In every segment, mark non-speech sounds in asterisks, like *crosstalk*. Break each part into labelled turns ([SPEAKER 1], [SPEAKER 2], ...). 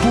[SPEAKER 1] 波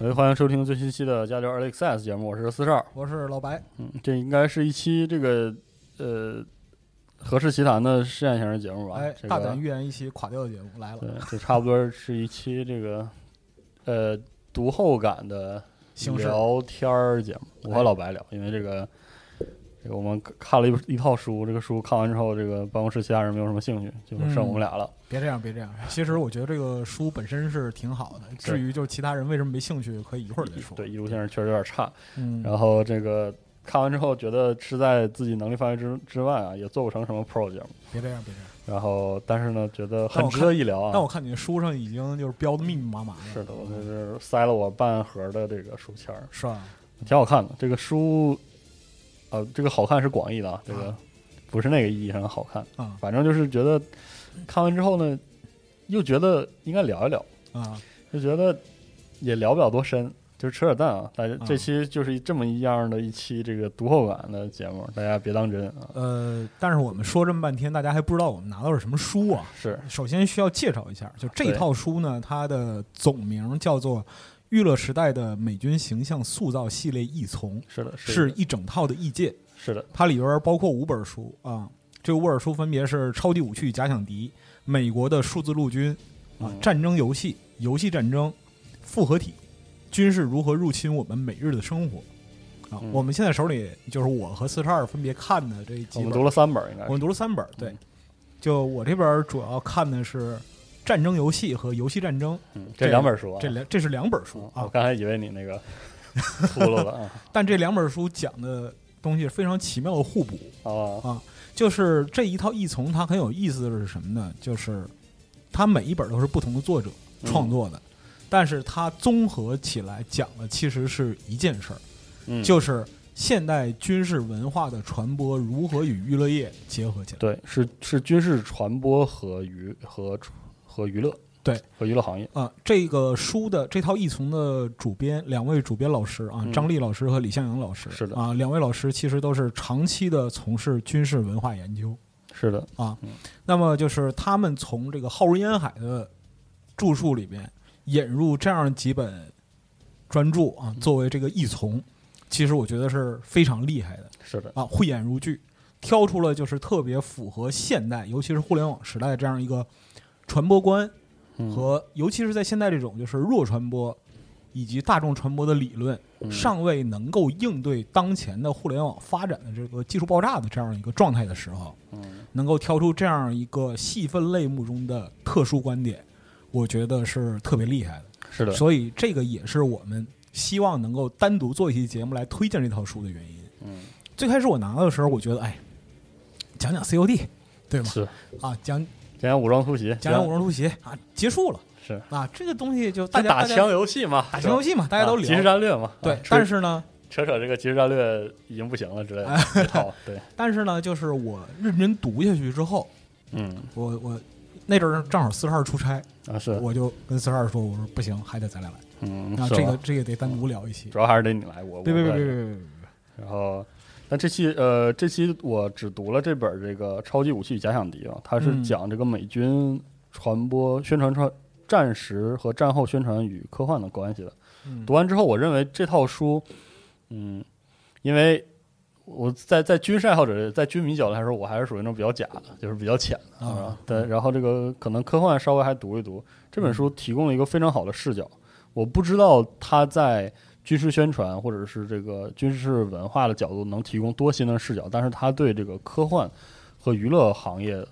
[SPEAKER 2] 喂，哎欢迎收听最新期的《加流 Alexis》节目，我是四少。
[SPEAKER 3] 我是老白，
[SPEAKER 2] 嗯，这应该是一期这个呃《何氏奇谈》的试验型的节目吧？
[SPEAKER 3] 哎，
[SPEAKER 2] 这个、
[SPEAKER 3] 大胆预言一期垮掉的节目来
[SPEAKER 2] 对
[SPEAKER 3] 了，，
[SPEAKER 2] 这差不多是一期这个呃读后感的
[SPEAKER 3] 形式哎
[SPEAKER 2] 聊天儿节目。我和老白聊，因为这个这个我们看了一一套书，这个书看完之后，这个办公室其他人没有什么兴趣，就剩我们俩了。
[SPEAKER 3] 别这样，别这样。其实我觉得这个书本身是挺好的，至于就是其他人为什么没兴趣，可以一会儿再说。
[SPEAKER 2] 对，，艺术性确实有点差。
[SPEAKER 3] 嗯，
[SPEAKER 2] 然后这个看完之后，觉得是在自己能力范围之之外啊，也做不成什么 pro 节目。
[SPEAKER 3] 别这样，别这样。
[SPEAKER 2] 然后，但是呢，觉得
[SPEAKER 3] 但
[SPEAKER 2] 很
[SPEAKER 3] 我
[SPEAKER 2] 值
[SPEAKER 3] 看
[SPEAKER 2] 得一聊啊。
[SPEAKER 3] 但我看你的书上已经就是标的密密麻麻的，
[SPEAKER 2] 是的，我就是塞了我半盒的这个书签儿，
[SPEAKER 3] 是吧？
[SPEAKER 2] 挺好看的。这个书，呃，这个好看是广义的，啊，这个
[SPEAKER 3] 啊
[SPEAKER 2] 不是那个意义上的好看。
[SPEAKER 3] 啊
[SPEAKER 2] 反正就是觉得看完之后呢，又觉得应该聊一聊，
[SPEAKER 3] 啊，
[SPEAKER 2] 就觉得也聊不了多深，就是扯扯淡啊。大家
[SPEAKER 3] 啊
[SPEAKER 2] 这期就是这么一样的一期这个读后感的节目，大家别当真啊。
[SPEAKER 3] 呃，但是我们说这么半天，大家还不知道我们拿到是什么书啊。
[SPEAKER 2] 是
[SPEAKER 3] 首先需要介绍一下，就这
[SPEAKER 2] 对
[SPEAKER 3] 套书呢，它的总名叫做《娱乐时代的美军形象塑造系列译丛》，
[SPEAKER 2] 是的，
[SPEAKER 3] 是
[SPEAKER 2] 是的
[SPEAKER 3] 一整套的译介。
[SPEAKER 2] 是的，
[SPEAKER 3] 它里边包括五本书啊，这五本书分别是《超级武器与假想敌》、《美国的数字陆军》啊、
[SPEAKER 2] 嗯
[SPEAKER 3] 战争游戏》、《游戏战争》、《复合体》、《军事如何入侵我们每日的生活》啊。
[SPEAKER 2] 嗯
[SPEAKER 3] 我们现在手里就是我和四十二分别看的这
[SPEAKER 2] 我
[SPEAKER 3] 几
[SPEAKER 2] 们
[SPEAKER 3] 本，
[SPEAKER 2] 读了三本，应该
[SPEAKER 3] 我
[SPEAKER 2] 是
[SPEAKER 3] 们读了三本。对
[SPEAKER 2] 嗯，
[SPEAKER 3] 就我这边主要看的是《战争游戏》和《游戏战争》
[SPEAKER 2] 嗯这两本书啊。
[SPEAKER 3] 这两，这是两本书
[SPEAKER 2] 啊
[SPEAKER 3] 啊
[SPEAKER 2] 我。刚才以为你那
[SPEAKER 3] *laughs*
[SPEAKER 2] 个秃噜了啊。
[SPEAKER 3] 但这两本书讲的东西非常奇妙的互补。
[SPEAKER 2] 哦，
[SPEAKER 3] 就是这一套译丛，它很有意思的是什么呢？就是它每一本都是不同的作者
[SPEAKER 2] 嗯
[SPEAKER 3] 创作的，但是它综合起来讲的其实是一件事儿，
[SPEAKER 2] 嗯
[SPEAKER 3] 就是现代军事文化的传播如何与娱乐业结合起来。
[SPEAKER 2] 对，是是军事传播和娱和和娱乐，
[SPEAKER 3] 对
[SPEAKER 2] 和娱乐行业，
[SPEAKER 3] 啊、这个书的这套译丛的主编，两位主编老师啊，
[SPEAKER 2] 嗯
[SPEAKER 3] 张丽老师和李向阳老师，
[SPEAKER 2] 是的
[SPEAKER 3] 啊，两位老师其实都是长期的从事军事文化研究。
[SPEAKER 2] 是的，
[SPEAKER 3] 啊那么就是他们从这个浩如烟海的著述里边引入这样几本专著啊，作为这个译丛，其实我觉得是非常厉害的
[SPEAKER 2] 是的，
[SPEAKER 3] 啊，慧眼如炬，挑出了就是特别符合现代，尤其是互联网时代这样一个传播观
[SPEAKER 2] 嗯
[SPEAKER 3] 和，尤其是在现在这种就是弱传播以及大众传播的理论，
[SPEAKER 2] 嗯
[SPEAKER 3] 尚未能够应对当前的互联网发展的这个技术爆炸的这样一个状态的时候。
[SPEAKER 2] 嗯
[SPEAKER 3] 能够挑出这样一个细分类目中的特殊观点，我觉得是特别厉害的。
[SPEAKER 2] 是的，
[SPEAKER 3] 所以这个也是我们希望能够单独做一期节目来推荐这套书的原因。
[SPEAKER 2] 嗯
[SPEAKER 3] 最开始我拿到的时候，我觉得哎，讲讲 COD，对吗？
[SPEAKER 2] 是，
[SPEAKER 3] 啊，讲
[SPEAKER 2] 讲讲武装突袭，
[SPEAKER 3] 讲讲武装突袭啊，结束了
[SPEAKER 2] 是
[SPEAKER 3] 啊，这个东西就大
[SPEAKER 2] 这
[SPEAKER 3] 家
[SPEAKER 2] 打
[SPEAKER 3] 大家
[SPEAKER 2] 枪游戏嘛，啊
[SPEAKER 3] 打枪游
[SPEAKER 2] 戏
[SPEAKER 3] 戏嘛，大家都
[SPEAKER 2] 即时
[SPEAKER 3] 聊。
[SPEAKER 2] 战略嘛，
[SPEAKER 3] 对
[SPEAKER 2] 啊，
[SPEAKER 3] 但是呢，
[SPEAKER 2] 吃扯扯这个即时战略已经不行了之类
[SPEAKER 3] *laughs*
[SPEAKER 2] 的这套，对，
[SPEAKER 3] 但是呢，就是我认真读下去之后，
[SPEAKER 2] 嗯
[SPEAKER 3] 我我那阵儿正好四十二出差，
[SPEAKER 2] 啊是，
[SPEAKER 3] 我就跟四十二说，我说不行，还得咱俩来。
[SPEAKER 2] 嗯
[SPEAKER 3] 那
[SPEAKER 2] 是
[SPEAKER 3] 这
[SPEAKER 2] 吧
[SPEAKER 3] 个这个得单独聊一期。
[SPEAKER 2] 主要还是得你来，我
[SPEAKER 3] 别
[SPEAKER 2] 我
[SPEAKER 3] 别
[SPEAKER 2] 不
[SPEAKER 3] 别
[SPEAKER 2] 来
[SPEAKER 3] 别别别！
[SPEAKER 2] 然后，但这期呃，这期我只读了这本儿这个《超级武器与假想敌》啊，它是
[SPEAKER 3] 嗯
[SPEAKER 2] 讲这个美军传播、宣传传战时和战后宣传与科幻的关系的。
[SPEAKER 3] 嗯
[SPEAKER 2] 读完之后，我认为这套书，嗯，因为我在在军事爱好者、在军迷角度来说，我还是属于那种比较假的，就是比较浅的
[SPEAKER 3] 啊。
[SPEAKER 2] 对，然后这个可能科幻稍微还读一读，这本
[SPEAKER 3] 嗯
[SPEAKER 2] 书提供了一个非常好的视角。我不知道它在军事宣传或者是这个军事文化的角度能提供多新的视角，但是它对这个科幻和娱乐行业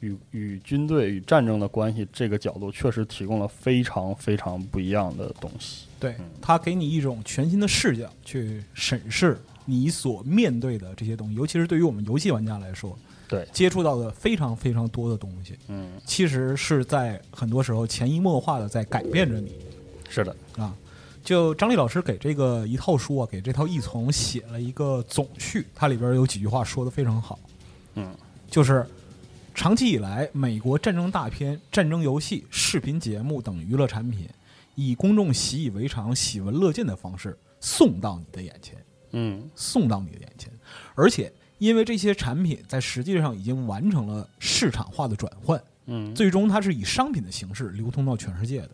[SPEAKER 2] 与与军队与战争的关系这个角度，确实提供了非常非常不一样的东西。
[SPEAKER 3] 对他给你一种全新的视角去审视你所面对的这些东西，尤其是对于我们游戏玩家来说，
[SPEAKER 2] 对
[SPEAKER 3] 接触到的非常非常多的东西，
[SPEAKER 2] 嗯，
[SPEAKER 3] 其实是在很多时候潜移默化的在改变着你
[SPEAKER 2] 是的，
[SPEAKER 3] 啊。就张力老师给这个一套书啊，给这套译丛写了一个总序，它里边有几句话说的非常好，
[SPEAKER 2] 嗯，
[SPEAKER 3] 就是长期以来，美国战争大片、战争游戏、视频节目等娱乐产品，以公众习以为常、喜闻乐见的方式送到你的眼前，
[SPEAKER 2] 嗯，
[SPEAKER 3] 送到你的眼前。而且，因为这些产品在实际上已经完成了市场化的转换，
[SPEAKER 2] 嗯，
[SPEAKER 3] 最终它是以商品的形式流通到全世界的。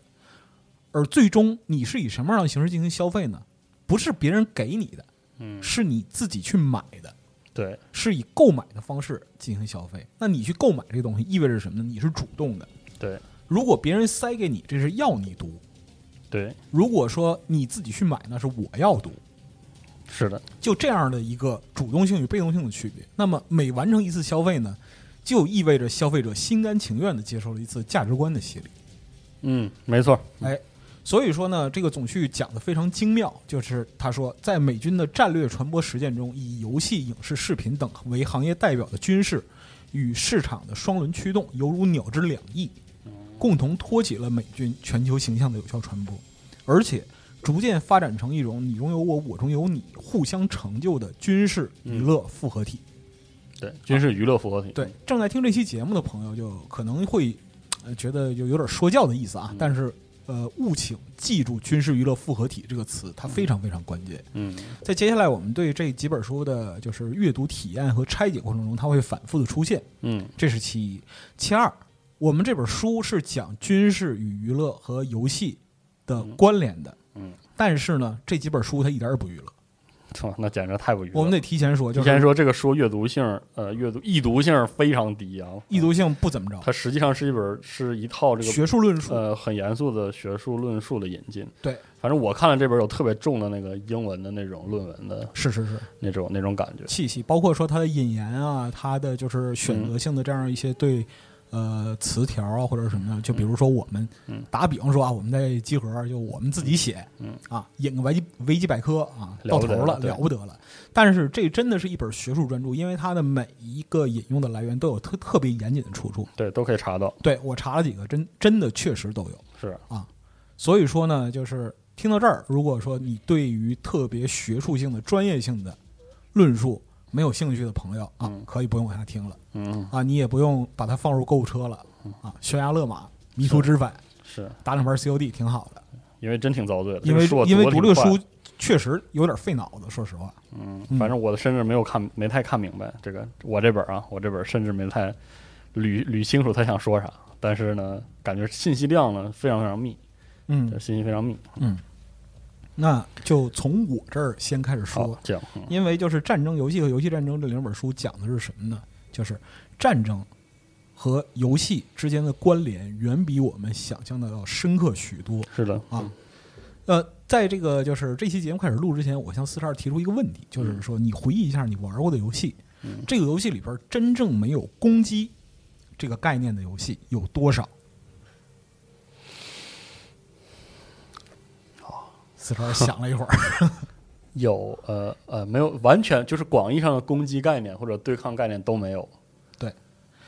[SPEAKER 3] 而最终，你是以什么样的形式进行消费呢？不是别人给你的，
[SPEAKER 2] 嗯
[SPEAKER 3] 是你自己去买的。
[SPEAKER 2] 对，
[SPEAKER 3] 是以购买的方式进行消费。那你去购买这个东西意味着什么呢？你是主动的。
[SPEAKER 2] 对，
[SPEAKER 3] 如果别人塞给你，这是要你读；
[SPEAKER 2] 对，
[SPEAKER 3] 如果说你自己去买，那是我要读。
[SPEAKER 2] 是的，
[SPEAKER 3] 就这样的一个主动性与被动性的区别。那么每完成一次消费呢，就意味着消费者心甘情愿地接受了一次价值观的洗礼。
[SPEAKER 2] 嗯，没错，
[SPEAKER 3] 哎，所以说呢，这个总序讲的非常精妙，就是他说，在美军的战略传播实践中，以游戏、影视、视频等为行业代表的军事与市场的双轮驱动，犹如鸟之两翼，共同托起了美军全球形象的有效传播，而且。逐渐发展成一种你中有我，我中有你，互相成就的军事娱乐复合体。
[SPEAKER 2] 对，军事娱乐复合体，
[SPEAKER 3] 对，正在听这期节目的朋友，就可能会呃觉得有有点说教的意
[SPEAKER 2] 嗯
[SPEAKER 3] 思啊，但是呃，务请记住“军事娱乐复合体”这个词，它非常非常关键。
[SPEAKER 2] 嗯，
[SPEAKER 3] 在接下来我们对这几本书的就是阅读体验和拆解过程中，它会反复的出现，
[SPEAKER 2] 嗯，
[SPEAKER 3] 这是其一。其二，我们这本书是讲军事与娱乐和游戏的关联的，
[SPEAKER 2] 嗯，
[SPEAKER 3] 但是呢，这几本书它一点儿也不娱乐，
[SPEAKER 2] 操那简直太不娱乐了。
[SPEAKER 3] 我们得提前说，就
[SPEAKER 2] 提前
[SPEAKER 3] 是
[SPEAKER 2] 说这个书阅读性，呃，阅读易读性非常低啊，
[SPEAKER 3] 易读性不怎么着，
[SPEAKER 2] 它实际上是一本是一套这个
[SPEAKER 3] 学术论述，
[SPEAKER 2] 呃很严肃的学术论述的引进。
[SPEAKER 3] 对，
[SPEAKER 2] 反正我看了这本有特别重的那个英文的那种论文的
[SPEAKER 3] 是是是。
[SPEAKER 2] 那种那种感觉。
[SPEAKER 3] 气息，包括说它的引言啊，它的就是选
[SPEAKER 2] 嗯
[SPEAKER 3] 择性的这样一些对、呃词条啊或者什么的，
[SPEAKER 2] 嗯
[SPEAKER 3] 就比如说我们、打比方说啊，我们在集合就我们自己写，
[SPEAKER 2] 嗯
[SPEAKER 3] 啊引个维基维基百科啊，
[SPEAKER 2] 了
[SPEAKER 3] 到
[SPEAKER 2] 不得
[SPEAKER 3] 头
[SPEAKER 2] 了
[SPEAKER 3] 了
[SPEAKER 2] 对
[SPEAKER 3] 了不得了。但是这真的是一本学术专著，因为它的每一个引用的来源都有特特别严谨的出处。
[SPEAKER 2] 对，都可以查到。
[SPEAKER 3] 对我查了几个，真真的确实都有。
[SPEAKER 2] 是，
[SPEAKER 3] 所以说呢，就是听到这儿，如果说你对于特别学术性的、专业性的论述没有兴趣的朋友啊，可以不用往下听了
[SPEAKER 2] 嗯，
[SPEAKER 3] 啊，你也不用把它放入购物车了啊，悬崖勒马，迷途知返，
[SPEAKER 2] 是
[SPEAKER 3] 打两盘 COD 挺好的，
[SPEAKER 2] 因为真挺遭罪的。
[SPEAKER 3] 因为
[SPEAKER 2] 这个书我
[SPEAKER 3] 因为读
[SPEAKER 2] 读
[SPEAKER 3] 这
[SPEAKER 2] 得
[SPEAKER 3] 个
[SPEAKER 2] 挺
[SPEAKER 3] 书
[SPEAKER 2] 快，
[SPEAKER 3] 确实有点费脑子，说实话，
[SPEAKER 2] 嗯，
[SPEAKER 3] 嗯
[SPEAKER 2] 反正我甚至没有看，没太看明白这个。我这本啊，我这本甚至没太捋捋清楚他想说啥。但是呢，感觉信息量呢非常非常密，
[SPEAKER 3] 嗯
[SPEAKER 2] 这信息非常密。
[SPEAKER 3] 嗯，那就从我这儿先开始
[SPEAKER 2] 好
[SPEAKER 3] 说，，
[SPEAKER 2] 这样，嗯
[SPEAKER 3] 因为就是战争游戏和游戏战争这两本书讲的是什么呢？就是战争和游戏之间的关联远比我们想象的要深刻许多
[SPEAKER 2] 是的，
[SPEAKER 3] 啊。呃，在这个就是这期节目开始录之前，我向四十二提出一个问题，就是说你回忆一下你玩过的游戏，这个游戏里边真正没有攻击这个概念的游戏有多少？四十二想了一会儿，
[SPEAKER 2] 有呃呃没有完全就是广义上的攻击概念或者对抗概念都没有。
[SPEAKER 3] 对，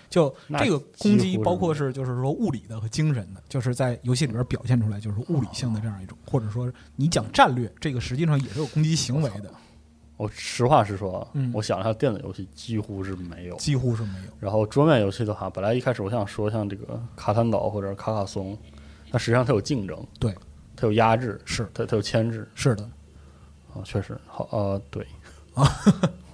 [SPEAKER 3] 就
[SPEAKER 2] 那
[SPEAKER 3] 这个
[SPEAKER 2] 几乎
[SPEAKER 3] 攻
[SPEAKER 2] 是
[SPEAKER 3] 击，
[SPEAKER 2] 没
[SPEAKER 3] 包括
[SPEAKER 2] 有
[SPEAKER 3] 是就是说物理的和精神的，就是在游戏里边表现出来，就是物理性的这样一种，或者说你讲战略，这个实际上也是有攻击行为的。
[SPEAKER 2] 我实话实说啊，
[SPEAKER 3] 嗯
[SPEAKER 2] 我想了一下，电子游戏几乎是没有。
[SPEAKER 3] 几乎是没有。
[SPEAKER 2] 然后桌面游戏的话，本来一开始我想说像这个卡坦岛或者卡卡松，但实际上它有竞争，
[SPEAKER 3] 对，
[SPEAKER 2] 它有压制，
[SPEAKER 3] 是
[SPEAKER 2] 它它有牵制
[SPEAKER 3] 是的，
[SPEAKER 2] 啊，确实好呃
[SPEAKER 3] *laughs*
[SPEAKER 2] 对啊，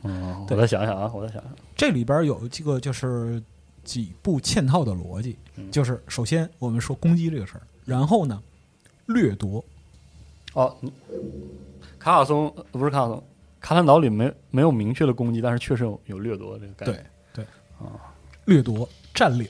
[SPEAKER 2] 嗯，我再想想啊，我再想想，
[SPEAKER 3] 这里边有这个就是几步嵌套的逻辑，
[SPEAKER 2] 嗯
[SPEAKER 3] 就是首先我们说攻击这个事儿，然后呢掠夺，
[SPEAKER 2] 哦，你卡卡松呃不是卡卡松，卡坦岛里没没有明确的攻击，但是确实有有掠夺这个概念，
[SPEAKER 3] 对对，啊，掠夺占领，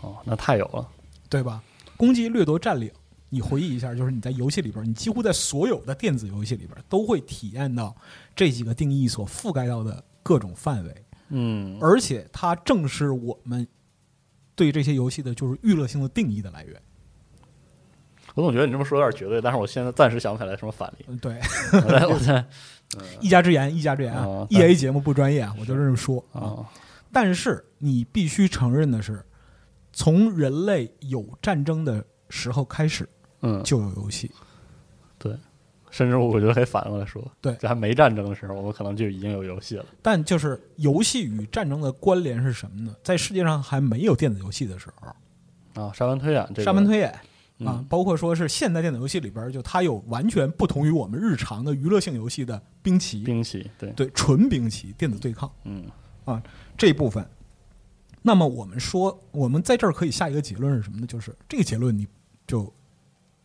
[SPEAKER 2] 哦，那太有了，
[SPEAKER 3] 对吧？攻击、掠夺、占领，你回忆一下，就是你在游戏里边，你几乎在所有的电子游戏里边都会体验到这几个定义所覆盖到的各种范围，
[SPEAKER 2] 嗯，
[SPEAKER 3] 而且它正是我们对这些游戏的就是娱乐性的定义的来源。
[SPEAKER 2] 我总觉得你这么说有点绝对，但是我现在暂时想不起来什么反例，
[SPEAKER 3] 嗯，对，
[SPEAKER 2] 我再我
[SPEAKER 3] *laughs*
[SPEAKER 2] 再
[SPEAKER 3] 一家之言，一家之言啊
[SPEAKER 2] 啊
[SPEAKER 3] ，E A 节目不专业啊，我就这么说啊。
[SPEAKER 2] 啊，
[SPEAKER 3] 但是你必须承认的是，从人类有战争的时候开始
[SPEAKER 2] 嗯，
[SPEAKER 3] 就有游戏，
[SPEAKER 2] 对，甚至我觉得可以反过来说，
[SPEAKER 3] 对
[SPEAKER 2] 在还没战争的时候，我们可能就已经有游戏了。
[SPEAKER 3] 但就是游戏与战争的关联是什么呢？在世界上还没有电子游戏的时候，
[SPEAKER 2] 啊，沙盘推演这个，嗯
[SPEAKER 3] 沙盘推演啊，包括说是现代电子游戏里边儿，就它有完全不同于我们日常的娱乐性游戏的兵棋，
[SPEAKER 2] 兵棋，对，
[SPEAKER 3] 对，纯兵棋电子对抗
[SPEAKER 2] 嗯
[SPEAKER 3] 啊这部分。那么我们说，我们在这儿可以下一个结论是什么呢？就是这个结论，你就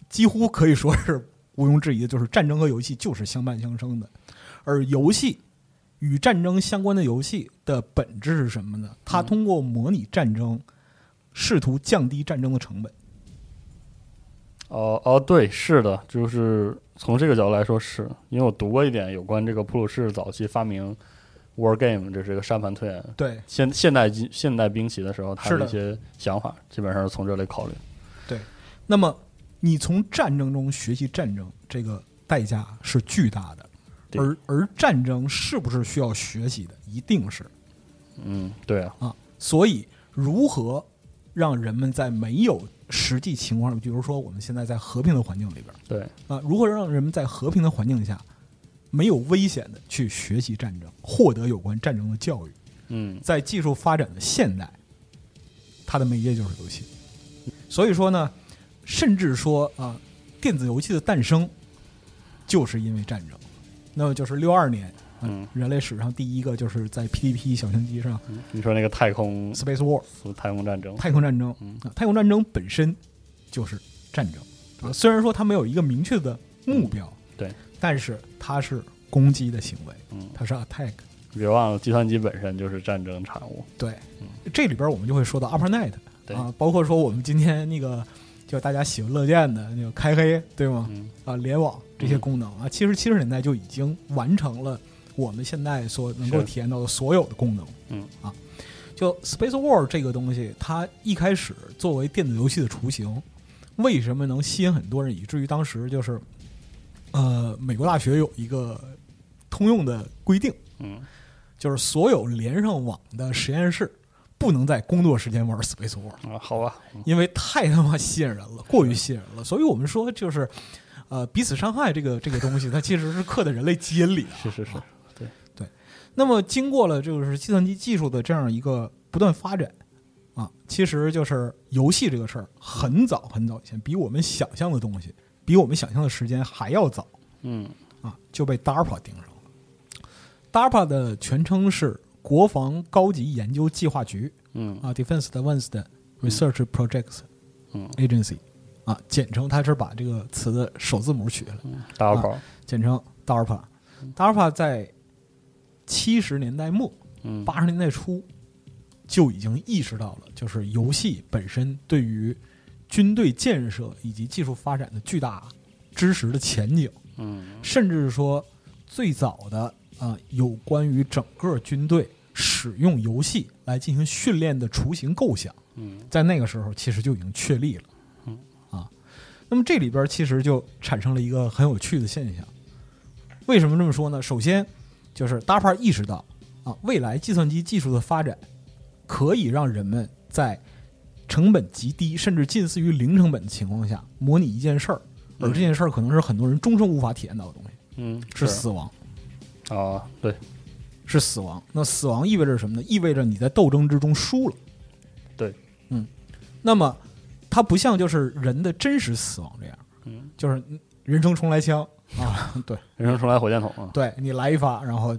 [SPEAKER 3] 几乎可以说是毋庸置疑的，就是战争和游戏就是相伴相生的，而游戏与战争相关的游戏的本质是什么呢？它通过模拟战争，试图降低战争的成本。
[SPEAKER 2] 哦哦，对，是的，就是从这个角度来说是，因为我读过一点有关这个普鲁士早期发明 war game，这是一个沙盘推演。
[SPEAKER 3] 对
[SPEAKER 2] 现现代机现代兵棋的时候，他
[SPEAKER 3] 是
[SPEAKER 2] 的
[SPEAKER 3] 的
[SPEAKER 2] 一些想法基本上是从这里考虑。
[SPEAKER 3] 对，那么你从战争中学习战争，这个代价是巨大的。
[SPEAKER 2] 对
[SPEAKER 3] 而而战争是不是需要学习的？一定是
[SPEAKER 2] 嗯，对啊，
[SPEAKER 3] 啊。所以，如何让人们在没有实际情况，比如说我们现在在和平的环境里边
[SPEAKER 2] 对，
[SPEAKER 3] 啊，如何让人们在和平的环境下没有危险的去学习战争，获得有关战争的教育？
[SPEAKER 2] 嗯
[SPEAKER 3] 在技术发展的现代，它的媒介就是游戏。所以说呢，甚至说啊、电子游戏的诞生就是因为战争。那么就是六二年，
[SPEAKER 2] 嗯，
[SPEAKER 3] 人类史上第一个就是在 PDP 小型机上、
[SPEAKER 2] 你说那个太空
[SPEAKER 3] Space War
[SPEAKER 2] 太空战争，
[SPEAKER 3] 太空战争啊，太空战争本身就是战争啊。虽然说它没有一个明确的目标，
[SPEAKER 2] 对，
[SPEAKER 3] 但是它是攻击的行为，
[SPEAKER 2] 嗯
[SPEAKER 3] 它是 attack。
[SPEAKER 2] 别忘了计算机本身就是战争产物。
[SPEAKER 3] 对，这里边我们就会说到 Upper Night
[SPEAKER 2] 嗯对
[SPEAKER 3] 啊，包括说我们今天那个就大家喜闻乐见的那个开黑，对吗？
[SPEAKER 2] 嗯
[SPEAKER 3] 啊，联网这些功能啊，其实七十年代就已经完成了我们现在所能够
[SPEAKER 2] 是
[SPEAKER 3] 体验到的所有的功能。
[SPEAKER 2] 嗯
[SPEAKER 3] 啊，就 Space War 这个东西，它一开始作为电子游戏的雏形，为什么能吸引很多人，以至于当时就是呃，美国大学有一个通用的规定，
[SPEAKER 2] 嗯，
[SPEAKER 3] 就是所有连上网的实验室不能在工作时间玩 Space War，
[SPEAKER 2] 啊，好吧，嗯
[SPEAKER 3] 因为太他妈吸引人了，过于吸引人了。所以我们说就是，呃，彼此伤害这个这个东西，它其实是刻在人类基因里的。
[SPEAKER 2] 是是是
[SPEAKER 3] 啊，
[SPEAKER 2] 对，
[SPEAKER 3] 对。那么经过了就是计算机技术的这样一个不断发展。啊，其实就是游戏这个事儿，很早很早以前，比我们想象的东西，比我们想象的时间还要早。
[SPEAKER 2] 嗯
[SPEAKER 3] 啊，就被 DARPA 盯上了。DARPA 的全称是国防高级研究计划局
[SPEAKER 2] 嗯
[SPEAKER 3] 啊，Defense Advanced Research Projects
[SPEAKER 2] 嗯
[SPEAKER 3] Agency 啊，简称它是把这个词的首字母取下来，
[SPEAKER 2] 打
[SPEAKER 3] 啊
[SPEAKER 2] 个炮，
[SPEAKER 3] 简称 DARPA。DARPA 在七十年代末、
[SPEAKER 2] 嗯
[SPEAKER 3] 八十年代初就已经意识到了，就是游戏本身对于军队建设以及技术发展的巨大支持的前景。
[SPEAKER 2] 嗯
[SPEAKER 3] 甚至是说最早的啊、呃有关于整个军队使用游戏来进行训练的雏形构想，
[SPEAKER 2] 嗯
[SPEAKER 3] 在那个时候其实就已经确立了。啊，那么这里边其实就产生了一个很有趣的现象。为什么这么说呢？首先就是 DARPA 意识到啊，未来计算机技术的发展可以让人们在成本极低，甚至近似于零成本的情况下模拟一件事儿，而这件事儿可能是很多人终生无法体验到的东西。
[SPEAKER 2] 嗯，
[SPEAKER 3] 是死亡。
[SPEAKER 2] 啊，对，
[SPEAKER 3] 是死亡。那死亡意味着什么呢？意味着你在斗争之中输了。
[SPEAKER 2] 对，
[SPEAKER 3] 嗯，那么它不像就是人的真实死亡这样，
[SPEAKER 2] 嗯，
[SPEAKER 3] 就是人生重
[SPEAKER 2] *laughs*
[SPEAKER 3] 来枪啊，对
[SPEAKER 2] 人生重来火箭筒啊，
[SPEAKER 3] 对，你来一发，然后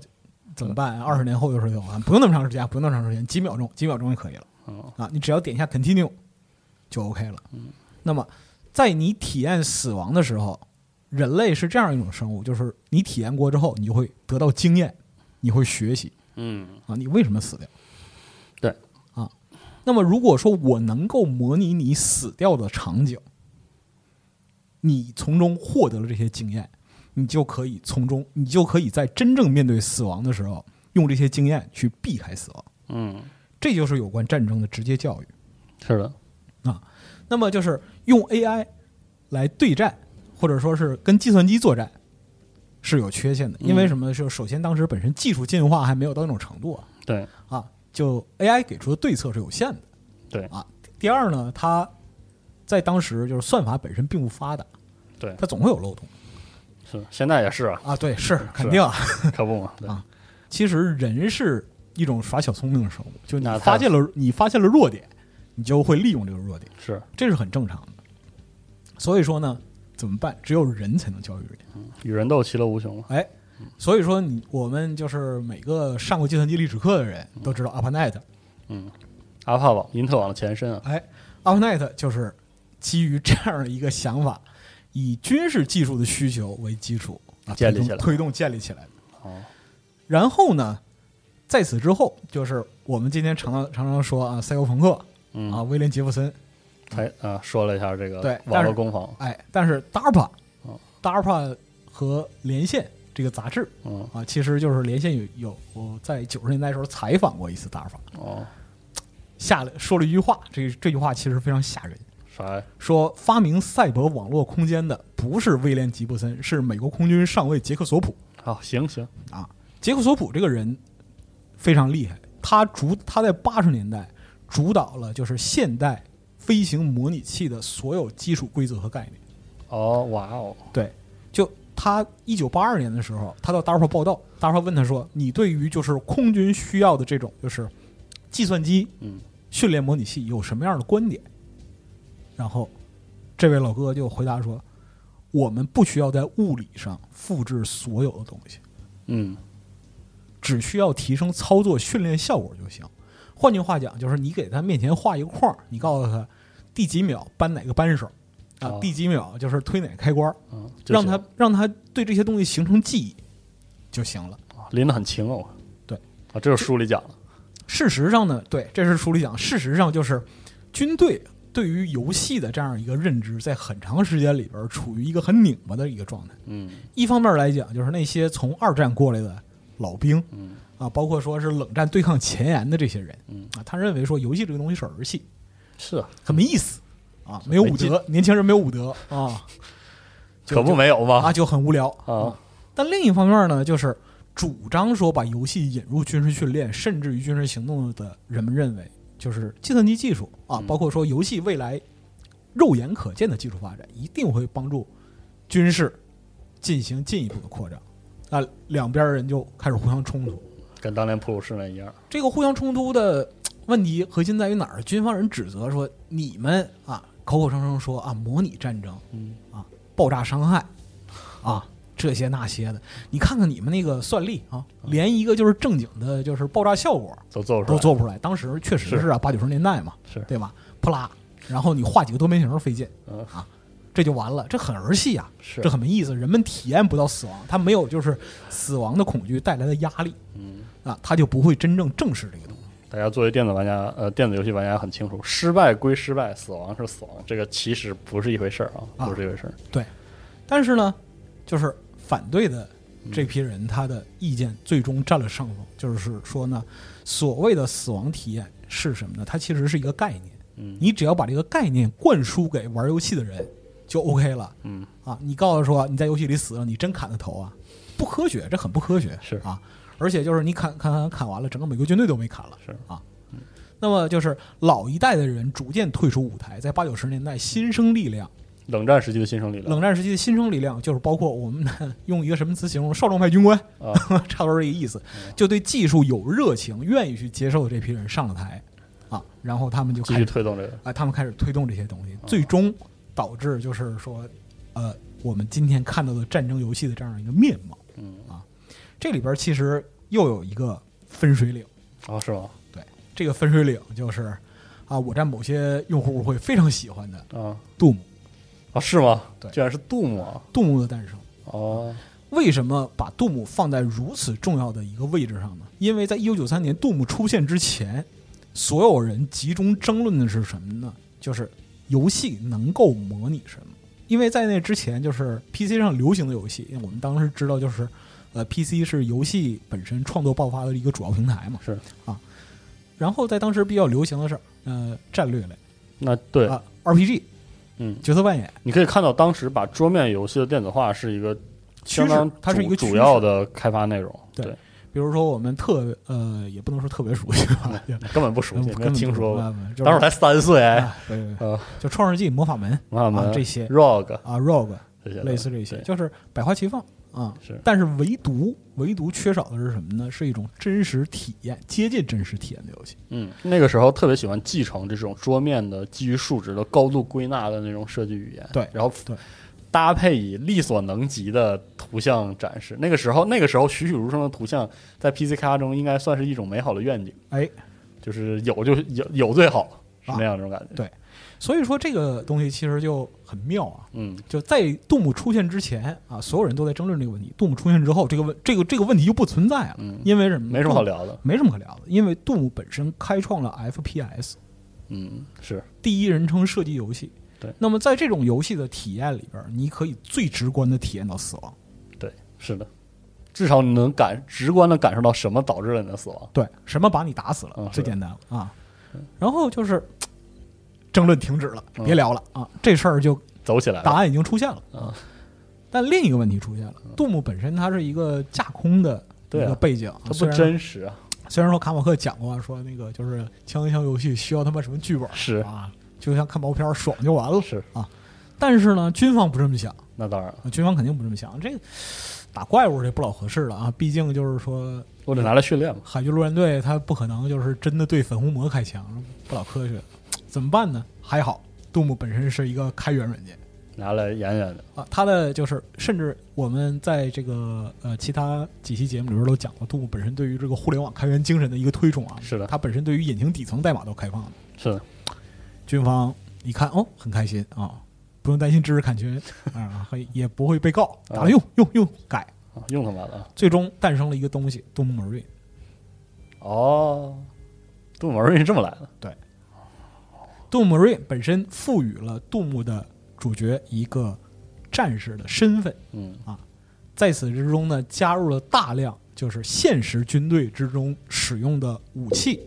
[SPEAKER 3] 怎么办？二十年后就是有完，不用那么长时间，啊不用那么长时间，几秒钟，几秒钟就可以了
[SPEAKER 2] 嗯
[SPEAKER 3] 啊，你只要点一下 continue 就 OK 了。那么在你体验死亡的时候，人类是这样一种生物，就是你体验过之后，你就会得到经验，你会学习，
[SPEAKER 2] 嗯，
[SPEAKER 3] 啊，你为什么死掉？
[SPEAKER 2] 对，
[SPEAKER 3] 啊，那么如果说我能够模拟你死掉的场景，你从中获得了这些经验，你就可以从中，你就可以在真正面对死亡的时候，用这些经验去避开死亡。
[SPEAKER 2] 嗯，
[SPEAKER 3] 这就是有关战争的直接教育。
[SPEAKER 2] 是的，
[SPEAKER 3] 啊。那么就是用 AI 来对战，或者说是跟计算机作战，是有缺陷的。
[SPEAKER 2] 嗯
[SPEAKER 3] 因为什么呢？就首先当时本身技术进化还没有到那种程度啊，
[SPEAKER 2] 对
[SPEAKER 3] 啊，就 AI 给出的对策是有限的
[SPEAKER 2] 对
[SPEAKER 3] 啊。第二呢，它在当时就是算法本身并不发达， *laughs*
[SPEAKER 2] 对，
[SPEAKER 3] 它总会有漏洞
[SPEAKER 2] 是现在也是啊，
[SPEAKER 3] 啊。对，是肯定啊。
[SPEAKER 2] 可不嘛，对
[SPEAKER 3] 啊其实人是一种耍小聪明的生物，就你
[SPEAKER 2] 那太
[SPEAKER 3] 发现了你发现了弱点，你就会利用这个弱点。
[SPEAKER 2] 是
[SPEAKER 3] 这是很正常的。所以说呢，怎么办？只有人才能教育人。
[SPEAKER 2] 与人斗，其乐无穷啊嘛，
[SPEAKER 3] 哎，所以说你我们就是每个上过计算机历史课的人都知道 ARPANET。
[SPEAKER 2] 阿帕网、因特网的前身啊，
[SPEAKER 3] 哎，ARPANET 就是基于这样的一个想法，以军事技术的需求为基础啊，
[SPEAKER 2] 建立
[SPEAKER 3] 推动
[SPEAKER 2] 起来
[SPEAKER 3] 推动建立起来的。
[SPEAKER 2] 哦，
[SPEAKER 3] 然后呢，在此之后，就是我们今天常常常常说啊，赛博朋克
[SPEAKER 2] 嗯
[SPEAKER 3] 啊，威廉杰弗森，
[SPEAKER 2] 才啊说了一下这个
[SPEAKER 3] 对但
[SPEAKER 2] 网
[SPEAKER 3] 是
[SPEAKER 2] 络攻防，
[SPEAKER 3] 哎，但是 DARPA
[SPEAKER 2] 哦、
[SPEAKER 3] DARPA 和连线这个杂志
[SPEAKER 2] 嗯，
[SPEAKER 3] 啊，其实就是连线有有我在九十年代的时候采访过一次 DARPA，
[SPEAKER 2] 哦，
[SPEAKER 3] 下了说了一句话，这这句话其实非常吓人，
[SPEAKER 2] 啥呀？
[SPEAKER 3] 说发明赛博网络空间的不是威廉吉布森，是美国空军上尉杰克索普
[SPEAKER 2] 好，行行，
[SPEAKER 3] 啊。杰克索普这个人非常厉害，他主他在八十年代主导了就是现代飞行模拟器的所有基础规则和概念。
[SPEAKER 2] 哦，哇哦，
[SPEAKER 3] 对，就他一九八二年的时候，他到 DARPA 报道，DARPA 问他说：“你对于就是空军需要的这种就是计算机
[SPEAKER 2] 嗯
[SPEAKER 3] 训练模拟器有什么样的观点？”然后这位老哥就回答说：“我们不需要在物理上复制所有的东西，
[SPEAKER 2] 嗯，
[SPEAKER 3] 只需要提升操作训练效果就行。换句话讲，就是你给他面前画一个框儿，你告诉他第几秒扳哪个扳手啊
[SPEAKER 2] 哦，
[SPEAKER 3] 第几秒就是推哪个开关儿。
[SPEAKER 2] 嗯，就
[SPEAKER 3] 让
[SPEAKER 2] 行
[SPEAKER 3] 他让他对这些东西形成记忆就行了。
[SPEAKER 2] 啊拎得很轻哦，
[SPEAKER 3] 对
[SPEAKER 2] 啊，这就是书里讲的，
[SPEAKER 3] 事实上呢，对，这是书里讲，事实上就是军队对于游戏的这样一个认知，在很长时间里边处于一个很拧巴的一个状态。
[SPEAKER 2] 嗯
[SPEAKER 3] 一方面来讲，就是那些从二战过来的老兵，
[SPEAKER 2] 嗯
[SPEAKER 3] 啊，包括说是冷战对抗前沿的这些人，
[SPEAKER 2] 嗯
[SPEAKER 3] 啊，他认为说游戏这个东西是儿戏，
[SPEAKER 2] 是啊，
[SPEAKER 3] 很没意思啊，没有
[SPEAKER 2] 没
[SPEAKER 3] 武
[SPEAKER 2] 劲
[SPEAKER 3] 德，年轻人没有武德啊，就
[SPEAKER 2] 可不没有
[SPEAKER 3] 啊，
[SPEAKER 2] 吗？
[SPEAKER 3] 就很无聊
[SPEAKER 2] 啊。
[SPEAKER 3] 但另一方面呢，就是主张说把游戏引入军事训练，甚至于军事行动的人们认为，就是计算机技术啊，
[SPEAKER 2] 嗯
[SPEAKER 3] 包括说游戏未来肉眼可见的技术发展，一定会帮助军事进行进一步的扩张。啊，两边人就开始互相冲突。
[SPEAKER 2] 跟当年普鲁士那一样，
[SPEAKER 3] 这个互相冲突的嘖问题核心在于哪儿？军方人指责说，你们啊，口口声声说啊，模拟战争，
[SPEAKER 2] 嗯
[SPEAKER 3] 啊，爆炸伤害啊，这些那些的，你看看你们那个算力啊，连一个就是正经的，就是爆炸效果
[SPEAKER 2] 都做出
[SPEAKER 3] 都
[SPEAKER 2] 来，
[SPEAKER 3] 做不出来。当时确实是啊，八九十年代嘛，
[SPEAKER 2] 是
[SPEAKER 3] 对吧？扑啦，然后你画几个多边形费劲
[SPEAKER 2] 嗯
[SPEAKER 3] 啊，这就完了，这很儿戏啊，
[SPEAKER 2] 是
[SPEAKER 3] 这很没意思，人们体验不到死亡，他没有就是死亡的恐惧带来的压力
[SPEAKER 2] 嗯，
[SPEAKER 3] 啊，他就不会真正正视这个东西。
[SPEAKER 2] 大家作为电子玩家，呃，电子游戏玩家很清楚，失败归失败，死亡是死亡，这个其实不是一回事儿
[SPEAKER 3] 啊
[SPEAKER 2] 啊，不是一回事儿。
[SPEAKER 3] 对，但是呢，就是反对的这批人，他的意见最终占了上
[SPEAKER 2] 嗯
[SPEAKER 3] 风。就是说呢，所谓的死亡体验是什么呢？它其实是一个概念。
[SPEAKER 2] 嗯
[SPEAKER 3] 你只要把这个概念灌输给玩游戏的人，就 OK 了。
[SPEAKER 2] 嗯，
[SPEAKER 3] 啊，你告诉说你在游戏里死了，你真砍他头啊？不科学，这很不科学。
[SPEAKER 2] 是
[SPEAKER 3] 啊，而且就是你砍砍砍砍完了，整个美国军队都没砍了。
[SPEAKER 2] 是嗯
[SPEAKER 3] 啊。那么就是老一代的人逐渐退出舞台，在八九十年代新生力量
[SPEAKER 2] 冷战时期的新生力量
[SPEAKER 3] 冷战时期的新生力量，就是包括我们用一个什么词形容少壮派军官，
[SPEAKER 2] 啊
[SPEAKER 3] *laughs*
[SPEAKER 2] 嗯
[SPEAKER 3] 差不多这个意思，就对技术有热情、愿意去接受的这批人上了台啊，然后他们就
[SPEAKER 2] 继
[SPEAKER 3] 开
[SPEAKER 2] 续
[SPEAKER 3] 始
[SPEAKER 2] 推动这个。
[SPEAKER 3] 啊，他们开始推动这些东西，
[SPEAKER 2] 啊
[SPEAKER 3] 最终导致就是说，呃，我们今天看到的战争游戏的这样一个面貌。
[SPEAKER 2] 嗯
[SPEAKER 3] 啊，这里边其实又有一个分水岭，
[SPEAKER 2] 啊，是吗？
[SPEAKER 3] 对，这个分水岭就是啊，我站某些用户会非常喜欢的
[SPEAKER 2] 啊
[SPEAKER 3] Doom
[SPEAKER 2] 啊，是吗？
[SPEAKER 3] 对
[SPEAKER 2] 居然是杜牧啊！
[SPEAKER 3] 杜牧的诞生。
[SPEAKER 2] 哦，
[SPEAKER 3] 为什么把杜牧放在如此重要的一个位置上呢？因为在一九九三年杜牧出现之前，所有人集中争论的是什么呢？就是游戏能够模拟什么？因为在那之前，就是 PC 上流行的游戏，我们当时知道就是，呃，PC 是游戏本身创作爆发的一个主要平台嘛。
[SPEAKER 2] 是
[SPEAKER 3] 啊，然后在当时比较流行的是，呃，战略类
[SPEAKER 2] 那对，
[SPEAKER 3] 啊，RPG
[SPEAKER 2] 嗯，
[SPEAKER 3] 角色扮演。
[SPEAKER 2] 你可以看到当时把桌面游戏的电子化是一个
[SPEAKER 3] 趋
[SPEAKER 2] 相
[SPEAKER 3] 势
[SPEAKER 2] 当
[SPEAKER 3] 它是
[SPEAKER 2] 主
[SPEAKER 3] 一个趋
[SPEAKER 2] 主
[SPEAKER 3] 势
[SPEAKER 2] 要的开发内容，
[SPEAKER 3] 对
[SPEAKER 2] 对，
[SPEAKER 3] 比如说我们特呃，也不能说特别熟悉吧，就
[SPEAKER 2] 根本不熟悉，
[SPEAKER 3] 根
[SPEAKER 2] 没
[SPEAKER 3] 本
[SPEAKER 2] 有
[SPEAKER 3] 不
[SPEAKER 2] 听说过。
[SPEAKER 3] 啊就是
[SPEAKER 2] 当时我才三岁，哎
[SPEAKER 3] 啊，对对对，
[SPEAKER 2] 呃，
[SPEAKER 3] 就《创世纪》《魔法门
[SPEAKER 2] 马尔
[SPEAKER 3] 啊
[SPEAKER 2] 门
[SPEAKER 3] 这些
[SPEAKER 2] ROG》
[SPEAKER 3] 啊，《Rogue
[SPEAKER 2] 这些》的
[SPEAKER 3] 类似这些，
[SPEAKER 2] 对
[SPEAKER 3] 就是百花齐放啊。
[SPEAKER 2] 是
[SPEAKER 3] 但是唯独唯独缺少的是什么呢？是一种真实体验、接近真实体验的游戏。
[SPEAKER 2] 嗯，那个时候特别喜欢继承这种桌面的基于数值的高度归纳的那种设计语言，
[SPEAKER 3] 对
[SPEAKER 2] 然后
[SPEAKER 3] 对
[SPEAKER 2] 搭配以力所能及的图像展示。那个时候，那个时候栩栩如生的图像在 PC 开发中应该算是一种美好的愿景，
[SPEAKER 3] 哎，
[SPEAKER 2] 就是有就有有最好，是
[SPEAKER 3] 啊
[SPEAKER 2] 那样一种感觉。
[SPEAKER 3] 对所以说这个东西其实就很妙啊。
[SPEAKER 2] 嗯，
[SPEAKER 3] 就在杜牧出现之前啊，所有人都在争论这个问题。杜牧出现之后，这个问这个这个问题就不存在了，
[SPEAKER 2] 嗯
[SPEAKER 3] 因为什么呢？
[SPEAKER 2] 没什么好聊的
[SPEAKER 3] 杜，。没什么可聊的，因为杜牧本身开创了 FPS。
[SPEAKER 2] 嗯，是
[SPEAKER 3] 第一人称射击游戏。
[SPEAKER 2] 对
[SPEAKER 3] 那么在这种游戏的体验里边儿，你可以最直观的体验到死亡。
[SPEAKER 2] 对，是的，至少你能感直观的感受到什么导致了你的死亡。
[SPEAKER 3] 对，什么把你打死了，
[SPEAKER 2] 嗯是
[SPEAKER 3] 最简单了啊。然后就是争论停止了，
[SPEAKER 2] 嗯
[SPEAKER 3] 别聊了、啊，这事儿就
[SPEAKER 2] 走起来
[SPEAKER 3] 答
[SPEAKER 2] 了，
[SPEAKER 3] 案已经出现了。
[SPEAKER 2] 哎嗯
[SPEAKER 3] 但另一个问题出现了，杜牧本身它是一个架空的一
[SPEAKER 2] 对啊
[SPEAKER 3] 个背景，
[SPEAKER 2] 它不
[SPEAKER 3] 虽然
[SPEAKER 2] 真实啊。
[SPEAKER 3] 虽然说卡马克讲过说那个就是枪枪游戏需要他妈什么剧本儿
[SPEAKER 2] 是
[SPEAKER 3] 啊，就像看毛片儿爽就完了
[SPEAKER 2] 是
[SPEAKER 3] 啊。但是呢，军方不这么想。
[SPEAKER 2] 那当然了，
[SPEAKER 3] 啊，军方肯定不这么想，这打怪物这不老合适了啊！毕竟就是说，
[SPEAKER 2] 我得拿来训练嘛。
[SPEAKER 3] 海军陆战队他不可能就是真的对粉红魔开枪，不老科学。怎么办呢？还好，杜牧本身是一个开源软件
[SPEAKER 2] 拿来演演的，
[SPEAKER 3] 啊，他的就是甚至我们在这个呃其他几期节目里边都讲过，杜牧本身对于这个互联网开源精神的一个推崇啊，
[SPEAKER 2] 是的
[SPEAKER 3] 他本身对于引擎底层代码都开放的。
[SPEAKER 2] 是的，
[SPEAKER 3] 军方一看哦，很开心啊、不用担心知识产权啊，还也不会被告，打了用用用改。
[SPEAKER 2] 啊用他妈的啊。
[SPEAKER 3] 最终诞生了一个东西——杜牧 Marine。
[SPEAKER 2] 哦，杜门是这么来的，
[SPEAKER 3] 杜牧 Marine 本身赋予了杜牧的主角一个战士的身份，啊
[SPEAKER 2] 嗯
[SPEAKER 3] 在此之中呢，加入了大量就是现实军队之中使用的武器，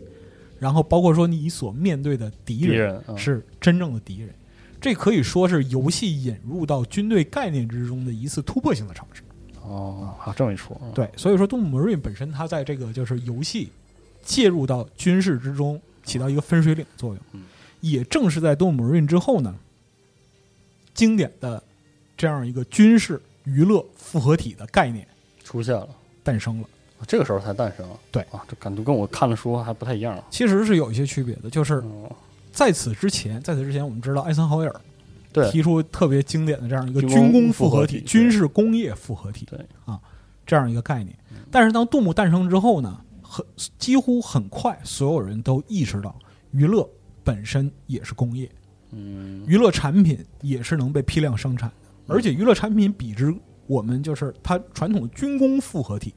[SPEAKER 3] 然后包括说你所面对的敌
[SPEAKER 2] 敌
[SPEAKER 3] 人
[SPEAKER 2] 人嗯
[SPEAKER 3] 是真正的敌人，这可以说是游戏引入到军队概念之中的一次突破性的尝试。
[SPEAKER 2] 哦，还有这么一出，嗯，
[SPEAKER 3] 对，所以说《杜牧 Marine》本身它在这个就是游戏介入到军事之中起到一个分水岭作用。也正是在《杜牧 Marine》之后呢，经典的这样一个军事娱乐复合体的概念
[SPEAKER 2] 出现了，
[SPEAKER 3] 诞生了。
[SPEAKER 2] 这个时候才诞生啊，
[SPEAKER 3] 对
[SPEAKER 2] 啊，这感觉跟我看的书还不太一样啊，
[SPEAKER 3] 其实是有一些区别的，就是
[SPEAKER 2] 嗯，
[SPEAKER 3] 在此之前，在此之前我们知道艾森豪威尔
[SPEAKER 2] 对
[SPEAKER 3] 提出特别经典的这样一个
[SPEAKER 2] 军
[SPEAKER 3] 军
[SPEAKER 2] 工
[SPEAKER 3] 工
[SPEAKER 2] 复
[SPEAKER 3] 复合
[SPEAKER 2] 合
[SPEAKER 3] 体、
[SPEAKER 2] 体
[SPEAKER 3] 军
[SPEAKER 2] 对
[SPEAKER 3] 事工业复合体，
[SPEAKER 2] 对
[SPEAKER 3] 啊，这样一个概念。但是当杜牧诞生之后呢，很几乎很快，所有人都意识到娱乐本身也是工业，
[SPEAKER 2] 嗯，
[SPEAKER 3] 娱乐产品也是能被批量生产的，而且娱乐产品比之我们就是它传统军工复合体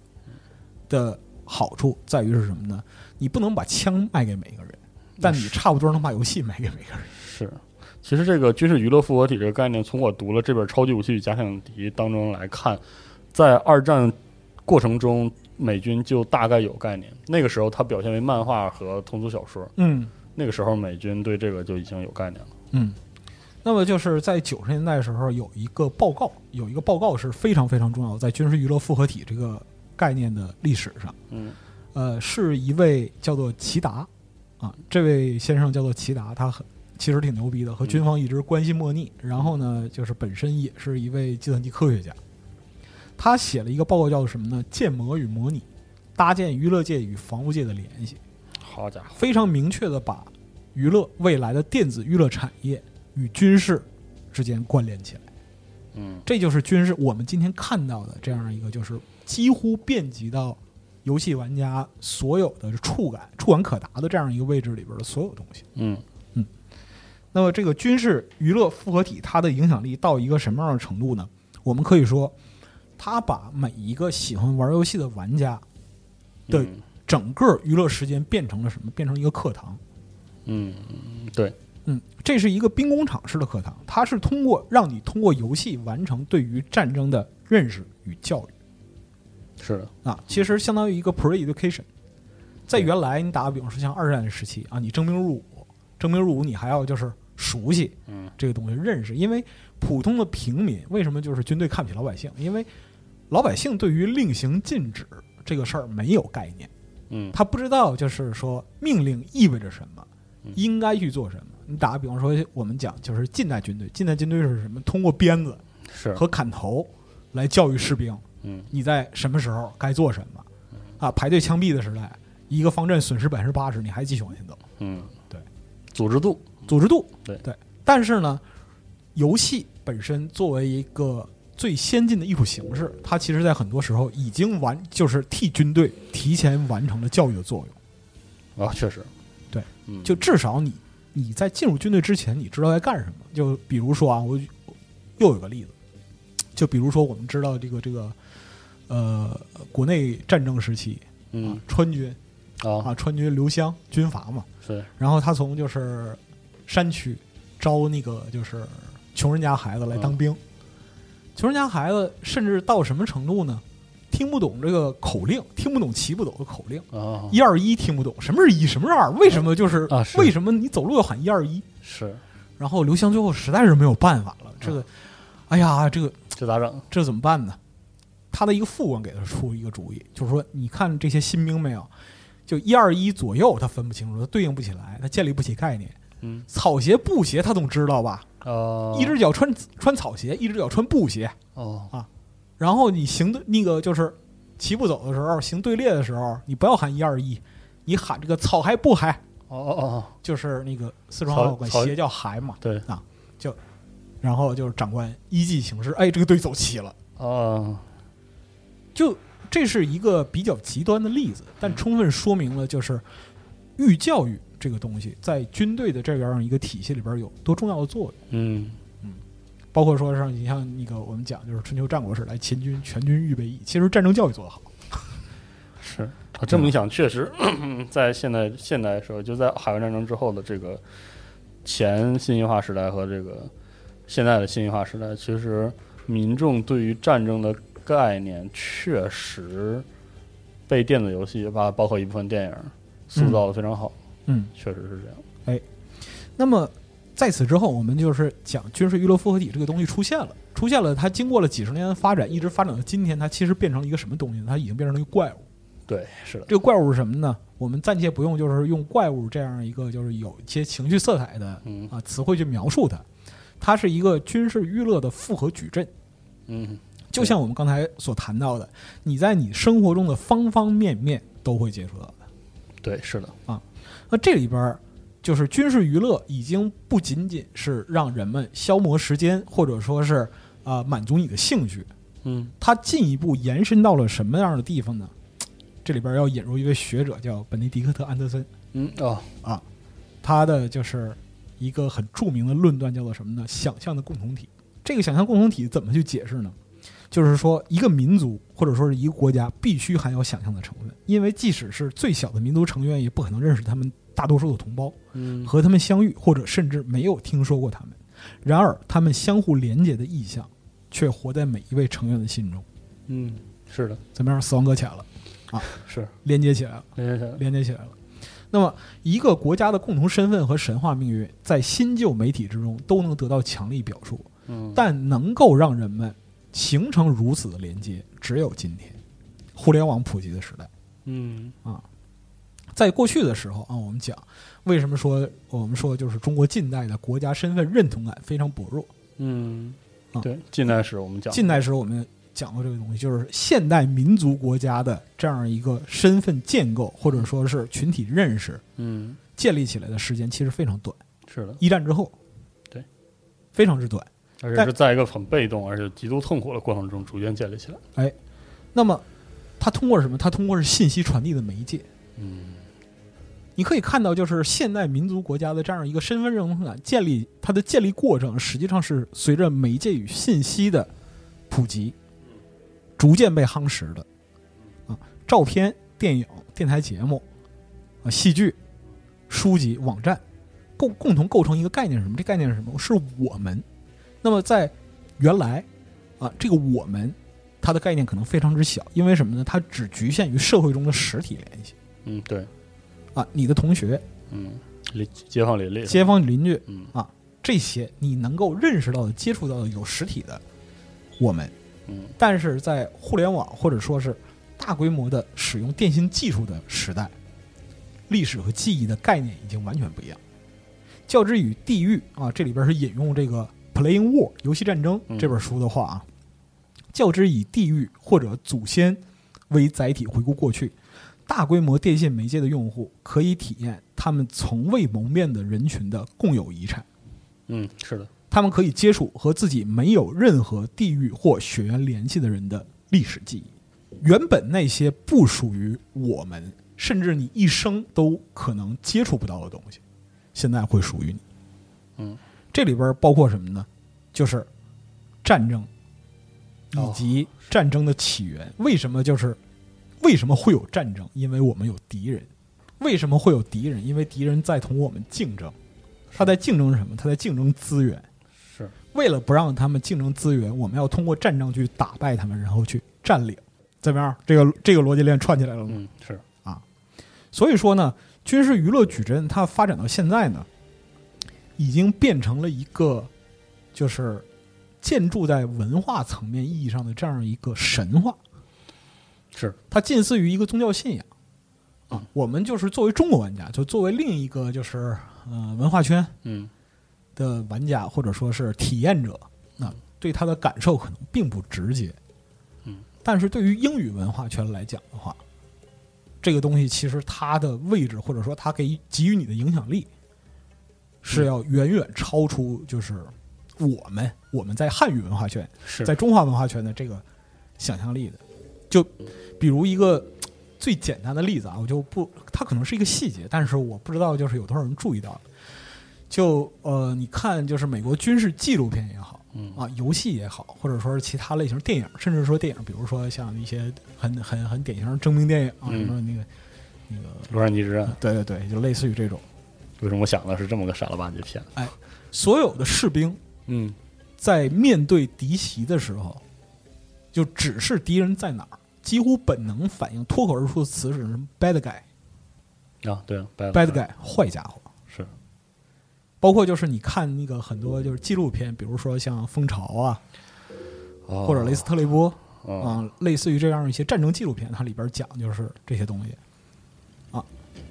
[SPEAKER 3] 的好处在于是什么呢？你不能把枪卖给每个人，但你差不多能把游戏卖给每个人。
[SPEAKER 2] 是。其实这个军事娱乐复合体这个概念，从我读了这本《超级武器与假想敌》当中来看，在二战过程中，美军就大概有概念。那个时候，它表现为漫画和通俗小说。
[SPEAKER 3] 嗯
[SPEAKER 2] 那个时候，美军对这个就已经有概念了。
[SPEAKER 3] 嗯。那么就是在九十年代的时候，有一个报告，有一个报告是非常非常重要的，在军事娱乐复合体这个概念的历史上，
[SPEAKER 2] 嗯，
[SPEAKER 3] 呃，是一位叫做齐达啊，这位先生叫做齐达，他很其实挺牛逼的，和军方一直关系莫逆。然后呢，就是本身也是一位计算机科学家，他写了一个报告叫做什么呢？《建模与模拟：搭建娱乐界与防务界的联系》，
[SPEAKER 2] 好家伙，
[SPEAKER 3] 非常明确的把娱乐未来的电子娱乐产业与军事之间关联起来。
[SPEAKER 2] 嗯，
[SPEAKER 3] 这就是军事我们今天看到的这样一个，就是几乎遍及到游戏玩家所有的触感、触感可达的这样一个位置里边的所有东西。
[SPEAKER 2] 嗯，
[SPEAKER 3] 那么这个军事娱乐复合体，它的影响力到一个什么样的程度呢？我们可以说，它把每一个喜欢玩游戏的玩家的
[SPEAKER 2] 嗯
[SPEAKER 3] 整个娱乐时间变成了什么？变成一个课堂。
[SPEAKER 2] 嗯，对，
[SPEAKER 3] 嗯，这是一个兵工厂式的课堂，它是通过让你通过游戏完成对于战争的认识与教育。
[SPEAKER 2] 是的，
[SPEAKER 3] 啊，其实相当于一个 pre-education。在原来，你打个比方说，像二战时期啊，你征兵入伍，征兵入伍你还要就是熟悉
[SPEAKER 2] 嗯
[SPEAKER 3] 这个东西，认识，因为普通的平民为什么就是军队看不起老百姓？因为老百姓对于令行禁止这个事儿没有概念，
[SPEAKER 2] 嗯
[SPEAKER 3] 他不知道就是说命令意味着什么，
[SPEAKER 2] 嗯
[SPEAKER 3] 应该去做什么。你打个比方说，我们讲就是近代军队，近代军队是什么？通过鞭子
[SPEAKER 2] 是，
[SPEAKER 3] 和砍头来教育士兵，
[SPEAKER 2] 嗯
[SPEAKER 3] 你在什么时候该做什么，啊，排队枪毙的时代，一个方阵损失百分之八十，你还继续往前走，
[SPEAKER 2] 嗯，
[SPEAKER 3] 对，
[SPEAKER 2] 组织度，
[SPEAKER 3] 组织度，
[SPEAKER 2] 嗯对
[SPEAKER 3] 对。但是呢，游戏本身作为一个最先进的艺术形式，它其实在很多时候已经完，就是替军队提前完成了教育的作用。
[SPEAKER 2] 啊，确实，
[SPEAKER 3] 对，
[SPEAKER 2] 嗯，
[SPEAKER 3] 就至少你你在进入军队之前，你知道该干什么。就比如说啊，我又有个例子，就比如说我们知道这个这个呃，国内战争时期啊
[SPEAKER 2] 嗯，
[SPEAKER 3] 川军
[SPEAKER 2] 啊，
[SPEAKER 3] 啊，川军刘湘军阀嘛，
[SPEAKER 2] 是，啊
[SPEAKER 3] 然后他从就是山区招那个就是穷人家孩子来当兵，穷人家孩子甚至到什么程度呢？听不懂这个口令，听不懂骑不走的口令，
[SPEAKER 2] 啊，
[SPEAKER 3] 一二一听不懂，什么是一，什么是二，为什么就是,、
[SPEAKER 2] 啊是
[SPEAKER 3] 为什么你走路要喊一二一？
[SPEAKER 2] 是，
[SPEAKER 3] 然后刘湘最后实在是没有办法了，
[SPEAKER 2] 啊
[SPEAKER 3] 这个，哎呀，这个
[SPEAKER 2] 这咋整？
[SPEAKER 3] 这怎么办呢？他的一个副官给他出一个主意，就是说，你看这些新兵没有，就一二一左右他分不清楚，他对应不起来，他建立不起概念。
[SPEAKER 2] 嗯，
[SPEAKER 3] 草鞋、布鞋他总知道吧？
[SPEAKER 2] 啊，
[SPEAKER 3] 一只脚穿穿草鞋，一只脚穿布鞋。
[SPEAKER 2] 哦，
[SPEAKER 3] 然后你行对那个就是齐步走的时候，行队列的时候，你不要喊一二一，你喊这个草嗨不嗨，
[SPEAKER 2] 哦哦哦，
[SPEAKER 3] 就是那个四川
[SPEAKER 2] 草
[SPEAKER 3] 话管
[SPEAKER 2] 草
[SPEAKER 3] 鞋叫嗨嘛。
[SPEAKER 2] 对，
[SPEAKER 3] 啊，就然后就是长官依计行事，哎，这个队走齐了。
[SPEAKER 2] 啊，
[SPEAKER 3] 就这是一个比较极端的例子，但充分说明了就是寓教育这个东西在军队的这样一个体系里边有多重要的作用。
[SPEAKER 2] 嗯，
[SPEAKER 3] 包括说像你像那个我们讲就是春秋战国时代秦军全军预备役，其实战争教育做得好。
[SPEAKER 2] 是啊，这么一想，确实，在现代现代社会，就在海湾战争之后的这个前信息化时代和这个现在的信息化时代，其实民众对于战争的概念确实被电子游戏，包包括一部分电影塑造的非常好，
[SPEAKER 3] 嗯，
[SPEAKER 2] 确实是这样。
[SPEAKER 3] 那么在此之后，我们就是讲军事娱乐复合体这个东西出现了，出现了，它经过了几十年的发展，一直发展到今天，它其实变成了一个什么东西呢？它已经变成了一个怪物。
[SPEAKER 2] 对，是的，
[SPEAKER 3] 这个怪物是什么呢？我们暂且不用，就是用怪物这样一个就是有一些情绪色彩的
[SPEAKER 2] 嗯
[SPEAKER 3] 啊词汇去描述它。它是一个军事娱乐的复合矩阵，
[SPEAKER 2] 嗯，
[SPEAKER 3] 就像我们刚才所谈到的，你在你生活中的方方面面都会接触到的。
[SPEAKER 2] 对，是的，
[SPEAKER 3] 那这里边儿就是军事娱乐已经不仅仅是让人们消磨时间，或者说是啊、呃满足你的兴趣，
[SPEAKER 2] 嗯
[SPEAKER 3] 它进一步延伸到了什么样的地方呢？这里边儿要引入一位学者叫本尼迪克特·安德森。
[SPEAKER 2] 嗯哦，
[SPEAKER 3] 啊，他的就是一个很著名的论断，叫做什么呢？想象的共同体。这个想象共同体怎么去解释呢？就是说，一个民族或者说是一个国家必须含有想象的成分，因为即使是最小的民族成员，也不可能认识他们大多数的同胞，
[SPEAKER 2] 嗯
[SPEAKER 3] 和他们相遇，或者甚至没有听说过他们。然而，他们相互连接的意象，却活在每一位成员的心中。
[SPEAKER 2] 嗯，是的，
[SPEAKER 3] 怎么样？死亡搁浅了，
[SPEAKER 2] 是，
[SPEAKER 3] 连接起来了。
[SPEAKER 2] 连接起来了，
[SPEAKER 3] 连接起来了。那么，一个国家的共同身份和神话命运，在新旧媒体之中都能得到强力表述，
[SPEAKER 2] 嗯，
[SPEAKER 3] 但能够让人们形成如此的连接，只有今天，互联网普及的时代
[SPEAKER 2] 嗯
[SPEAKER 3] 啊。在过去的时候啊，我们讲为什么说我们说就是中国近代的国家身份认同感非常薄弱。
[SPEAKER 2] 嗯
[SPEAKER 3] 啊，
[SPEAKER 2] 对，近代史我们讲，
[SPEAKER 3] 近代时候我们讲过这个东西，就是现代民族国家的这样一个身份建构或者说是群体认识
[SPEAKER 2] 嗯，
[SPEAKER 3] 建立起来的时间其实非常短，
[SPEAKER 2] 是的，
[SPEAKER 3] 一战之后，
[SPEAKER 2] 对，
[SPEAKER 3] 非常之短。
[SPEAKER 2] 而且
[SPEAKER 3] 但
[SPEAKER 2] 是在一个很被动而且极度痛苦的过程中逐渐建立起来。
[SPEAKER 3] 那么，它通过什么？它通过是信息传递的媒介。
[SPEAKER 2] 嗯，
[SPEAKER 3] 你可以看到，就是现代民族国家的这样一个身份认同感建立，它的建立过程实际上是随着媒介与信息的普及，逐渐被夯实的。啊，照片、电影、电台节目、啊，戏剧、书籍、网站，共共同构成一个概念是什么？这概念是什么？是我们。那么在原来，啊，这个我们，它的概念可能非常之小，因为什么呢？它只局限于社会中的实体联系。
[SPEAKER 2] 嗯，对，
[SPEAKER 3] 啊，你的同学、
[SPEAKER 2] 嗯，邻街坊邻里，
[SPEAKER 3] 街坊邻居
[SPEAKER 2] 嗯
[SPEAKER 3] 啊，这些你能够认识到的、接触到的有实体的我们，
[SPEAKER 2] 嗯
[SPEAKER 3] 但是在互联网或者说是大规模的使用电信技术的时代，历史和记忆的概念已经完全不一样。较之于地域啊，这里边是引用这个《Playing War》游戏战争
[SPEAKER 2] 嗯
[SPEAKER 3] 这本书的话啊，较之以地域或者祖先为载体回顾过去，大规模电信媒介的用户可以体验他们从未谋面的人群的共有遗产。
[SPEAKER 2] 嗯，是的，
[SPEAKER 3] 他们可以接触和自己没有任何地域或血缘联系的人的历史记忆。原本那些不属于我们，甚至你一生都可能接触不到的东西，现在会属于你。
[SPEAKER 2] 嗯，
[SPEAKER 3] 这里边包括什么呢？就是战争，以
[SPEAKER 2] 哦
[SPEAKER 3] 及战争的起源。为什么就是为什么会有战争？因为我们有敌人。为什么会有敌人？因为敌人在同我们竞争。他在竞争什么？他在竞争资源。
[SPEAKER 2] 是，
[SPEAKER 3] 为了不让他们竞争资源，我们要通过战争去打败他们，然后去占领。怎么样？这个这个逻辑链串起来了吗？
[SPEAKER 2] 嗯是，
[SPEAKER 3] 所以说呢，军事娱乐矩阵它发展到现在呢，已经变成了一个就是建筑在文化层面意义上的这样一个神话，
[SPEAKER 2] 是
[SPEAKER 3] 它近似于一个宗教信仰啊。我们就是作为中国玩家，就作为另一个就是呃文化圈
[SPEAKER 2] 嗯
[SPEAKER 3] 的玩家或者说是体验者，那对他的感受可能并不直接。
[SPEAKER 2] 嗯，
[SPEAKER 3] 但是对于英语文化圈来讲的话，这个东西其实它的位置或者说它给给予你的影响力，是要远远超出就是我们我们在汉语文化圈
[SPEAKER 2] 是，
[SPEAKER 3] 在中华文化圈的这个想象力的。就比如一个最简单的例子啊，我就不，它可能是一个细节，但是我不知道就是有多少人注意到了。就呃，你看，就是美国军事纪录片也好，
[SPEAKER 2] 嗯
[SPEAKER 3] 啊，游戏也好，或者说是其他类型电影，甚至说电影，比如说像一些很很很典型的征兵电影啊，
[SPEAKER 2] 嗯
[SPEAKER 3] 什么那个那个，
[SPEAKER 2] 洛杉矶之战，
[SPEAKER 3] 对对对，就类似于这种，
[SPEAKER 2] 为什么我想的是这么个傻了吧唧骗子？
[SPEAKER 3] 所有的士兵
[SPEAKER 2] 嗯
[SPEAKER 3] 在面对敌袭的时候，就只是敌人在哪儿，几乎本能反应脱口而出的词是什么 “bad guy”，“bad
[SPEAKER 2] 啊，对啊，bad
[SPEAKER 3] guy”，坏家伙。
[SPEAKER 2] 是，
[SPEAKER 3] 包括就是你看那个很多就是纪录片，比如说像《蜂巢》啊，
[SPEAKER 2] 或
[SPEAKER 3] 或者雷斯特雷波
[SPEAKER 2] 啊，
[SPEAKER 3] 啊，类似于这样一些战争纪录片，它里边讲就是这些东西啊，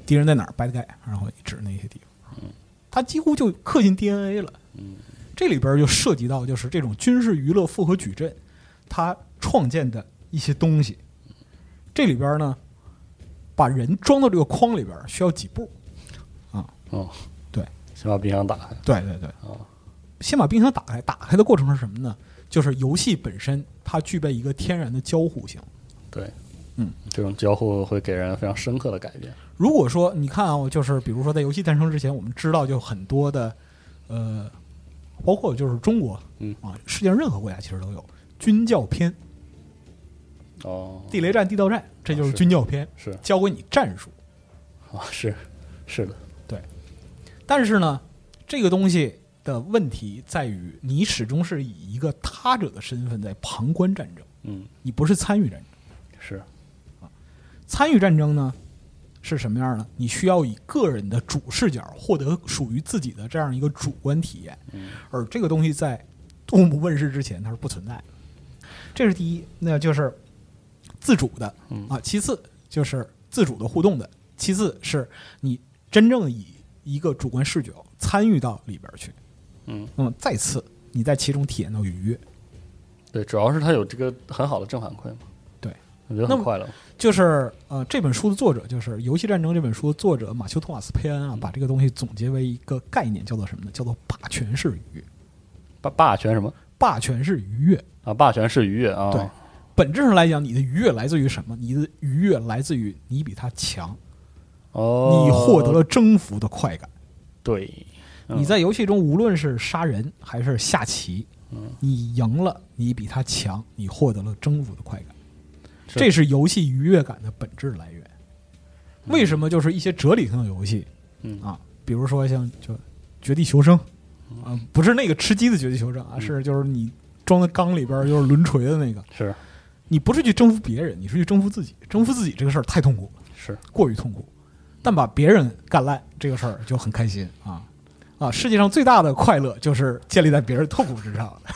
[SPEAKER 3] 敌人在哪儿，bad guy，然后你指那些地方，
[SPEAKER 2] 嗯
[SPEAKER 3] 它几乎就刻进 DNA 了。这里边就涉及到就是这种军事娱乐复合矩阵，它创建的一些东西。这里边呢，把人装到这个框里边需要几步，
[SPEAKER 2] 哦，
[SPEAKER 3] 对，
[SPEAKER 2] 先把冰箱打开，
[SPEAKER 3] 对对对，
[SPEAKER 2] 哦
[SPEAKER 3] 先把冰箱打开，打开的过程是什么呢？就是游戏本身它具备一个天然的交互性。
[SPEAKER 2] 对，
[SPEAKER 3] 嗯，
[SPEAKER 2] 这种交互会给人非常深刻的改变，
[SPEAKER 3] 如果说你看啊，就是比如说在游戏诞生之前，我们知道就很多的，呃，包括就是中国，
[SPEAKER 2] 嗯
[SPEAKER 3] 啊，世界上任何国家其实都有军教片，
[SPEAKER 2] 哦，
[SPEAKER 3] 地雷战、地道战，这就是
[SPEAKER 2] 啊是
[SPEAKER 3] 军教片，
[SPEAKER 2] 是
[SPEAKER 3] 教给你战术。
[SPEAKER 2] 啊，是是的，
[SPEAKER 3] 但是呢，这个东西的问题在于，你始终是以一个他者的身份在旁观战争，
[SPEAKER 2] 嗯，
[SPEAKER 3] 你不是参与战争。
[SPEAKER 2] 是，
[SPEAKER 3] 参与战争呢是什么样呢？你需要以个人的主视角获得属于自己的这样一个主观体验，
[SPEAKER 2] 嗯
[SPEAKER 3] 而这个东西在杜牧问世之前它是不存在的。这是第一，那就是自主的
[SPEAKER 2] 嗯
[SPEAKER 3] 啊；其次就是自主的互动的，其次是你真正以一个主观视角参与到里边去，
[SPEAKER 2] 嗯，
[SPEAKER 3] 那么再次你在其中体验到愉悦，
[SPEAKER 2] 对，主要是它有这个很好的正反馈嘛，
[SPEAKER 3] 对，
[SPEAKER 2] 我觉得
[SPEAKER 3] 那
[SPEAKER 2] 很
[SPEAKER 3] 么
[SPEAKER 2] 快乐。
[SPEAKER 3] 就是呃，这本书的作者就是《游戏战争》这本书的作者马修·托马斯·佩恩啊，把这个东西总结为一个概念，叫做什么呢？叫做霸权式愉悦。
[SPEAKER 2] 霸霸权什么
[SPEAKER 3] 霸权式愉悦，
[SPEAKER 2] 啊？霸权是愉悦啊，
[SPEAKER 3] 对本质上来讲，你的愉悦来自于什么？你的愉悦来自于你比他强，
[SPEAKER 2] 哦，
[SPEAKER 3] 你获得了征服的快感。
[SPEAKER 2] 对，嗯
[SPEAKER 3] 你在游戏中无论是杀人还是下棋，
[SPEAKER 2] 嗯
[SPEAKER 3] 你赢了，你比他强，你获得了征服的快感。
[SPEAKER 2] 是
[SPEAKER 3] 这是游戏愉悦感的本质来源。为什么就是一些哲理性的游戏，
[SPEAKER 2] 嗯
[SPEAKER 3] 啊，比如说像就《绝地求生》啊，不是那个吃鸡的《绝地求生》
[SPEAKER 2] 嗯
[SPEAKER 3] 啊，是就是你装在缸里边儿就是轮锤的那个，
[SPEAKER 2] 是
[SPEAKER 3] 你不是去征服别人，你是去征服自己。征服自己这个事儿太痛苦了， *laughs*
[SPEAKER 2] 是，
[SPEAKER 3] 过于痛苦。但把别人干烂这个事儿就很开心啊啊！世界上最大的快乐就是建立在别人痛苦之上的，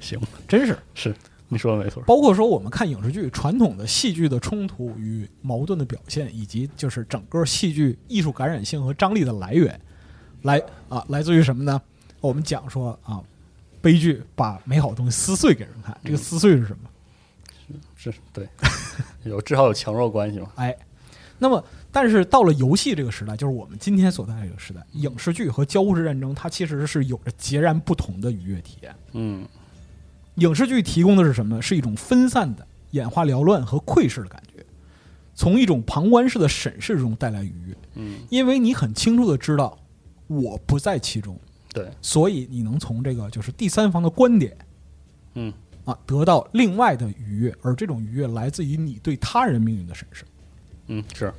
[SPEAKER 2] 行，
[SPEAKER 3] 真是。
[SPEAKER 2] 是你说的没错，
[SPEAKER 3] 包括说我们看影视剧，传统的戏剧的冲突与矛盾的表现，以及就是整个戏剧艺术感染性和张力的来源，来啊，来自于什么呢？我们讲说啊，悲剧把美好的东西撕碎给人看，这个撕碎是什么？
[SPEAKER 2] 是
[SPEAKER 3] *laughs*
[SPEAKER 2] 对，有至少有强弱关系嘛，
[SPEAKER 3] 哎，那么但是到了游戏这个时代，就是我们今天所在的这个时代，影视剧和交互式战争，它其实是有着截然不同的愉悦体验。
[SPEAKER 2] 嗯，
[SPEAKER 3] 影视剧提供的是什么呢？是一种分散的、眼花缭乱和窥视的感觉，从一种旁观式的审视中带来愉悦。
[SPEAKER 2] 嗯，
[SPEAKER 3] 因为你很清楚的知道我不在其中，
[SPEAKER 2] 对，
[SPEAKER 3] 所以你能从这个就是第三方的观点
[SPEAKER 2] 嗯，
[SPEAKER 3] 啊得到另外的愉悦，而这种愉悦来自于你对他人命运的审视。
[SPEAKER 2] 嗯，是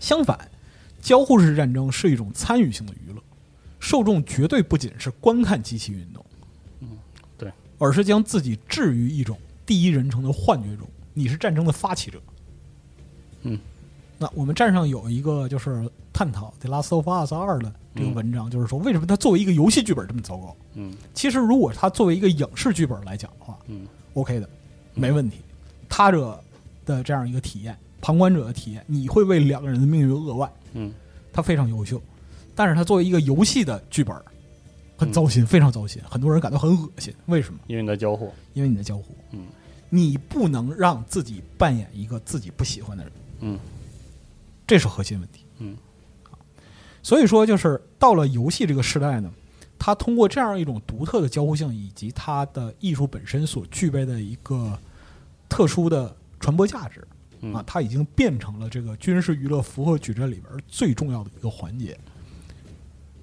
[SPEAKER 3] 相反，交互式战争是一种参与性的娱乐，受众绝对不仅是观看机器运动，
[SPEAKER 2] 嗯对，
[SPEAKER 3] 而是将自己置于一种第一人称的幻觉中，你是战争的发起者。
[SPEAKER 2] 嗯，
[SPEAKER 3] 那我们站上有一个就是探讨《The Last of Us 二》的这个文章，就是说为什么它作为一个游戏剧本这么糟糕？
[SPEAKER 2] 嗯，
[SPEAKER 3] 其实如果它作为一个影视剧本来讲的话，
[SPEAKER 2] 嗯
[SPEAKER 3] ，OK 的，没问题。他者的这样一个体验，旁观者的体验，你会为两个人的命运扼腕。
[SPEAKER 2] 嗯，
[SPEAKER 3] 它非常优秀，但是它作为一个游戏的剧本，很糟心，非常糟心，很多人感到很恶心。为什么？
[SPEAKER 2] 因为你在交互，
[SPEAKER 3] 因为你在交互，
[SPEAKER 2] 嗯，
[SPEAKER 3] 你不能让自己扮演一个自己不喜欢的人，
[SPEAKER 2] 嗯，
[SPEAKER 3] 这是核心问题，
[SPEAKER 2] 嗯
[SPEAKER 3] 好，所以说就是到了游戏这个时代呢，它通过这样一种独特的交互性以及它的艺术本身所具备的一个特殊的传播价值。
[SPEAKER 2] 嗯
[SPEAKER 3] 啊，它已经变成了这个军事娱乐符合矩阵里边最重要的一个环节。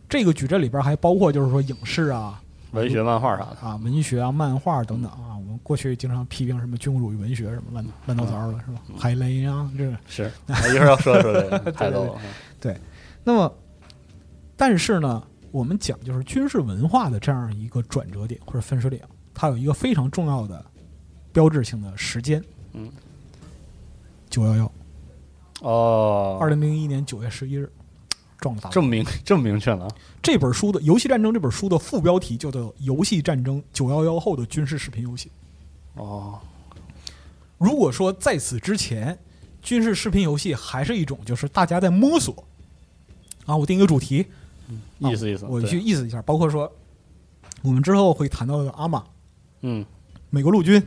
[SPEAKER 3] 这个矩阵里边还包括就是说影视啊，
[SPEAKER 2] 文学漫画啥的，
[SPEAKER 3] 啊，文学啊、漫画等等啊，我们过去经常批评什么军国主义文学什么乱乱糟糟的，是吧？海雷啊，这个
[SPEAKER 2] 是，我一会儿要说说这
[SPEAKER 3] *laughs*
[SPEAKER 2] 个，太逗了，啊
[SPEAKER 3] 对。那么，但是呢，我们讲就是军事文化的这样一个转折点或者分水岭，它有一个非常重要的标志性的时间，
[SPEAKER 2] 嗯，
[SPEAKER 3] 九幺幺，
[SPEAKER 2] 哦，
[SPEAKER 3] 二零零一年九月十一日，撞了大
[SPEAKER 2] 这
[SPEAKER 3] 这
[SPEAKER 2] 么明 *laughs* 这么明确了啊，
[SPEAKER 3] 这本书的《游戏战争》这本书的副标题叫做《游戏战争：九幺幺后的军事视频游戏》。
[SPEAKER 2] 哦，
[SPEAKER 3] 如果说在此之前，军事视频游戏还是一种就是大家在摸索啊，我定一个主题，啊
[SPEAKER 2] 哦意思意思，
[SPEAKER 3] 我
[SPEAKER 2] 对
[SPEAKER 3] 去意思一下，包括说我们之后会谈到的阿玛
[SPEAKER 2] 嗯
[SPEAKER 3] 美国陆军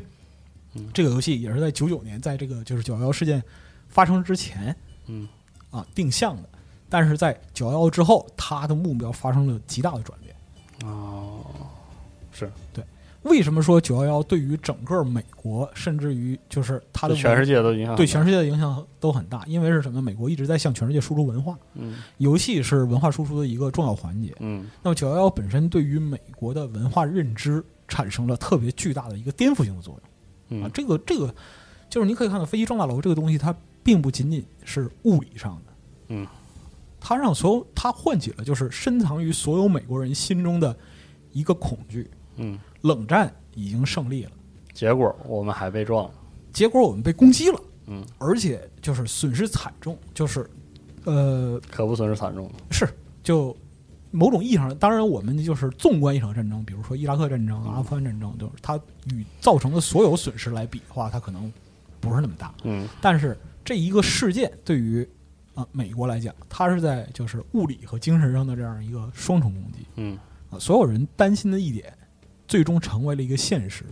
[SPEAKER 3] 这个游戏，也是在九九年在这个就是九幺幺事件发生之前
[SPEAKER 2] 嗯
[SPEAKER 3] 啊定向的，但是在九幺幺之后，它的目标发生了极大的转变。
[SPEAKER 2] 哦，是，
[SPEAKER 3] 为什么说九幺幺对于整个美国，甚至于就是它的
[SPEAKER 2] 对全世
[SPEAKER 3] 界
[SPEAKER 2] 界都影响，
[SPEAKER 3] 对全世界的影响都很大？因为是什么？美国一直在向全世界输出文化，
[SPEAKER 2] 嗯
[SPEAKER 3] 游戏是文化输出的一个重要环节。
[SPEAKER 2] 嗯
[SPEAKER 3] 那么九幺幺本身对于美国的文化认知产生了特别巨大的一个颠覆性的作用啊
[SPEAKER 2] 嗯！，
[SPEAKER 3] 这个这个就是你可以看到飞机撞大楼这个东西，它并不仅仅是物理上的，
[SPEAKER 2] 嗯，
[SPEAKER 3] 它让所有它唤起了就是深藏于所有美国人心中的一个恐惧。
[SPEAKER 2] 嗯，
[SPEAKER 3] 冷战已经胜利了，
[SPEAKER 2] 结果我们还被撞了，
[SPEAKER 3] 结果我们被攻击了，
[SPEAKER 2] 嗯，
[SPEAKER 3] 而且就是损失惨重，就是呃
[SPEAKER 2] 可不损失惨重了，
[SPEAKER 3] 是，就某种意义上，当然我们就是纵观一场战争，比如说伊拉克战争、
[SPEAKER 2] 嗯
[SPEAKER 3] 阿富汗战争，就是它与造成的所有损失来比的话，它可能不是那么大。
[SPEAKER 2] 嗯
[SPEAKER 3] 但是这一个事件对于啊、美国来讲，它是在就是物理和精神上的这样一个双重攻击
[SPEAKER 2] 嗯
[SPEAKER 3] 啊、所有人担心的一点，最终成为了一个现实，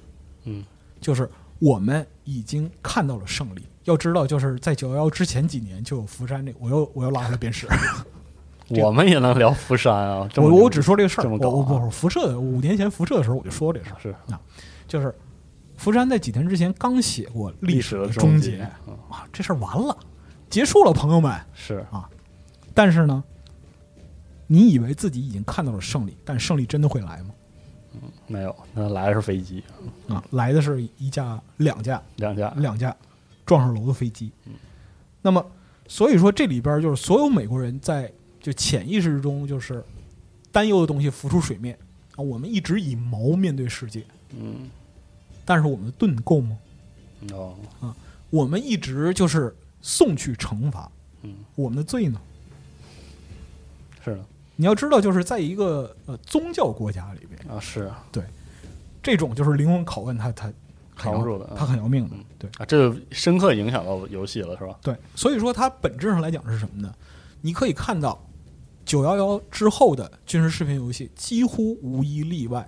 [SPEAKER 2] 嗯
[SPEAKER 3] 就是我们已经看到了胜利。要知道，就是在九幺幺之前几年就有福山这，我又我又拉回来鞭尸，这
[SPEAKER 2] 我们也能聊福山啊！这么
[SPEAKER 3] *laughs* 我
[SPEAKER 2] 牛
[SPEAKER 3] 我只说这个事儿，
[SPEAKER 2] 这
[SPEAKER 3] 我
[SPEAKER 2] 么高
[SPEAKER 3] 我
[SPEAKER 2] 啊
[SPEAKER 3] 我辐射的五年前辐射的时候我就说过这事儿，啊
[SPEAKER 2] 是啊
[SPEAKER 3] 就是福山在几天之前刚写过历史的
[SPEAKER 2] 终
[SPEAKER 3] 终结，
[SPEAKER 2] 嗯
[SPEAKER 3] 啊，这事儿完了，结束了，朋友们。啊
[SPEAKER 2] 是
[SPEAKER 3] 但是呢，你以为自己已经看到了胜利，但胜利真的会来吗？
[SPEAKER 2] 没有，那来的是飞机，
[SPEAKER 3] 啊，来的是一架、两架、
[SPEAKER 2] 两架
[SPEAKER 3] 两架撞上楼的飞机。
[SPEAKER 2] 嗯
[SPEAKER 3] 那么，所以说这里边儿就是所有美国人在就潜意识之中就是担忧的东西浮出水面啊。我们一直以矛面对世界，
[SPEAKER 2] 嗯
[SPEAKER 3] 但是我们的盾够吗？嗯
[SPEAKER 2] 哦
[SPEAKER 3] 我们一直就是送去惩罚，
[SPEAKER 2] 嗯，
[SPEAKER 3] 我们的罪呢？
[SPEAKER 2] 是的
[SPEAKER 3] 你要知道，就是在一个呃宗教国家里边，
[SPEAKER 2] 啊是啊
[SPEAKER 3] 这种就是灵魂拷问他，他很
[SPEAKER 2] 扛不住的啊
[SPEAKER 3] 他很要命的
[SPEAKER 2] 嗯，
[SPEAKER 3] 对
[SPEAKER 2] 这深刻影响到游戏了是吧？
[SPEAKER 3] 对。所以说，它本质上来讲是什么呢？你可以看到，九幺幺之后的军事视频游戏几乎无一例外，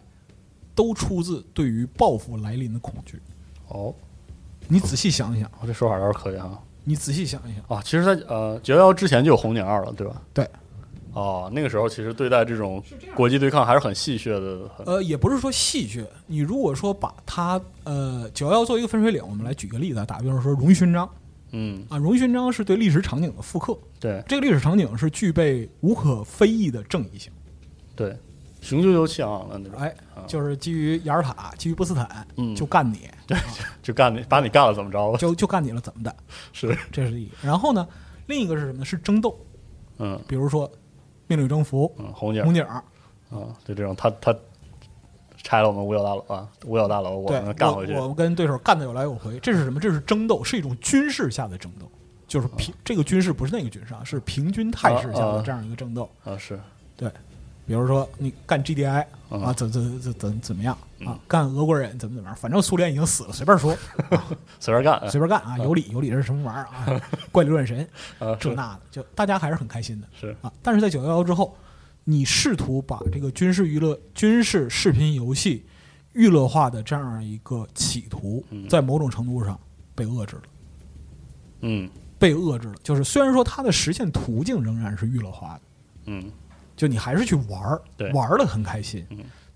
[SPEAKER 3] 都出自对于报复来临的恐惧。
[SPEAKER 2] 哦，
[SPEAKER 3] 你仔细想一想，
[SPEAKER 2] 我这说法倒是可以哈
[SPEAKER 3] 你仔细想一想，
[SPEAKER 2] 啊，其实在呃九幺幺之前就有红警二了，对吧？
[SPEAKER 3] 对，
[SPEAKER 2] 哦，那个时候其实对待这种
[SPEAKER 3] 是这样的
[SPEAKER 2] 国际对抗还是很戏谑的，很
[SPEAKER 3] 呃，也不是说戏谑。你如果说把它呃九幺幺作为一个分水岭，我们来举个例子啊，打比方说《荣誉勋章》
[SPEAKER 2] 嗯
[SPEAKER 3] 啊，《荣誉勋章》是对历史场景的复刻，
[SPEAKER 2] 对
[SPEAKER 3] 这个历史场景是具备无可非议的正义性。
[SPEAKER 2] 对，雄赳赳气昂昂的那种，
[SPEAKER 3] 哎
[SPEAKER 2] 啊，
[SPEAKER 3] 就是基于雅尔塔，基于波斯坦，
[SPEAKER 2] 嗯
[SPEAKER 3] 就干你，
[SPEAKER 2] 就干你把你干了怎么着 *laughs* 吧？
[SPEAKER 3] 就就干你了，怎么的？
[SPEAKER 2] 是
[SPEAKER 3] 这是一个。然后呢，另一个是什么呢？是征斗，
[SPEAKER 2] 嗯
[SPEAKER 3] 比如说命令征服、
[SPEAKER 2] 嗯红警
[SPEAKER 3] 红警，
[SPEAKER 2] 啊，就这种他他拆了我们五角大楼啊，五角大楼我
[SPEAKER 3] 对
[SPEAKER 2] 们，干回去，
[SPEAKER 3] 我我们跟对手干的有来有回，这是什么？这是争斗，是一种军事下的争斗，就是平、这个军事不是那个军事啊，是平均态势下
[SPEAKER 2] 啊
[SPEAKER 3] 的
[SPEAKER 2] 啊
[SPEAKER 3] 这样一个争斗。
[SPEAKER 2] 啊是
[SPEAKER 3] 对，比如说你干 GDI
[SPEAKER 2] 嗯
[SPEAKER 3] 啊，怎怎怎怎怎么样啊？干俄国人怎么怎么样？反正苏联已经死了，随
[SPEAKER 2] *laughs*
[SPEAKER 3] 便说，
[SPEAKER 2] 随便干，
[SPEAKER 3] 随便干啊！有理有理，这是什么玩意儿啊？怪力乱神，
[SPEAKER 2] *laughs* 啊
[SPEAKER 3] 这
[SPEAKER 2] 是
[SPEAKER 3] 那的，就大家还是很开心的
[SPEAKER 2] 是
[SPEAKER 3] 啊。但是在九幺幺之后，你试图把这个军事娱乐、军事视频游戏娱乐化的这样一个企图，在某种程度上被遏制了，
[SPEAKER 2] 嗯
[SPEAKER 3] 被遏制了。就是虽然说它的实现途径仍然是娱乐化的，
[SPEAKER 2] 嗯
[SPEAKER 3] 就你还是去玩儿
[SPEAKER 2] 对，嗯
[SPEAKER 3] 玩的很开心，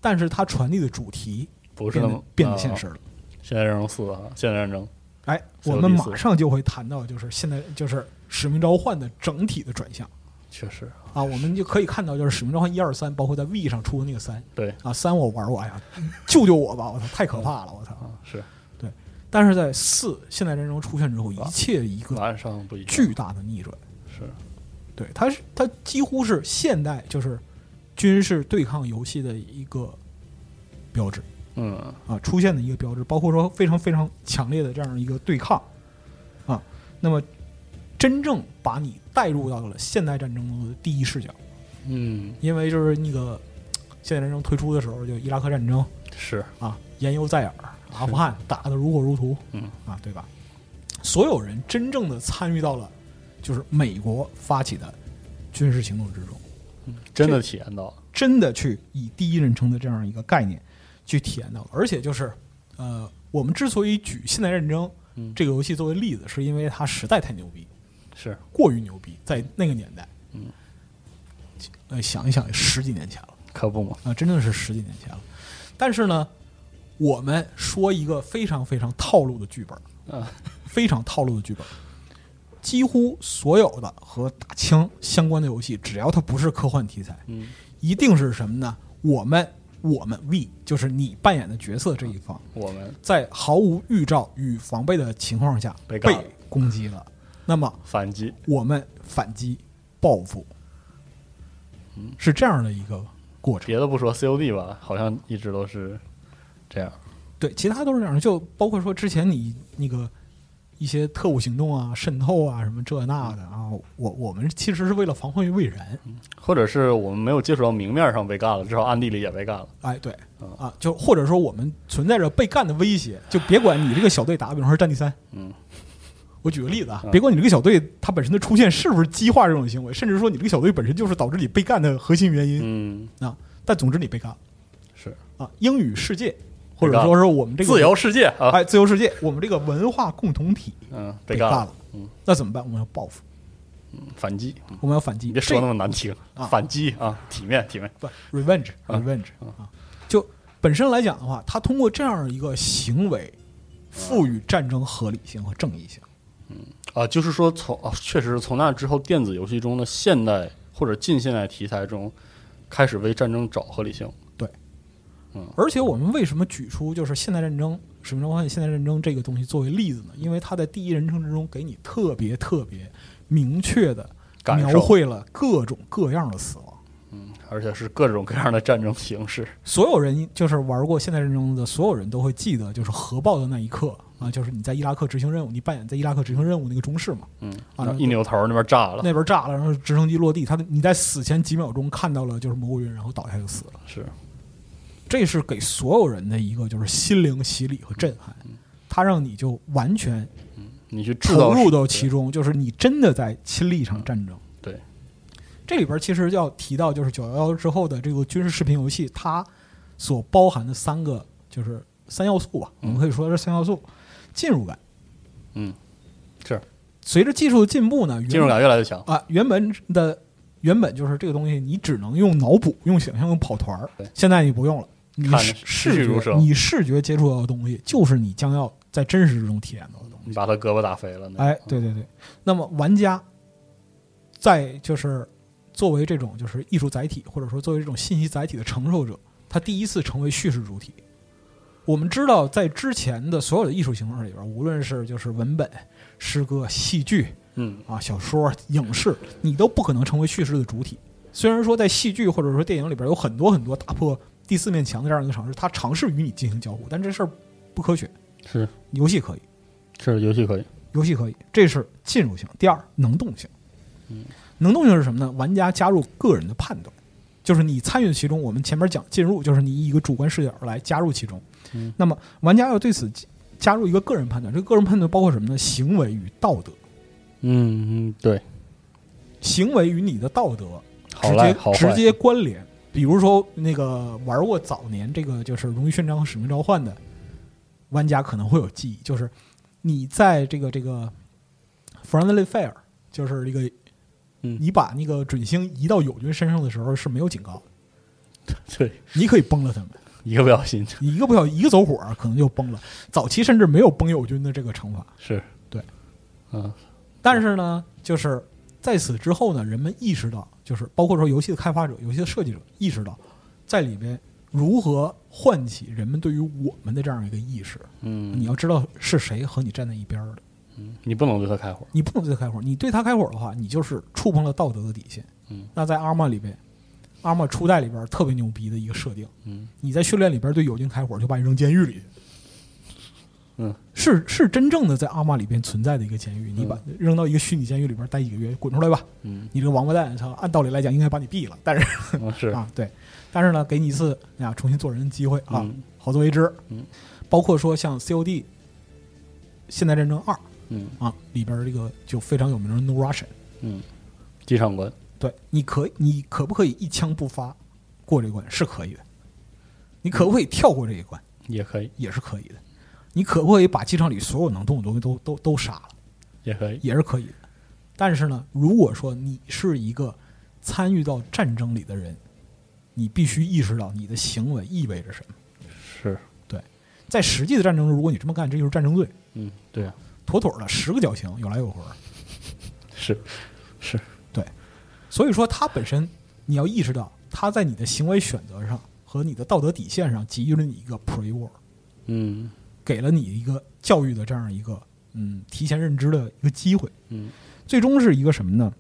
[SPEAKER 3] 但是它传递的主题
[SPEAKER 2] 不是
[SPEAKER 3] 变
[SPEAKER 2] 那
[SPEAKER 3] 得
[SPEAKER 2] 么
[SPEAKER 3] 变得
[SPEAKER 2] 啊
[SPEAKER 3] 现实了。
[SPEAKER 2] 现代战争四啊，现代战争
[SPEAKER 3] 哎，
[SPEAKER 2] 所
[SPEAKER 3] 我
[SPEAKER 2] 有
[SPEAKER 3] 们
[SPEAKER 2] 第四
[SPEAKER 3] 马上就会谈到，就是现在就是《使命召唤》的整体的转向
[SPEAKER 2] 确实
[SPEAKER 3] 啊，我们就可以看到，就是《使命召唤》一二三，包括在 V 上出的那个三
[SPEAKER 2] 对
[SPEAKER 3] 啊，三我玩过，哎呀，救救我吧，我操，太可怕了，我操！
[SPEAKER 2] 啊是
[SPEAKER 3] 对，但是在四现代战争出现之后，一切一个
[SPEAKER 2] 晚上不一样
[SPEAKER 3] 嗯巨大的逆转，
[SPEAKER 2] 是
[SPEAKER 3] 对，它是它几乎是现代就是军事对抗游戏的一个标志。
[SPEAKER 2] 嗯
[SPEAKER 3] 啊出现的一个标志，包括说非常非常强烈的这样一个对抗啊。那么，真正把你带入到了现代战争的第一视角，
[SPEAKER 2] 嗯
[SPEAKER 3] 因为就是那个现代战争推出的时候，就伊拉克战争
[SPEAKER 2] 是
[SPEAKER 3] 啊，言犹在耳，阿富汗打得如火如荼，
[SPEAKER 2] 嗯
[SPEAKER 3] 啊，对吧？所有人真正的参与到了就是美国发起的军事行动之中。
[SPEAKER 2] 真的体验到了
[SPEAKER 3] 真的去以第一人称的这样一个概念去体验到的。而且就是，呃，我们之所以举《现代战争》
[SPEAKER 2] 嗯
[SPEAKER 3] 这个游戏作为例子，是因为它实在太牛逼，
[SPEAKER 2] 是
[SPEAKER 3] 过于牛逼，在那个年代，嗯，呃，想一想，十几年前了
[SPEAKER 2] 可不嘛
[SPEAKER 3] 啊、真的是十几年前了。但是呢，我们说一个非常非常套路的剧本，
[SPEAKER 2] 啊
[SPEAKER 3] 非常套路的剧本。几乎所有的和打枪相关的游戏，只要它不是科幻题材，
[SPEAKER 2] 嗯
[SPEAKER 3] 一定是什么呢？我们我们 we 就是你扮演的角色这一方，
[SPEAKER 2] 我们
[SPEAKER 3] 在毫无预兆与防备的情况下
[SPEAKER 2] 被干
[SPEAKER 3] 被
[SPEAKER 2] 了
[SPEAKER 3] 攻击了，那么
[SPEAKER 2] 反击
[SPEAKER 3] 我们反击报复，
[SPEAKER 2] 嗯
[SPEAKER 3] 是这样的一个过程。
[SPEAKER 2] 别的不说 COD 吧，好像一直都是这样
[SPEAKER 3] 对，其他都是这样的，就包括说之前你那个一些特务行动啊、渗透啊什么这那的
[SPEAKER 2] 嗯
[SPEAKER 3] 啊，我我们其实是为了防患于未然。
[SPEAKER 2] 或者是我们没有接触到明面上被干了，至少暗地里也被干了。
[SPEAKER 3] 哎，对
[SPEAKER 2] 嗯
[SPEAKER 3] 啊，就或者说我们存在着被干的威胁，就别管你这个小队打，比方说战地三，
[SPEAKER 2] 嗯，
[SPEAKER 3] 我举个例子啊
[SPEAKER 2] 嗯，
[SPEAKER 3] 别管你这个小队它本身的出现是不是激化这种行为，甚至说你这个小队本身就是导致你被干的核心原因
[SPEAKER 2] 嗯，
[SPEAKER 3] 啊，但总之你被干了
[SPEAKER 2] 是
[SPEAKER 3] 啊。英语世界或
[SPEAKER 2] 被
[SPEAKER 3] 者
[SPEAKER 2] 干
[SPEAKER 3] 说是我们这个
[SPEAKER 2] 自由世界啊，
[SPEAKER 3] 哎自由世界，我们这个文化共同体
[SPEAKER 2] 嗯，
[SPEAKER 3] 被
[SPEAKER 2] 被干
[SPEAKER 3] 了，
[SPEAKER 2] 嗯，
[SPEAKER 3] 那怎么办？我们要报复，
[SPEAKER 2] 反击，嗯
[SPEAKER 3] 我们要反击。
[SPEAKER 2] 你别说那
[SPEAKER 3] 这
[SPEAKER 2] 么难听
[SPEAKER 3] 啊，
[SPEAKER 2] 反击啊，体面体面，
[SPEAKER 3] 不 revenge
[SPEAKER 2] 啊
[SPEAKER 3] revenge 啊，就本身来讲的话，他通过这样一个行为，赋予战争合理性和正义性。
[SPEAKER 2] 啊，就是说从啊，确实是从那之后，电子游戏中的现代或者近现代题材中，开始为战争找合理性。
[SPEAKER 3] 而且我们为什么举出就是现代战争《使命召唤》现代战争这个东西作为例子呢？因为它在第一人称之中给你特别特别明确的
[SPEAKER 2] 感受
[SPEAKER 3] 描绘了各种各样的死亡。
[SPEAKER 2] 而且是各种各样的战争形式。
[SPEAKER 3] 所有人就是玩过现代战争的所有人都会记得，就是核爆的那一刻啊，就是你在伊拉克执行任务，你扮演在伊拉克执行任务那个中士嘛，
[SPEAKER 2] 嗯，
[SPEAKER 3] 啊
[SPEAKER 2] 然后
[SPEAKER 3] 那
[SPEAKER 2] 一扭头那边炸了，
[SPEAKER 3] 那边炸了，然后直升机落地，他的你在死前几秒钟看到了就是蘑菇云，然后倒下就死了。
[SPEAKER 2] 是
[SPEAKER 3] 这是给所有人的一个就是心灵洗礼和震撼，它让你就完全
[SPEAKER 2] 你去嗯制
[SPEAKER 3] 投
[SPEAKER 2] 造
[SPEAKER 3] 入
[SPEAKER 2] 是嗯
[SPEAKER 3] 到其中，就是你真的在亲历一场战争。
[SPEAKER 2] 对，
[SPEAKER 3] 这里边其实要提到，就是九幺幺之后的这个军事视频游戏，它所包含的三个就是三要素吧，我们可以说是三要素：进入感。
[SPEAKER 2] 嗯，是
[SPEAKER 3] 随着技术的进步呢，原
[SPEAKER 2] 进入感越来越强。
[SPEAKER 3] 啊，原本的原本就是这个东西，你只能用脑补、用想象、用跑团儿
[SPEAKER 2] 对。
[SPEAKER 3] 现在你不用了，你
[SPEAKER 2] 看着
[SPEAKER 3] 视
[SPEAKER 2] 栩栩
[SPEAKER 3] 视
[SPEAKER 2] 如
[SPEAKER 3] 觉
[SPEAKER 2] 生
[SPEAKER 3] 你视觉接触到的东西，就是你将要在真实中体验到的东西。
[SPEAKER 2] 你把他胳膊打飞了，那个
[SPEAKER 3] 哎，对对对。那么玩家在就是作为这种就是艺术载体，或者说作为这种信息载体的承受者，他第一次成为叙事主体。我们知道，在之前的所有的艺术形式里边，无论是就是文本、诗歌、戏剧
[SPEAKER 2] 嗯，
[SPEAKER 3] 啊、小说、影视，你都不可能成为叙事的主体。虽然说在戏剧或者说电影里边有很多很多打破第四面墙的这样一个尝试，他尝试与你进行交互，但这事儿不科学。
[SPEAKER 2] 是
[SPEAKER 3] 游戏可以，
[SPEAKER 2] 是游戏可以，
[SPEAKER 3] 游戏可以，这是进入性。第二，能动性。能动性是什么呢？玩家加入个人的判断，就是你参与其中。我们前面讲进入，就是你以一个主观视角来加入其中。
[SPEAKER 2] 嗯
[SPEAKER 3] 那么玩家要对此加入一个个人判断，这个个人判断包括什么呢？行为与道德，
[SPEAKER 2] 嗯嗯，对，
[SPEAKER 3] 行为与你的道德
[SPEAKER 2] 好
[SPEAKER 3] 直
[SPEAKER 2] 赖
[SPEAKER 3] 接
[SPEAKER 2] 好
[SPEAKER 3] 直
[SPEAKER 2] 坏，
[SPEAKER 3] 接关联。比如说，那个玩过早年这个就是《荣誉勋章》和《使命召唤》的玩家可能会有记忆，就是你在这个这个 Friendly Fire，就是这个，
[SPEAKER 2] 嗯
[SPEAKER 3] 你把那个准星移到友军身上的时候是没有警告的，
[SPEAKER 2] *laughs* 对，
[SPEAKER 3] 你可以崩了他们，
[SPEAKER 2] 一个不小心 *laughs*
[SPEAKER 3] 你一个不小一个走火儿可能就崩了。早期甚至没有崩友军的这个惩罚，
[SPEAKER 2] 是，
[SPEAKER 3] 对，
[SPEAKER 2] 嗯
[SPEAKER 3] 但是呢，就是在此之后呢，人们意识到，就是包括说游戏的开发者、游戏的设计者意识到，在里边如何唤起人们对于我们的这样一个意识。你
[SPEAKER 2] 嗯，
[SPEAKER 3] 要知道是谁和你站在一边儿的，
[SPEAKER 2] 你不能对他开
[SPEAKER 3] *laughs*
[SPEAKER 2] 火，
[SPEAKER 3] 你不能对他开火。你对他开火的话，你就是触碰了道德的底线。
[SPEAKER 2] 嗯，
[SPEAKER 3] 那在阿玛里边，阿玛初代里边特别牛逼的一个设定，
[SPEAKER 2] 嗯，
[SPEAKER 3] 你在训练里边对友军开火，就把你扔监狱里去。
[SPEAKER 2] *laughs* 嗯，
[SPEAKER 3] 是是真正的在阿玛里边存在的一个监狱，你把扔到一个虚拟监狱里边待几个月，滚出来吧！
[SPEAKER 2] 嗯，
[SPEAKER 3] 你这个王八蛋，操！按道理来讲应该把你毙了，但是
[SPEAKER 2] 嗯是，
[SPEAKER 3] 啊，对，但是呢，给你一次呀重新做人的机会啊，
[SPEAKER 2] 嗯
[SPEAKER 3] 好自为之。
[SPEAKER 2] 嗯，
[SPEAKER 3] 包括说像 COD《现代战争二》
[SPEAKER 2] 嗯
[SPEAKER 3] 啊里边儿这个就非常有名的 No Russian，
[SPEAKER 2] 嗯，机场关，
[SPEAKER 3] 对，你可你可不可以一枪不发过这关是可以的，你可不可以跳过这一关
[SPEAKER 2] 也可以，
[SPEAKER 3] 也是可以的，你可不可以把机场里所有能动的东西都都都杀了？
[SPEAKER 2] 也可以，
[SPEAKER 3] 也是可以的。但是呢，如果说你是一个参与到战争里的人，你必须意识到你的行为意味着什么。
[SPEAKER 2] 是，
[SPEAKER 3] 对，在实际的战争中，如果你这么干，这就是战争罪，
[SPEAKER 2] 嗯，对啊，
[SPEAKER 3] 妥妥的十个绞刑，有来有回。
[SPEAKER 2] 是是，
[SPEAKER 3] 对，所以说它本身你要意识到，它在你的行为选择上和你的道德底线上给予了你一个 pre war，
[SPEAKER 2] 嗯
[SPEAKER 3] 给了你一个教育的这样一个嗯提前认知的一个机会。
[SPEAKER 2] 嗯
[SPEAKER 3] 最终是一个什么呢？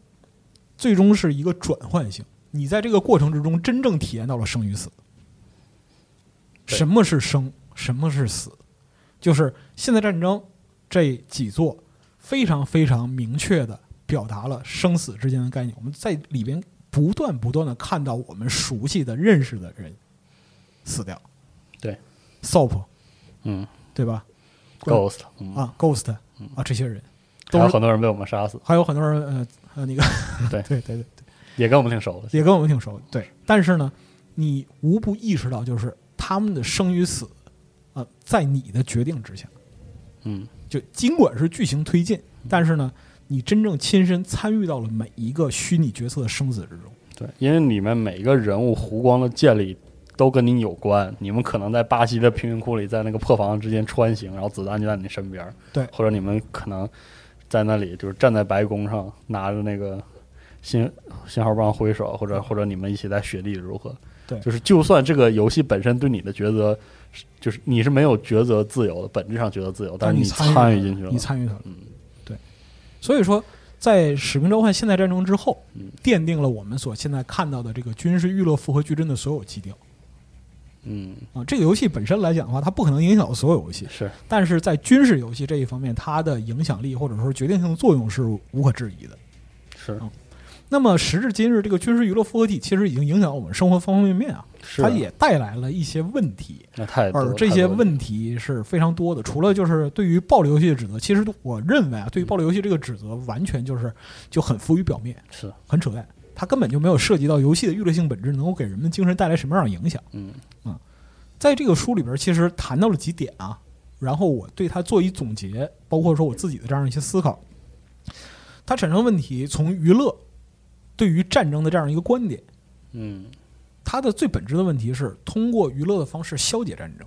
[SPEAKER 3] 最终是一个转换性。你在这个过程之中，真正体验到了生与死。
[SPEAKER 2] 对
[SPEAKER 3] 什么是生？什么是死？就是现代战争这几座非常非常明确的表达了生死之间的概念。我们在里边不断不断的看到我们熟悉的、认识的人死掉
[SPEAKER 2] 对，
[SPEAKER 3] ，SOP
[SPEAKER 2] 嗯
[SPEAKER 3] 对吧？
[SPEAKER 2] ，ghost，嗯嗯
[SPEAKER 3] 啊，Ghost 啊，这些人，都
[SPEAKER 2] 还有
[SPEAKER 3] 是
[SPEAKER 2] 很多人被我们杀死，
[SPEAKER 3] 还有很多人呃呃那个
[SPEAKER 2] 对
[SPEAKER 3] *laughs* 对对对，
[SPEAKER 2] 也跟我们挺熟的。
[SPEAKER 3] 也跟我们挺熟的。对，但是呢，你无不意识到，就是他们的生与死，呃，在你的决定之下。
[SPEAKER 2] 嗯，
[SPEAKER 3] 就尽管是剧情推进，但是呢，你真正亲身参与到了每一个虚拟角色的生死之中。
[SPEAKER 2] 对，因为里面每一个人物湖光的建立都跟你有关，你们可能在巴西的贫民窟里，在那个破房之间穿行，然后子弹就在你身边，
[SPEAKER 3] 对
[SPEAKER 2] 或者你们可能在那里就是站在白宫上拿着那个信信号棒挥手，或者或者你们一起在雪地里如何？
[SPEAKER 3] 对
[SPEAKER 2] 就是就算这个游戏本身对你的抉择是，就是你是没有抉择自由的，本质上抉择自由，但是
[SPEAKER 3] 你
[SPEAKER 2] 参
[SPEAKER 3] 与
[SPEAKER 2] 与进去了
[SPEAKER 3] 你，参与它了，
[SPEAKER 2] 嗯
[SPEAKER 3] 对。所以说，在《使命召唤：现代战争》之后，
[SPEAKER 2] 嗯
[SPEAKER 3] 奠定了我们所现在看到的这个军事娱乐复合矩阵的所有基调
[SPEAKER 2] 嗯，
[SPEAKER 3] 啊。这个游戏本身来讲的话，它不可能影响到所有游戏，
[SPEAKER 2] 是
[SPEAKER 3] 但是在军事游戏这一方面，它的影响力或者说决定性的作用是无可置疑的。
[SPEAKER 2] 是
[SPEAKER 3] 嗯那么时至今日，这个军事娱乐复合体其实已经影响我们生活方方面面啊，
[SPEAKER 2] 是，
[SPEAKER 3] 它也带来了一些问题，
[SPEAKER 2] 那太多
[SPEAKER 3] 而这些
[SPEAKER 2] 太多了
[SPEAKER 3] 问题是非常多的。除了就是对于暴力游戏的指责，其实我认为啊，对于暴力游戏这个指责完全就是就很浮于表面，
[SPEAKER 2] 是
[SPEAKER 3] 很扯淡，它根本就没有涉及到游戏的娱乐性本质能够给人们精神带来什么样的影响。啊
[SPEAKER 2] 嗯
[SPEAKER 3] 在这个书里边，其实谈到了几点啊，然后我对它做一总结，包括说我自己的这样一些思考。它产生问题，从娱乐对于战争的这样一个观点，
[SPEAKER 2] 嗯。
[SPEAKER 3] 它的最本质的问题是通过娱乐的方式消解战争。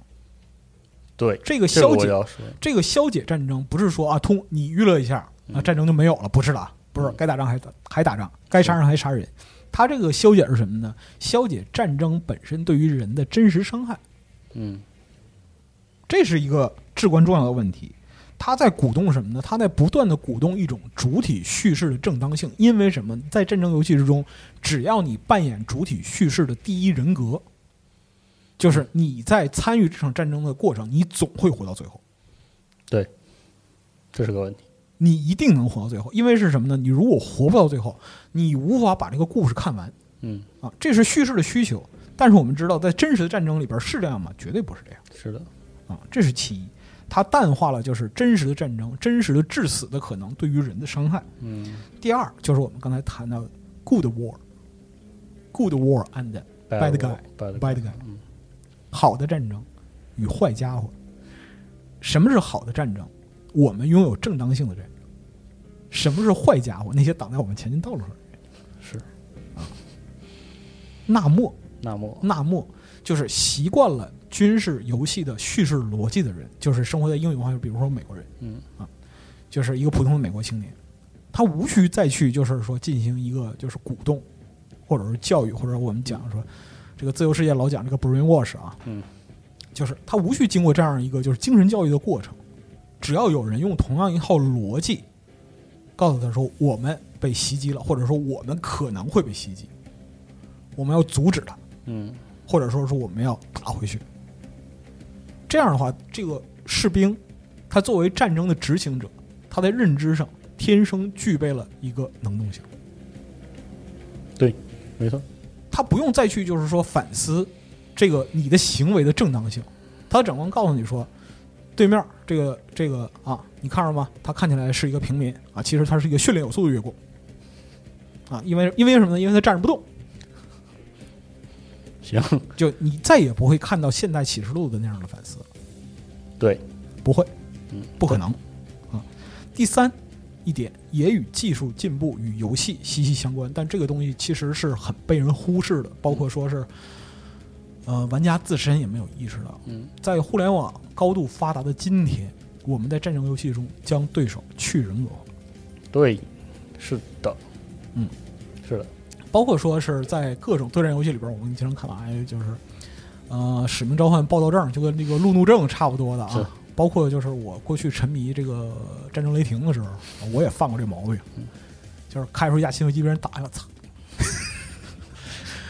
[SPEAKER 2] 对，
[SPEAKER 3] 这个
[SPEAKER 2] 这个
[SPEAKER 3] 消
[SPEAKER 2] 我
[SPEAKER 3] 解，
[SPEAKER 2] 要说，
[SPEAKER 3] 这个消解战争不是说啊，通你娱乐一下啊，战争就没有了，不是的啊，不是
[SPEAKER 2] 嗯
[SPEAKER 3] 该打仗还打还打仗，该杀人还杀人。它这个消解是什么呢？消解战争本身对于人的真实伤害。
[SPEAKER 2] 嗯，
[SPEAKER 3] 这是一个至关重要的问题。它在鼓动什么呢？它在不断的鼓动一种主体叙事的正当性。因为什么？在战争游戏之中，只要你扮演主体叙事的第一人格，就是你在参与这场战争的过程，你总会活到最后，
[SPEAKER 2] 对，这是个问题。
[SPEAKER 3] 你一定能活到最后。因为是什么呢？你如果活不到最后，你无法把这个故事看完
[SPEAKER 2] 嗯，
[SPEAKER 3] 啊。这是叙事的需求。但是我们知道，在真实的战争里边是这样吗？绝对不是这样。
[SPEAKER 2] 是的，
[SPEAKER 3] 啊，这是其一。它淡化了就是真实的战争、真实的致死的可能对于人的伤害。
[SPEAKER 2] 嗯，
[SPEAKER 3] 第二就是我们刚才谈到的 good war，good war and bad guy，
[SPEAKER 2] bad
[SPEAKER 3] bad guy，
[SPEAKER 2] 嗯
[SPEAKER 3] 好的战争与坏家伙。什么是好的战争？我们拥有正当性的战争。什么是坏家伙？那些挡在我们前进道路上的人。啊
[SPEAKER 2] 是
[SPEAKER 3] 纳莫，
[SPEAKER 2] 纳莫，
[SPEAKER 3] 纳莫就是习惯了军事游戏的叙事逻辑的人，就是生活在英语环境，比如说美国人，
[SPEAKER 2] 嗯
[SPEAKER 3] 啊，就是一个普通的美国青年，他无需再去就是说进行一个就是鼓动，或者是教育，或者我们讲说这个自由世界老讲这个 brainwash 啊，
[SPEAKER 2] 嗯，
[SPEAKER 3] 就是他无需经过这样一个就是精神教育的过程，只要有人用同样一套逻辑告诉他说我们被袭击了，或者说我们可能会被袭击，我们要阻止他。
[SPEAKER 2] 嗯，
[SPEAKER 3] 或者说是我们要打回去。这样的话，这个士兵他作为战争的执行者，他在认知上天生具备了一个能动性，
[SPEAKER 2] 对，没错，
[SPEAKER 3] 他不用再去就是说反思这个你的行为的正当性，他只能告诉你说，对面这个这个啊，你看着吗？他看起来是一个平民啊，其实他是一个训练有素的越过啊，因为因为什么呢？因为他站着不动。
[SPEAKER 2] 行，
[SPEAKER 3] 就你再也不会看到现代启示录的那样的反思了，
[SPEAKER 2] 对，
[SPEAKER 3] 不会，
[SPEAKER 2] 嗯，
[SPEAKER 3] 不可能啊。第三一点也与技术进步与游戏息息相关，但这个东西其实是很被人忽视的，包括说
[SPEAKER 2] 嗯
[SPEAKER 3] 是，呃，玩家自身也没有意识到，
[SPEAKER 2] 嗯，
[SPEAKER 3] 在互联网高度发达的今天，我们在战争游戏中将对手去人格化，
[SPEAKER 2] 对，是的，
[SPEAKER 3] 嗯，
[SPEAKER 2] 是的，
[SPEAKER 3] 包括说是在各种对战游戏里边，我们经常看到，哎，就是呃，《使命召唤》暴躁症就跟那个路怒症差不多的
[SPEAKER 2] 是
[SPEAKER 3] 啊。包括就是我过去沉迷这个《战争雷霆》的时候，我也犯过这毛病，
[SPEAKER 2] 嗯
[SPEAKER 3] 就是开出一架新飞机被人打下来，操，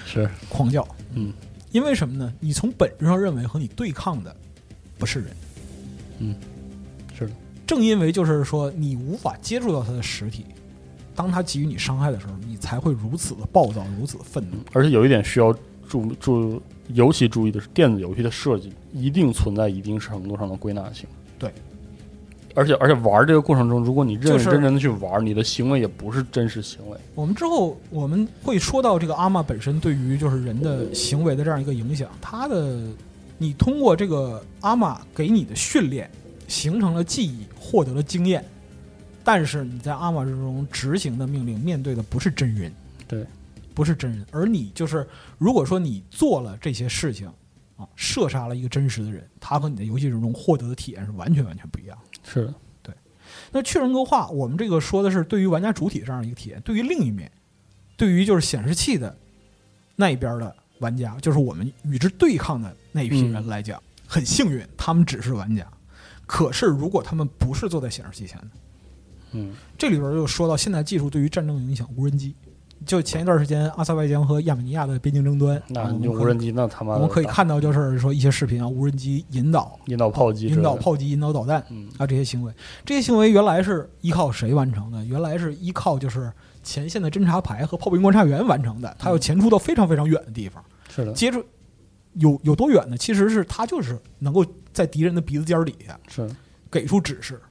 [SPEAKER 2] 是，
[SPEAKER 3] 狂叫。
[SPEAKER 2] 嗯
[SPEAKER 3] 因为什么呢？你从本质上认为和你对抗的不是人，
[SPEAKER 2] 嗯，是的，
[SPEAKER 3] 正因为就是说你无法接触到他的实体，当他给予你伤害的时候，你才会如此的暴躁，如此的愤怒。
[SPEAKER 2] 嗯而且有一点需要注注尤其注意的是，电子游戏的设计一定存在一定程度上的归纳性。
[SPEAKER 3] 对，
[SPEAKER 2] 而且而且玩这个过程中，如果你认
[SPEAKER 3] 就
[SPEAKER 2] 认
[SPEAKER 3] 是
[SPEAKER 2] 真真的去玩，你的行为也不是真实行为。
[SPEAKER 3] 我们之后我们会说到这个阿玛本身对于就是人的行为的这样一个影响，它的你通过这个阿玛给你的训练，形成了记忆，获得了经验，但是你在阿玛之中执行的命令，面对的不是真人，
[SPEAKER 2] 对，
[SPEAKER 3] 不是真人，而你就是如果说你做了这些事情啊，射杀了一个真实的人，他和你在游戏之中获得的体验是完全完全不一样的。
[SPEAKER 2] 是的，
[SPEAKER 3] 那去人格化，我们这个说的是对于玩家主体这样一个体验，对于另一面，对于就是显示器的那一边的玩家，就是我们与之对抗的那一批人
[SPEAKER 2] 嗯
[SPEAKER 3] 来讲，很幸运，他们只是玩家。可是如果他们不是坐在显示器前的，
[SPEAKER 2] 嗯，
[SPEAKER 3] 这里边又说到现代技术对于战争的影响，无人机。就前一段时间，阿塞拜疆和亚美尼亚的边境争端，啊
[SPEAKER 2] 那
[SPEAKER 3] 我们
[SPEAKER 2] 你用
[SPEAKER 3] 可以
[SPEAKER 2] 无人机，那他妈
[SPEAKER 3] 我
[SPEAKER 2] 的
[SPEAKER 3] 们可以
[SPEAKER 2] 打
[SPEAKER 3] 看到，就是说一些视频啊，无人机引导
[SPEAKER 2] 引导炮击之类
[SPEAKER 3] 引
[SPEAKER 2] 的，
[SPEAKER 3] 导炮击、引导导弹
[SPEAKER 2] 嗯
[SPEAKER 3] 啊这些行为，这些行为原来是依靠谁完成的？原来是依靠就是前线的侦察排和炮兵观察员完成的，他要潜出到非常非常远的地方，
[SPEAKER 2] 是的，
[SPEAKER 3] 接着有有多远呢？其实是他就是能够在敌人的鼻子尖儿底下
[SPEAKER 2] 是的
[SPEAKER 3] 给出指示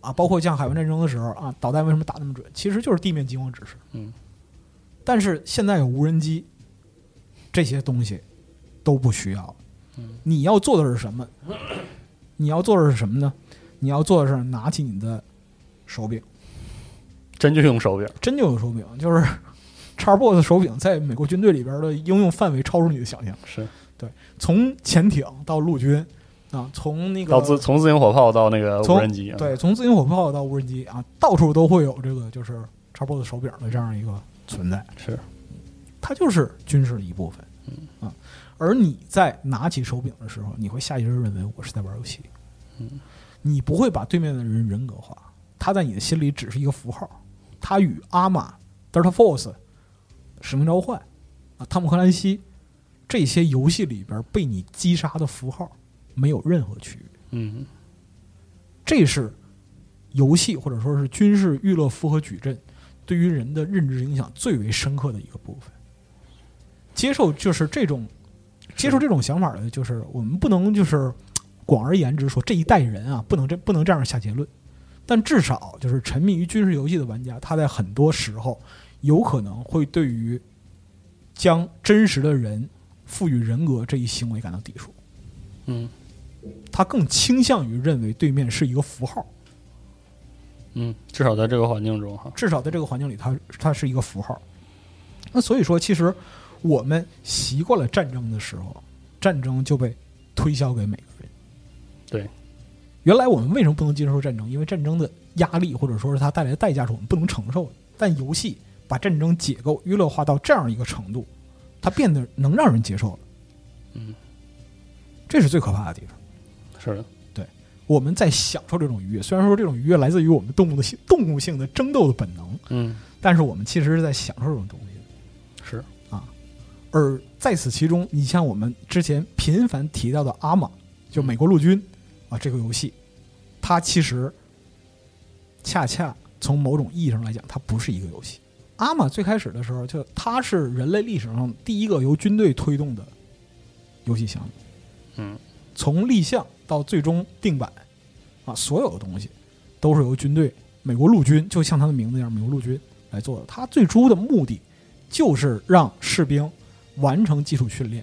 [SPEAKER 3] 啊，包括像海湾战争的时候啊，导弹为什么打那么准？其实就是地面激光指示。
[SPEAKER 2] 嗯，
[SPEAKER 3] 但是现在有无人机，这些东西都不需要了。
[SPEAKER 2] 嗯
[SPEAKER 3] 你要做的是什么？你要做的是什么呢？你要做的是拿起你的手柄，
[SPEAKER 2] 真就用手柄，
[SPEAKER 3] 真就有手柄，就是 Xbox 手柄在美国军队里边的应用范围超出你的想象，
[SPEAKER 2] 是
[SPEAKER 3] 从潜艇到陆军啊，从那个
[SPEAKER 2] 到自从自行火炮到那个
[SPEAKER 3] 从
[SPEAKER 2] 无人机，啊
[SPEAKER 3] 对，从自行火炮到无人机啊，到处都会有这个就是 Xbox 手柄的这样一个存在，
[SPEAKER 2] 是
[SPEAKER 3] 它就是军事的一部分。嗯啊，而你在拿起手柄的时候，你会下意识地认为我是在玩游戏。
[SPEAKER 2] 嗯，
[SPEAKER 3] 你不会把对面的人人格化，他在你的心里只是一个符号。他与阿玛、Delta Force、使命召唤啊、汤姆克兰西这些游戏里边被你击杀的符号没有任何区别。
[SPEAKER 2] 嗯，
[SPEAKER 3] 这是游戏或者说是军事娱乐复合矩阵对于人的认知影响最为深刻的一个部分。接受就是这种接受这种想法的，就是我们不能就是广而言之说这一代人啊，不能这不能这样下结论。但至少就是沉迷于军事游戏的玩家，他在很多时候有可能会对于将真实的人赋予人格这一行为感到抵触。
[SPEAKER 2] 嗯，
[SPEAKER 3] 他更倾向于认为对面是一个符号。
[SPEAKER 2] 嗯，至少在这个环境中哈，
[SPEAKER 3] 至少在这个环境里它，它是一个符号。那所以说，其实我们习惯了战争的时候，战争就被推销给每个人。
[SPEAKER 2] 对，
[SPEAKER 3] 原来我们为什么不能接受战争？因为战争的压力或者说是它带来的代价是我们不能承受的。但游戏把战争解构、娱乐化到这样一个程度，它变得能让人接受了。
[SPEAKER 2] 嗯，
[SPEAKER 3] 这是最可怕的地方。
[SPEAKER 2] 是的，
[SPEAKER 3] 我们在享受这种愉悦，虽然说这种愉悦来自于我们动物的性、动物性的争斗的本能，
[SPEAKER 2] 嗯，
[SPEAKER 3] 但是我们其实是在享受这种东西的。
[SPEAKER 2] 是，
[SPEAKER 3] 而在此其中，你像我们之前频繁提到的《阿玛》，就美国陆军啊这个游戏，它其实恰恰从某种意义上来讲，它不是一个游戏。《阿玛》最开始的时候，就它是人类历史上第一个由军队推动的游戏项目。
[SPEAKER 2] 嗯，
[SPEAKER 3] 从立项到最终定版，啊，所有的东西都是由军队，美国陆军，就像它的名字一样，美国陆军来做的。它最初的目的就是让士兵完成基础训练，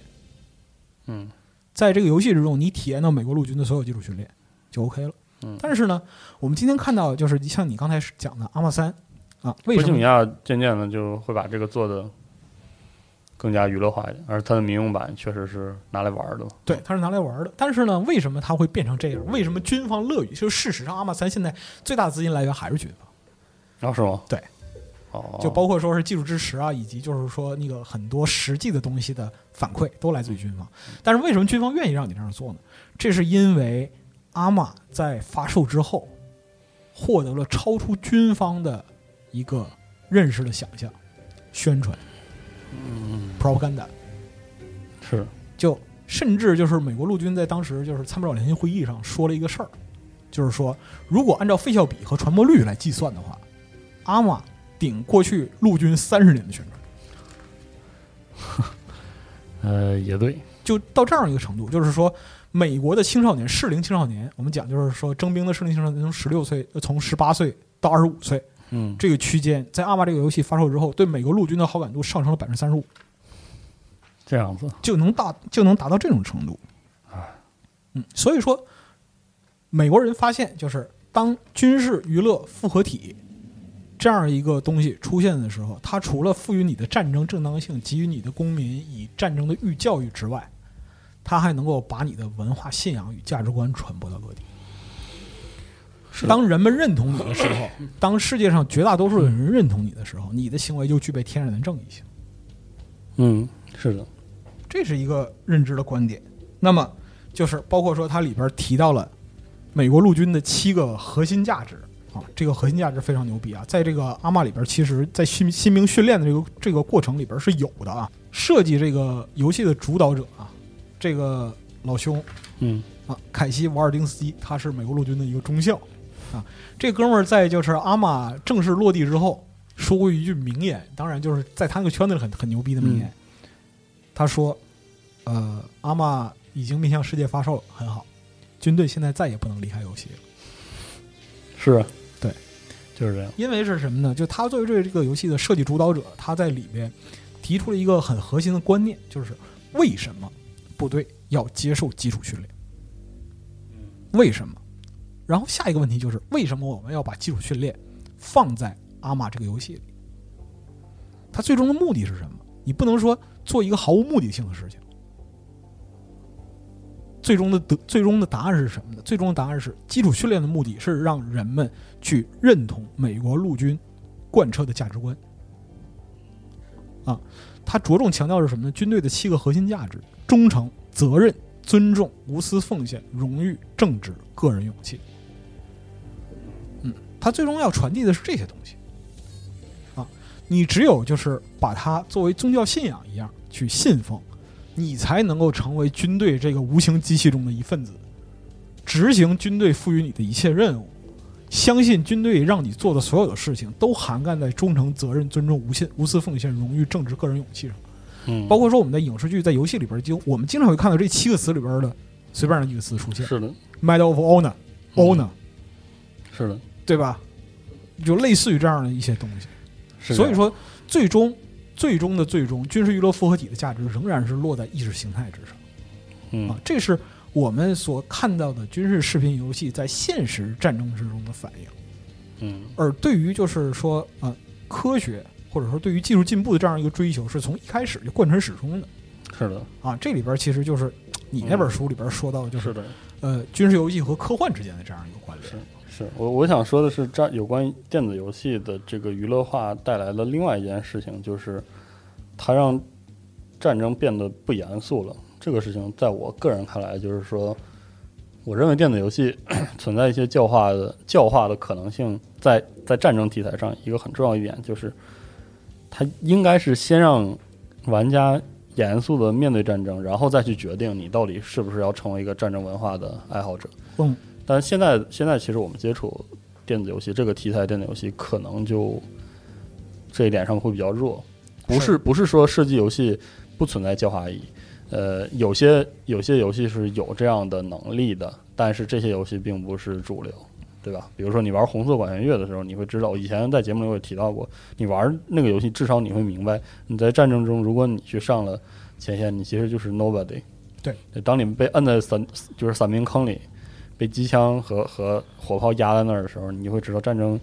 [SPEAKER 2] 嗯，
[SPEAKER 3] 在这个游戏之中，你体验到美国陆军的所有基础训练就 OK 了。
[SPEAKER 2] 嗯
[SPEAKER 3] 但是呢，我们今天看到就是像你刚才讲的阿玛三啊，为
[SPEAKER 2] 波
[SPEAKER 3] 什
[SPEAKER 2] 西米
[SPEAKER 3] 么？
[SPEAKER 2] 亚渐渐的就会把这个做的更加娱乐化一点，而它的民用版确实是拿来玩儿的嘛，
[SPEAKER 3] 对，它是拿来玩的。但是呢，为什么它会变成这样？为什么军方乐于？就是事实上，阿玛三现在最大的资金来源还是军方。
[SPEAKER 2] 然后是吗？
[SPEAKER 3] 对，
[SPEAKER 2] 哦，
[SPEAKER 3] 就包括说是技术支持啊，以及就是说那个很多实际的东西的反馈都来自于军方。但是为什么军方愿意让你这样做呢？这是因为阿玛在发售之后获得了超出军方的一个认识的想象，宣传，嗯，propaganda，
[SPEAKER 2] 是，
[SPEAKER 3] 就甚至就是美国陆军在当时就是参谋长联席会议上说了一个事儿，就是说如果按照费效比和传播率来计算的话，阿玛顶过去陆军三十年的宣传，
[SPEAKER 2] 呃，也对，呃
[SPEAKER 3] 就到这样一个程度，就是说美国的青少年适龄青少年，我们讲就是说征兵的适龄青少年从十六岁，呃从十八岁到二十五岁
[SPEAKER 2] 嗯，
[SPEAKER 3] 这个区间，在《阿玛》这个游戏发售之后，对美国陆军的好感度上升了百分之三十五，
[SPEAKER 2] 这样子，
[SPEAKER 3] 就能大就能达到这种程度。嗯，所以说，美国人发现就是当军事娱乐复合体这样一个东西出现的时候，它除了赋予你的战争正当性，给予你的公民以战争的寓教育之外，它还能够把你的文化信仰与价值观传播到各地。
[SPEAKER 2] 是的
[SPEAKER 3] 当人们认同你的时候，当世界上绝大多数的人认同你的时候，你的行为就具备天然的正义性。
[SPEAKER 2] 嗯，是的，
[SPEAKER 3] 这是一个认知的观点。那么，就是包括说它里边提到了美国陆军的七个核心价值啊，这个核心价值非常牛逼啊，在这个阿玛里边，其实在新新兵训练的这个这个过程里边是有的啊。设计这个游戏的主导者啊，这个老兄
[SPEAKER 2] 嗯
[SPEAKER 3] 啊，凯西·瓦尔丁斯基，他是美国陆军的一个中校啊。这哥们儿在就是阿玛正式落地之后，说过一句名言，当然就是在他那个圈子里很很牛逼的名言。他说：“呃，阿玛已经面向世界发售了，很好，军队现在再也不能离开游戏了。”
[SPEAKER 2] 是啊，
[SPEAKER 3] 对，
[SPEAKER 2] 就是这样，
[SPEAKER 3] 因为是什么呢？就他作为这这个游戏的设计主导者，他在里边提出了一个很核心的观念，就是为什么部队要接受基础训练？为什么？然后下一个问题就是为什么我们要把基础训练放在阿玛这个游戏里？它最终的目的是什么？你不能说做一个毫无目的性的事情。最终的得最终的答案是什么呢？最终的答案是基础训练的目的是让人们去认同美国陆军贯彻的价值观。啊，他着重强调是什么呢？军队的七个核心价值：忠诚、责任、尊重、无私奉献、荣誉、正直、个人勇气。嗯，他最终要传递的是这些东西。啊，你只有就是把它作为宗教信仰一样去信奉，你才能够成为军队这个无形机器中的一份子，执行军队赋予你的一切任务。相信军队让你做的所有的事情，都涵盖在忠诚、责任、尊重、无限、无私奉献、荣誉、正直、个人勇气上。
[SPEAKER 2] 嗯，
[SPEAKER 3] 包括说我们在影视剧、在游戏里边，就我们经常会看到这七个词里边的随便的一个词出现
[SPEAKER 2] 是的，嗯
[SPEAKER 3] ，Medal of Honor、Honor，
[SPEAKER 2] 是的，
[SPEAKER 3] 对吧？就类似于这样的一些东西。
[SPEAKER 2] 是
[SPEAKER 3] 所以
[SPEAKER 2] 说，
[SPEAKER 3] 说，最终、最终的最终，军事娱乐复合体的价值仍然是落在意识形态之上。
[SPEAKER 2] 嗯
[SPEAKER 3] 啊，，这是我们所看到的军事视频游戏在现实战争之中的反应。
[SPEAKER 2] 嗯，
[SPEAKER 3] 而对于就是说啊、呃科学或者说对于技术进步的这样一个追求，是从一开始就贯穿始终的
[SPEAKER 2] 是的，
[SPEAKER 3] 啊。这里边其实就是你那本书里边说到的，就是、
[SPEAKER 2] 嗯是的，
[SPEAKER 3] 呃军事游戏和科幻之间的这样一个关联
[SPEAKER 2] 是。是我我想说的是，这有关于电子游戏的这个娱乐化带来了另外一件事情，就是它让战争变得不严肃了。这个事情在我个人看来，就是说，我认为电子游戏 *coughs* 存在一些教化的教化的可能性在，在战争题材上，一个很重要一点就是，它应该是先让玩家严肃的面对战争，然后再去决定你到底是不是要成为一个战争文化的爱好者。
[SPEAKER 3] 嗯，
[SPEAKER 2] 但现在现在其实我们接触电子游戏这个题材，电子游戏可能就这一点上会比较弱，不是
[SPEAKER 3] 是
[SPEAKER 2] 不是说射击游戏不存在教化意义，呃，有些有些游戏是有这样的能力的，但是这些游戏并不是主流。对吧？比如说你玩红色管弦乐的时候，你会知道，以前在节目里我也提到过，你玩那个游戏，至少你会明白，你在战争中，如果你去上了前线，你其实就是 nobody。
[SPEAKER 3] 对，
[SPEAKER 2] 当你被摁在伞就是伞兵坑里，被机枪和和火炮压在那儿的时候，你就会知道战争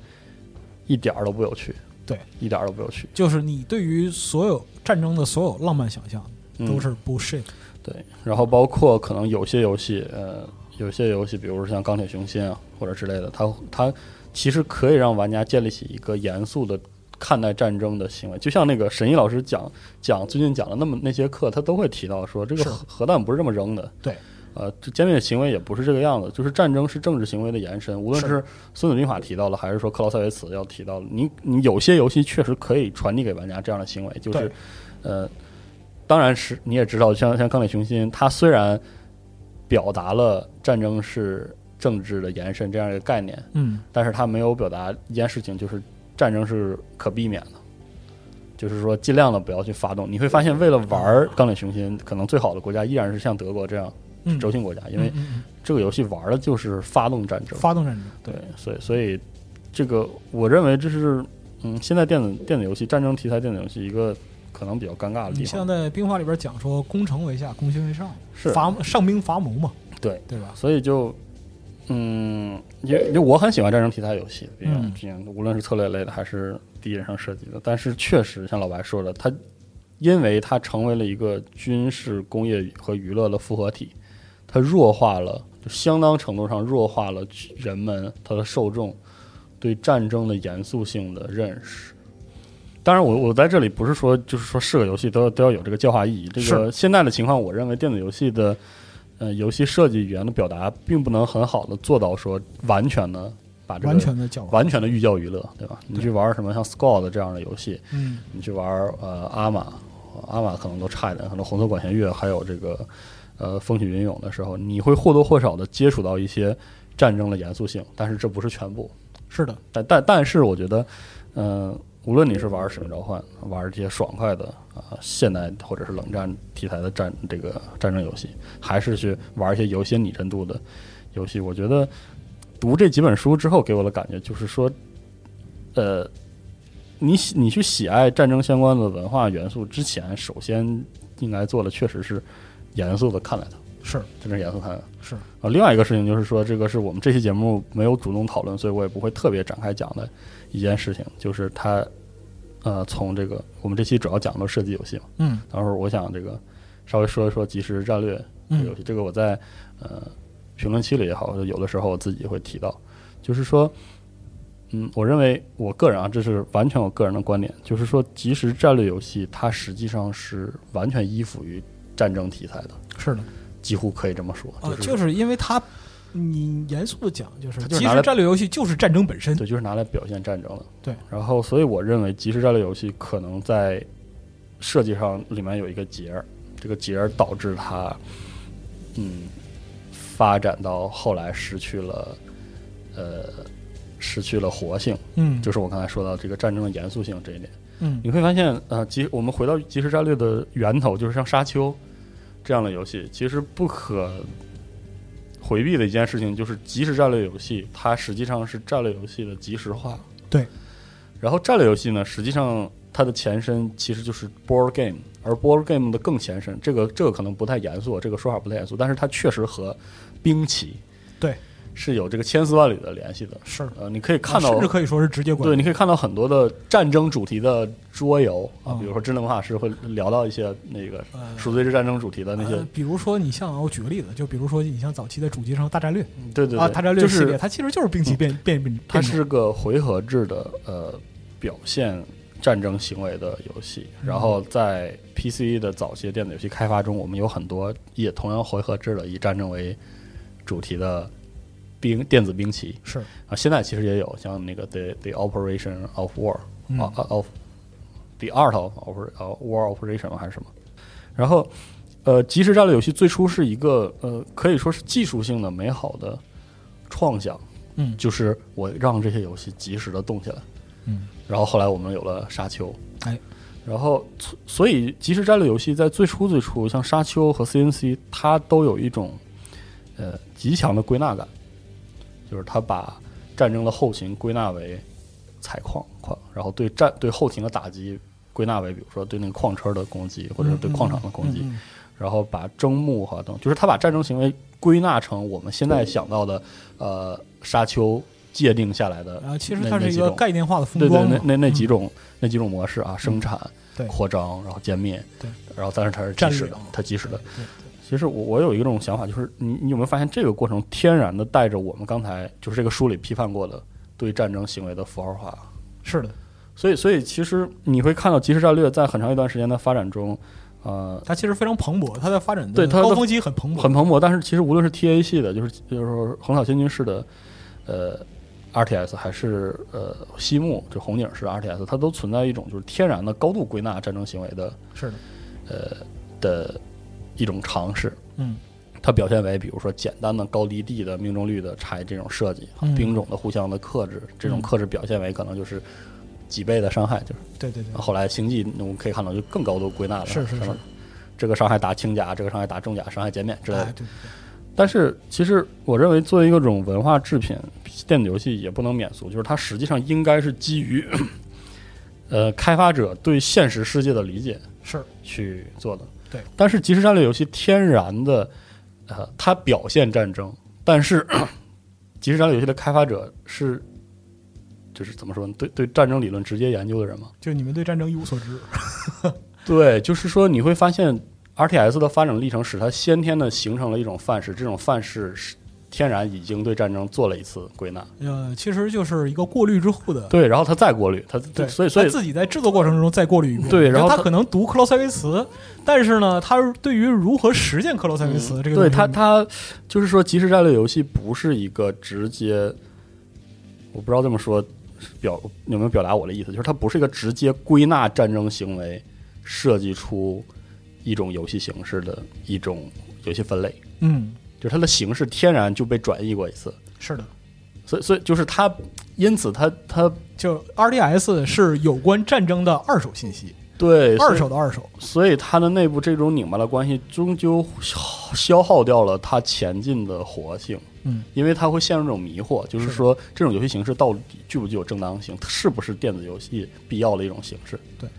[SPEAKER 2] 一点儿都不有趣，
[SPEAKER 3] 对，
[SPEAKER 2] 一点儿都不有趣。
[SPEAKER 3] 就是你对于所有战争的所有浪漫想象
[SPEAKER 2] 嗯
[SPEAKER 3] 都是 bullshit，、
[SPEAKER 2] 对，然后包括可能有些游戏，呃，有些游戏，比如说像《钢铁雄心》啊或者之类的，它它其实可以让玩家建立起一个严肃的看待战争的行为。就像那个沈毅老师讲讲最近讲的那么那些课，他都会提到说，这个
[SPEAKER 3] 是
[SPEAKER 2] 核核弹不是这么扔的，
[SPEAKER 3] 对。
[SPEAKER 2] 呃，这歼灭行为也不是这个样子，就是战争是政治行为的延伸。无论
[SPEAKER 3] 是
[SPEAKER 2] 是孙子兵法提到了，还是说克劳塞维茨要提到了，你你有些游戏确实可以传递给玩家这样的行为，就是
[SPEAKER 3] 对
[SPEAKER 2] 呃，当然是你也知道，像像钢铁雄心，它虽然表达了战争是政治的延伸这样一个概念，
[SPEAKER 3] 嗯，
[SPEAKER 2] 但是它没有表达一件事情，就是战争是可避免的，就是说尽量的不要去发动。你会发现，为了玩钢铁雄心，可能最好的国家依然是像德国这样
[SPEAKER 3] 嗯
[SPEAKER 2] 轴心国家，因为
[SPEAKER 3] 嗯嗯
[SPEAKER 2] 这个游戏玩的就是发动战争
[SPEAKER 3] 嗯。发动战争，
[SPEAKER 2] 对，所以所以这个我认为这是嗯，现在电子电子游戏战争题材电子游戏一个可能比较尴尬的
[SPEAKER 3] 你
[SPEAKER 2] 地
[SPEAKER 3] 像
[SPEAKER 2] 方。
[SPEAKER 3] 在兵法里边讲说，攻城为下，攻心为上，
[SPEAKER 2] 是
[SPEAKER 3] 伐上兵伐谋嘛，
[SPEAKER 2] 对，
[SPEAKER 3] 对吧？
[SPEAKER 2] 所以就嗯，因为因为我很喜欢战争题材游戏，毕竟
[SPEAKER 3] 嗯
[SPEAKER 2] 毕竟无论是策略类的还是第一人称射击的，但是确实像老白说的，它因为它成为了一个军事、工业和娱乐的复合体，它弱化了，就相当程度上弱化了人们它的受众对战争的严肃性的认识。当然我，我在这里不是说就是说是个游戏都要都要有这个教化意义。这个现在的情况，我认为电子游戏的呃游戏设计语言的表达，并不能很好的做到说完全的把这个
[SPEAKER 3] 完全的教化，
[SPEAKER 2] 完全的寓教于乐，对吧？你去玩什么像 Squad 这样的游戏，
[SPEAKER 3] 嗯，
[SPEAKER 2] 你去玩呃阿玛，阿玛可能都差一点，可能红色管弦乐还有这个呃风起云涌的时候，你会或多或少的接触到一些战争的严肃性，但是这不是全部。
[SPEAKER 3] 是的，
[SPEAKER 2] 但但但是我觉得，嗯、无论你是玩《使命召唤》，玩这些爽快的啊、现代或者是冷战题材的战这个战争游戏，还是去玩一些有些拟真度的游戏，我觉得读这几本书之后给我的感觉就是说，呃，你喜你去喜爱战争相关的文化元素之前，首先应该做的确实是严肃的看待它，
[SPEAKER 3] 是
[SPEAKER 2] 真正严肃看待它。
[SPEAKER 3] 是，
[SPEAKER 2] 啊，另外一个事情就是说，这个是我们这期节目没有主动讨论，所以我也不会特别展开讲的一件事情，就是它，呃，从这个我们这期主要讲的射击游戏嘛，
[SPEAKER 3] 嗯
[SPEAKER 2] 到时候我想这个稍微说一说即时战略这个游
[SPEAKER 3] 嗯
[SPEAKER 2] 戏，这个我在呃评论区里也好，或者有的时候我自己会提到，就是说，嗯，我认为我个人啊，这是完全我个人的观点，就是说即时战略游戏它实际上是完全依附于战争题材的，
[SPEAKER 3] 是的，
[SPEAKER 2] 几乎可以这么说，
[SPEAKER 3] 啊，
[SPEAKER 2] 是
[SPEAKER 3] 就是因为他，你严肃的讲，就是
[SPEAKER 2] 它就是
[SPEAKER 3] 其
[SPEAKER 2] 拿
[SPEAKER 3] 实
[SPEAKER 2] 来
[SPEAKER 3] 战略游戏就是战争本身，
[SPEAKER 2] 对，就是拿来表现战争的。
[SPEAKER 3] 对，
[SPEAKER 2] 然后所以我认为即时战略游戏可能在设计上里面有一个结儿，这个结儿导致它，嗯，发展到后来失去了，呃，失去了活性，
[SPEAKER 3] 嗯，
[SPEAKER 2] 就是是我刚才说到这个战争的严肃性这一点。
[SPEAKER 3] 嗯
[SPEAKER 2] 你会发现，呃，即我们回到即时战略的源头，就是像沙丘这样的游戏，其实不可回避的一件事情就是，即时战略游戏它实际上是战略游戏的即时化。
[SPEAKER 3] 对。
[SPEAKER 2] 然后战略游戏呢，实际上它的前身其实就是 board game，而 board game 的更前身，这个这个可能不太严肃，这个说法不太严肃，但是它确实和兵棋
[SPEAKER 3] 对
[SPEAKER 2] 是有这个千丝万缕的联系的。
[SPEAKER 3] 是啊
[SPEAKER 2] 呃，你可以看到，
[SPEAKER 3] 哦甚至可以说是直接关
[SPEAKER 2] 对，你可以看到很多的战争主题的桌游啊，
[SPEAKER 3] 嗯
[SPEAKER 2] 比如说《智能魔法师》会聊到一些那个
[SPEAKER 3] 呃
[SPEAKER 2] 赎罪之战争主题的那些，
[SPEAKER 3] 呃，比如说你像我举个例子，就比如说你像早期的主机上大战略
[SPEAKER 2] 嗯对对对，
[SPEAKER 3] 啊，大战略
[SPEAKER 2] 就
[SPEAKER 3] 系列，
[SPEAKER 2] 是嗯
[SPEAKER 3] 它其实就是兵棋变变变，
[SPEAKER 2] 它
[SPEAKER 3] 变种
[SPEAKER 2] 是个回合制的呃表现战争行为的游戏。
[SPEAKER 3] 嗯
[SPEAKER 2] 然后在 PC 的早期的电子游戏开发中，我们有很多也同样回合制的以战争为主题的兵电子兵棋
[SPEAKER 3] 是
[SPEAKER 2] 啊，现在其实也有像那个 The The Operation of War
[SPEAKER 3] 嗯
[SPEAKER 2] 啊、of The Art of Oper- 呃 War Operation 吗还是什么？然后呃，即时战略游戏最初是一个呃，可以说是技术性的美好的创想，
[SPEAKER 3] 嗯
[SPEAKER 2] 就是我让这些游戏及时的动起来。
[SPEAKER 3] 嗯，
[SPEAKER 2] 然后后来我们有了沙丘，
[SPEAKER 3] 哎，
[SPEAKER 2] 然后所所以即时战略游戏在最初最初，像沙丘和 CNC，它都有一种呃极强的归纳感，就是它把战争的后勤归纳为采矿矿，然后对战对后勤的打击归纳为，比如说对那个矿车的攻击，或者是对矿场的攻击，
[SPEAKER 3] 嗯嗯嗯
[SPEAKER 2] 然后把征募和等，就是他把战争行为归纳成我们现在想到的呃沙丘界定下来的
[SPEAKER 3] 嗯啊，其实
[SPEAKER 2] 那
[SPEAKER 3] 它是
[SPEAKER 2] 那
[SPEAKER 3] 一
[SPEAKER 2] 几
[SPEAKER 3] 个
[SPEAKER 2] 种
[SPEAKER 3] 概念化的封
[SPEAKER 2] 对对
[SPEAKER 3] 装嘛，
[SPEAKER 2] 那那那几
[SPEAKER 3] 嗯
[SPEAKER 2] 种、那几种模式啊，生产、
[SPEAKER 3] 对
[SPEAKER 2] 扩张，然后歼灭，
[SPEAKER 3] 对，
[SPEAKER 2] 然后但是它是
[SPEAKER 3] 战
[SPEAKER 2] 即时
[SPEAKER 3] 略
[SPEAKER 2] 的
[SPEAKER 3] 啊，
[SPEAKER 2] 它即时的
[SPEAKER 3] 对。对
[SPEAKER 2] 其实我我有一种想法，就是你你有没有发现这个过程天然的带着我们刚才就是这个书里批判过的对战争行为的符号化？
[SPEAKER 3] 是的，
[SPEAKER 2] 所以所以其实你会看到即时战略在很长一段时间的发展中，呃，
[SPEAKER 3] 它其实非常蓬勃，它在发展的
[SPEAKER 2] 对它的
[SPEAKER 3] 高峰期很蓬勃，
[SPEAKER 2] 很蓬勃，但是其实无论是 TA 系的，就是就是说横扫千军式的，呃，RTS 还是呃西木就红警式的 RTS，它都存在一种就是天然的高度归纳战争行为的
[SPEAKER 3] 是的，
[SPEAKER 2] 呃的一种尝试。
[SPEAKER 3] 嗯
[SPEAKER 2] 它表现为比如说简单的高低地的命中率的差异这种设计，
[SPEAKER 3] 嗯
[SPEAKER 2] 兵种的互相的克制，这种
[SPEAKER 3] 嗯
[SPEAKER 2] 克制表现为可能就是几倍的伤害，就是。
[SPEAKER 3] 对对对，
[SPEAKER 2] 后来星际我们可以看到就更高度归纳了，
[SPEAKER 3] 是是
[SPEAKER 2] 什么
[SPEAKER 3] 是
[SPEAKER 2] 这个伤害打轻甲，这个伤害打重甲，伤害减免之类的。
[SPEAKER 3] 哎对对对，
[SPEAKER 2] 但是其实我认为，作为一个这种文化制品，电子游戏也不能免俗，就是它实际上应该是基于 *coughs* 呃开发者对现实世界的理解
[SPEAKER 3] 是
[SPEAKER 2] 去做的。
[SPEAKER 3] 对，
[SPEAKER 2] 但是即时战略游戏天然的，呃，它表现战争，但是 *coughs* 即时战略游戏的开发者是，就是怎么说呢？对对，战争理论直接研究的人嘛。
[SPEAKER 3] 就你们对战争一无所知，
[SPEAKER 2] 对，就是说你会发现 R T S 的发展历程使它先天的形成了一种范式，这种范式是天然已经对战争做了一次归纳。
[SPEAKER 3] 呃，其实就是一个过滤之后的。
[SPEAKER 2] 对，然后它再过滤，它
[SPEAKER 3] 对，
[SPEAKER 2] 所以所以
[SPEAKER 3] 他自己在制作过程中再过滤一遍。
[SPEAKER 2] 对然后
[SPEAKER 3] 他
[SPEAKER 2] 他
[SPEAKER 3] 可能读克劳塞维茨，但是呢，他对于如何实践克劳塞维茨这个
[SPEAKER 2] 嗯
[SPEAKER 3] 东
[SPEAKER 2] 对
[SPEAKER 3] 西，
[SPEAKER 2] 它它就是说即时战略游戏不是一个直接，我不知道这么说表有没有表达我的意思，就是它不是一个直接归纳战争行为，设计出一种游戏形式的一种游戏分类，
[SPEAKER 3] 嗯，
[SPEAKER 2] 就是它的形式天然就被转移过一次。
[SPEAKER 3] 是的，
[SPEAKER 2] 所以所以就是它，因此它它
[SPEAKER 3] 就 RDS 是有关战争的二手信息，
[SPEAKER 2] 对
[SPEAKER 3] 二，手的二手，
[SPEAKER 2] 所以所以它的内部这种拧巴的关系，终究消耗掉了它前进的活性。
[SPEAKER 3] 嗯，
[SPEAKER 2] 因为它会陷入这种迷惑，就是
[SPEAKER 3] 是的
[SPEAKER 2] 说这种游戏形式到底具不具有正当性，它是不是电子游戏必要的一种形式？
[SPEAKER 3] 对，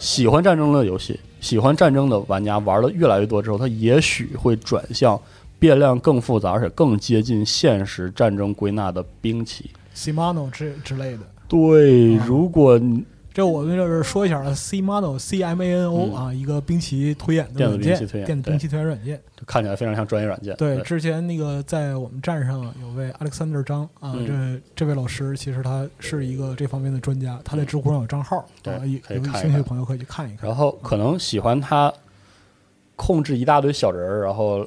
[SPEAKER 2] 喜欢战争的游戏，喜欢战争的玩家玩的越来越多之后，他也许会转向变量更复杂而且更接近现实战争归纳的兵器。
[SPEAKER 3] Simano 之之类的。
[SPEAKER 2] 对，
[SPEAKER 3] 啊
[SPEAKER 2] 如果你
[SPEAKER 3] 这我们就是说一下啊，Cmano C M A N O
[SPEAKER 2] 嗯
[SPEAKER 3] 啊，一个兵棋推演的
[SPEAKER 2] 电子兵棋
[SPEAKER 3] 软件
[SPEAKER 2] 推，演
[SPEAKER 3] 电子
[SPEAKER 2] 对
[SPEAKER 3] 兵棋推演软件。
[SPEAKER 2] 看起来非常像专业软件，
[SPEAKER 3] 对，之前那个在我们站上有位 Alexander 张啊，
[SPEAKER 2] 嗯
[SPEAKER 3] 这这位老师其实他是一个这方面的专家，他在知乎上有账号，
[SPEAKER 2] 嗯对
[SPEAKER 3] 啊，有
[SPEAKER 2] 可以
[SPEAKER 3] 有
[SPEAKER 2] 看一
[SPEAKER 3] 兴趣的
[SPEAKER 2] 看
[SPEAKER 3] 朋友可以去看一看。
[SPEAKER 2] 然后可能喜欢他控制一大堆小人儿，然后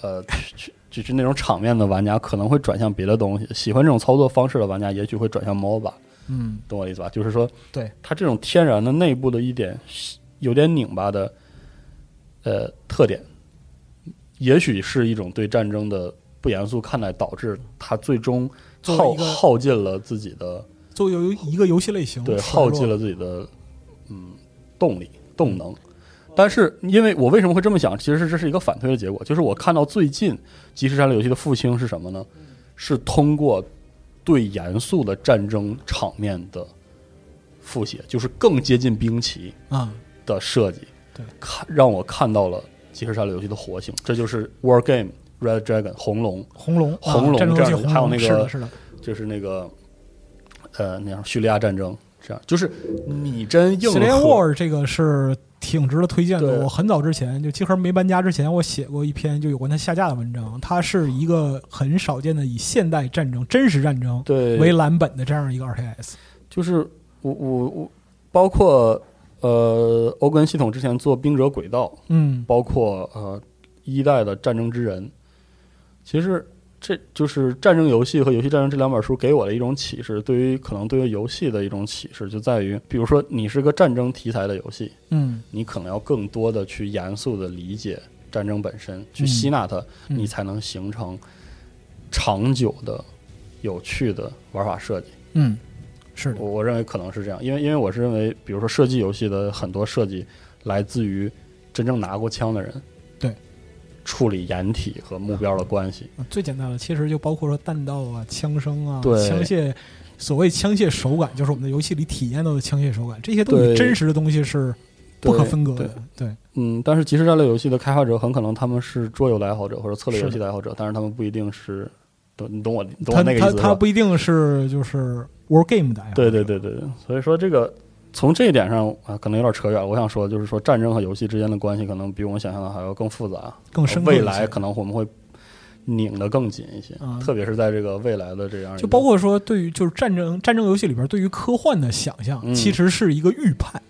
[SPEAKER 2] 呃，去去就是那种场面的玩家可能会转向别的东西。喜欢这种操作方式的玩家，也许会转向 MOBA，
[SPEAKER 3] 嗯，
[SPEAKER 2] 懂我的意思吧？就是说，
[SPEAKER 3] 对，
[SPEAKER 2] 它这种天然的内部的一点有点拧巴的呃特点，也许是一种对战争的不严肃看待，导致他最终
[SPEAKER 3] 作为
[SPEAKER 2] 耗
[SPEAKER 3] 一个
[SPEAKER 2] 耗尽了自己的
[SPEAKER 3] 作为游一个游戏类型，
[SPEAKER 2] 对，
[SPEAKER 3] 衰
[SPEAKER 2] 耗
[SPEAKER 3] 弱
[SPEAKER 2] 尽了自己的嗯动力动能。但是，因为我为什么会这么想，其实是这是一个反推的结果，就是我看到最近即时战略游戏的复兴是什么呢？是通过对严肃的战争场面的复写，就是更接近兵棋
[SPEAKER 3] 啊，
[SPEAKER 2] 的设计，
[SPEAKER 3] 对，
[SPEAKER 2] 看让我看到了即时战略游戏的活性。这就是 War Game、Red Dragon、红龙，
[SPEAKER 3] 红龙，啊
[SPEAKER 2] 红龙
[SPEAKER 3] 战争
[SPEAKER 2] 这
[SPEAKER 3] 游
[SPEAKER 2] 样
[SPEAKER 3] 戏
[SPEAKER 2] 的
[SPEAKER 3] 红龙，
[SPEAKER 2] 还有那个
[SPEAKER 3] 是的，是的，
[SPEAKER 2] 就是那个呃那样叙利亚战争，这样就是你真硬
[SPEAKER 3] 《Civil
[SPEAKER 2] 核
[SPEAKER 3] War》这个是挺值得推荐的。
[SPEAKER 2] 对
[SPEAKER 3] 我很早之前就集合没搬家之前，我写过一篇就有关它下架的文章。它是一个很少见的以现代战争、真实战争
[SPEAKER 2] 对
[SPEAKER 3] 为蓝本的这样一个 RTS。
[SPEAKER 2] 就是我我我，包括呃，欧根系统之前做《兵者轨道》，
[SPEAKER 3] 嗯，
[SPEAKER 2] 包括呃一代的《战争之人》，其实这就是战争游戏和游戏战争这两本书给我的一种启示，对于可能对于游戏的一种启示，就在于，比如说你是个战争题材的游戏，
[SPEAKER 3] 嗯，
[SPEAKER 2] 你可能要更多的去严肃的理解战争本身，去
[SPEAKER 3] 嗯
[SPEAKER 2] 吸纳它，
[SPEAKER 3] 嗯
[SPEAKER 2] 你才能形成长久的、有趣的玩法设计。
[SPEAKER 3] 嗯，是的，
[SPEAKER 2] 我我认为可能是这样，因为因为我是认为，比如说射击游戏的很多设计来自于真正拿过枪的人，
[SPEAKER 3] 对，
[SPEAKER 2] 处理掩体和目标的关系，
[SPEAKER 3] 最简单的其实就包括说弹道啊、枪声啊、
[SPEAKER 2] 对
[SPEAKER 3] 枪械，所谓枪械手感，就是我们在游戏里体验到的枪械手感，这些都与
[SPEAKER 2] 对
[SPEAKER 3] 真实的东西是不可分割的
[SPEAKER 2] 对。
[SPEAKER 3] 对，
[SPEAKER 2] 嗯，但是即时战略游戏的开发者很可能他们是桌游的爱好者或者策略游戏
[SPEAKER 3] 是
[SPEAKER 2] 的爱好者，但是他们不一定是，懂你懂我你懂
[SPEAKER 3] 他
[SPEAKER 2] 我那个意
[SPEAKER 3] 他
[SPEAKER 2] 思
[SPEAKER 3] 他
[SPEAKER 2] 吧？
[SPEAKER 3] 不一定是就是 war game 的爱好
[SPEAKER 2] 对对对对对，所以说这个从这一点上啊，可能有点扯远了。我想说，就是说战争和游戏之间的关系可能比我们想象的还要更复杂，
[SPEAKER 3] 更深刻一些
[SPEAKER 2] 哦未来可能我们会拧得更紧一些，
[SPEAKER 3] 啊
[SPEAKER 2] 特别是在这个未来的这样一个
[SPEAKER 3] 就包括说，对于就是战争战争游戏里边对于科幻的想象，
[SPEAKER 2] 嗯
[SPEAKER 3] 其实是一个预判，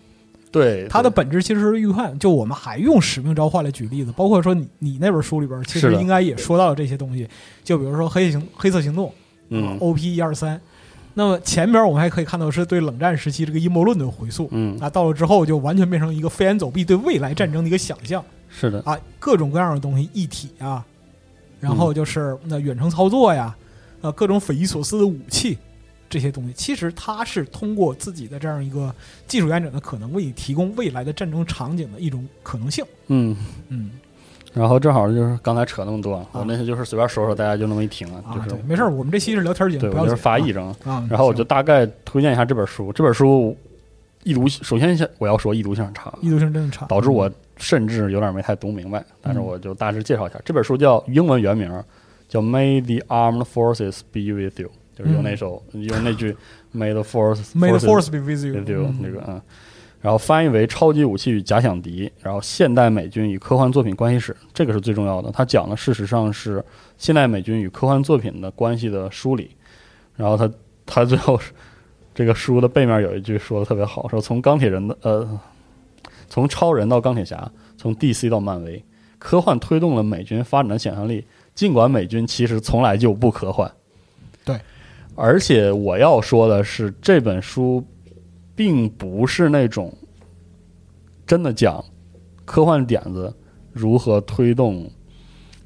[SPEAKER 2] 对
[SPEAKER 3] 它的
[SPEAKER 2] 对
[SPEAKER 3] 本质其实是预判。就我们还用《使命召唤》来举例子，包括说你你那本书里边其
[SPEAKER 2] 是
[SPEAKER 3] 实
[SPEAKER 2] 的
[SPEAKER 3] 应该也说到这些东西，就比如说黑行黑色行动，
[SPEAKER 2] 嗯
[SPEAKER 3] O P 一二三。那么前边我们还可以看到是对冷战时期这个阴谋论的回溯，
[SPEAKER 2] 嗯
[SPEAKER 3] 啊，到了之后就完全变成一个飞檐走壁对未来战争的一个想象
[SPEAKER 2] 是的，
[SPEAKER 3] 啊，各种各样的东西一体啊，然后就是那远程操作呀，呃，各种匪夷所思的武器这些东西，其实它是通过自己的这样一个技术演讲的可能，为你提供未来的战争场景的一种可能性。
[SPEAKER 2] 嗯，
[SPEAKER 3] 嗯，
[SPEAKER 2] 然后正好就是刚才扯那么多，我
[SPEAKER 3] 啊
[SPEAKER 2] 那些就是随便说说，大家就那么一听啊，
[SPEAKER 3] 啊
[SPEAKER 2] 就，是
[SPEAKER 3] 对，没事儿，我们这期是聊天节
[SPEAKER 2] 对
[SPEAKER 3] 目，不
[SPEAKER 2] 我就
[SPEAKER 3] 要
[SPEAKER 2] 是
[SPEAKER 3] 紧
[SPEAKER 2] 发
[SPEAKER 3] 啊
[SPEAKER 2] 一张，
[SPEAKER 3] 啊。
[SPEAKER 2] 然后我就
[SPEAKER 3] 行
[SPEAKER 2] 大概推荐一下这本书。这本书易读，首先先我要说易读性很差，
[SPEAKER 3] 易读性真的差，
[SPEAKER 2] 导致我甚至有点没太读明白，但
[SPEAKER 3] 嗯
[SPEAKER 2] 是我就大致介绍一下。这本书叫英文原名叫《May the Armed Forces Be with You》，就是用那首、用那句 “May the Force
[SPEAKER 3] 嗯 May the
[SPEAKER 2] forces
[SPEAKER 3] force be with you，
[SPEAKER 2] 对对，
[SPEAKER 3] 嗯
[SPEAKER 2] 那个嗯，然后翻译为《超级武器与假想敌》，然后现代美军与科幻作品关系史，这个是最重要的。它讲的事实上是现代美军与科幻作品的关系的梳理。然后他他最后是这个书的背面有一句说的特别好，说从钢铁人的呃，从超人到钢铁侠，从 DC 到漫威，科幻推动了美军发展的想象力，尽管美军其实从来就不科幻。
[SPEAKER 3] 对，
[SPEAKER 2] 而且我要说的是，这本书并不是那种真的讲科幻点子如何推动，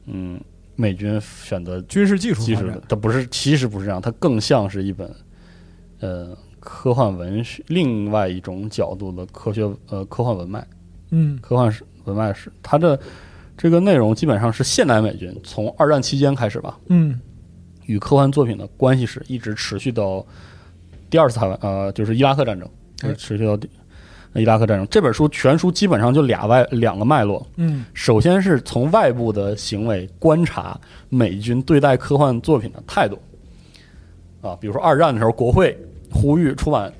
[SPEAKER 2] 嗯，美军选择
[SPEAKER 3] 军事技术
[SPEAKER 2] 技
[SPEAKER 3] 发
[SPEAKER 2] 术
[SPEAKER 3] 展
[SPEAKER 2] 的，它不是，其实不是这样，它更像是一本，呃，科幻文学另外一种角度的科学呃科幻文脉，
[SPEAKER 3] 嗯
[SPEAKER 2] 科幻史文脉史，它的这个内容基本上是现代美军从二战期间开始吧，
[SPEAKER 3] 嗯
[SPEAKER 2] 与科幻作品的关系史，一直持续到第二次海湾呃，就是伊拉克战争，
[SPEAKER 3] 哎
[SPEAKER 2] 持续到第呃伊拉克战争。这本书全书基本上就俩外两个脉络，
[SPEAKER 3] 嗯
[SPEAKER 2] 首先是从外部的行为观察美军对待科幻作品的态度，啊，比如说二战的时候，国会呼吁出版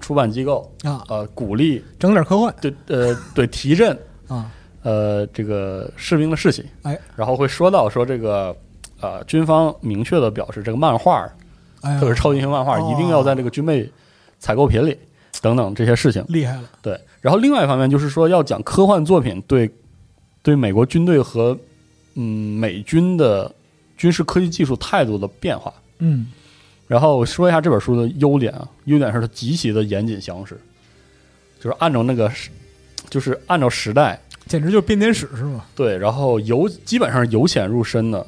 [SPEAKER 2] 出版机构
[SPEAKER 3] 啊，
[SPEAKER 2] 呃鼓励
[SPEAKER 3] 整点科幻
[SPEAKER 2] 对呃对提振
[SPEAKER 3] 啊，
[SPEAKER 2] 呃这个士兵的士气，
[SPEAKER 3] 哎，
[SPEAKER 2] 然后会说到说这个呃军方明确的表示这个漫画儿，
[SPEAKER 3] 哎呀，
[SPEAKER 2] 特别是超级英雄漫画儿
[SPEAKER 3] 哦
[SPEAKER 2] 一定要在这个军备采购品里等等这些事情。
[SPEAKER 3] 厉害了，
[SPEAKER 2] 对，然后另外一方面就是说，要讲科幻作品对对美国军队和嗯美军的军事科技技术态度的变化。
[SPEAKER 3] 嗯
[SPEAKER 2] 然后说一下这本书的优点啊，优点是它极其的严谨详实，就是按照那个时，就是按照时代
[SPEAKER 3] 简直就是编年史是吧？
[SPEAKER 2] 对，然后由基本上是由浅入深的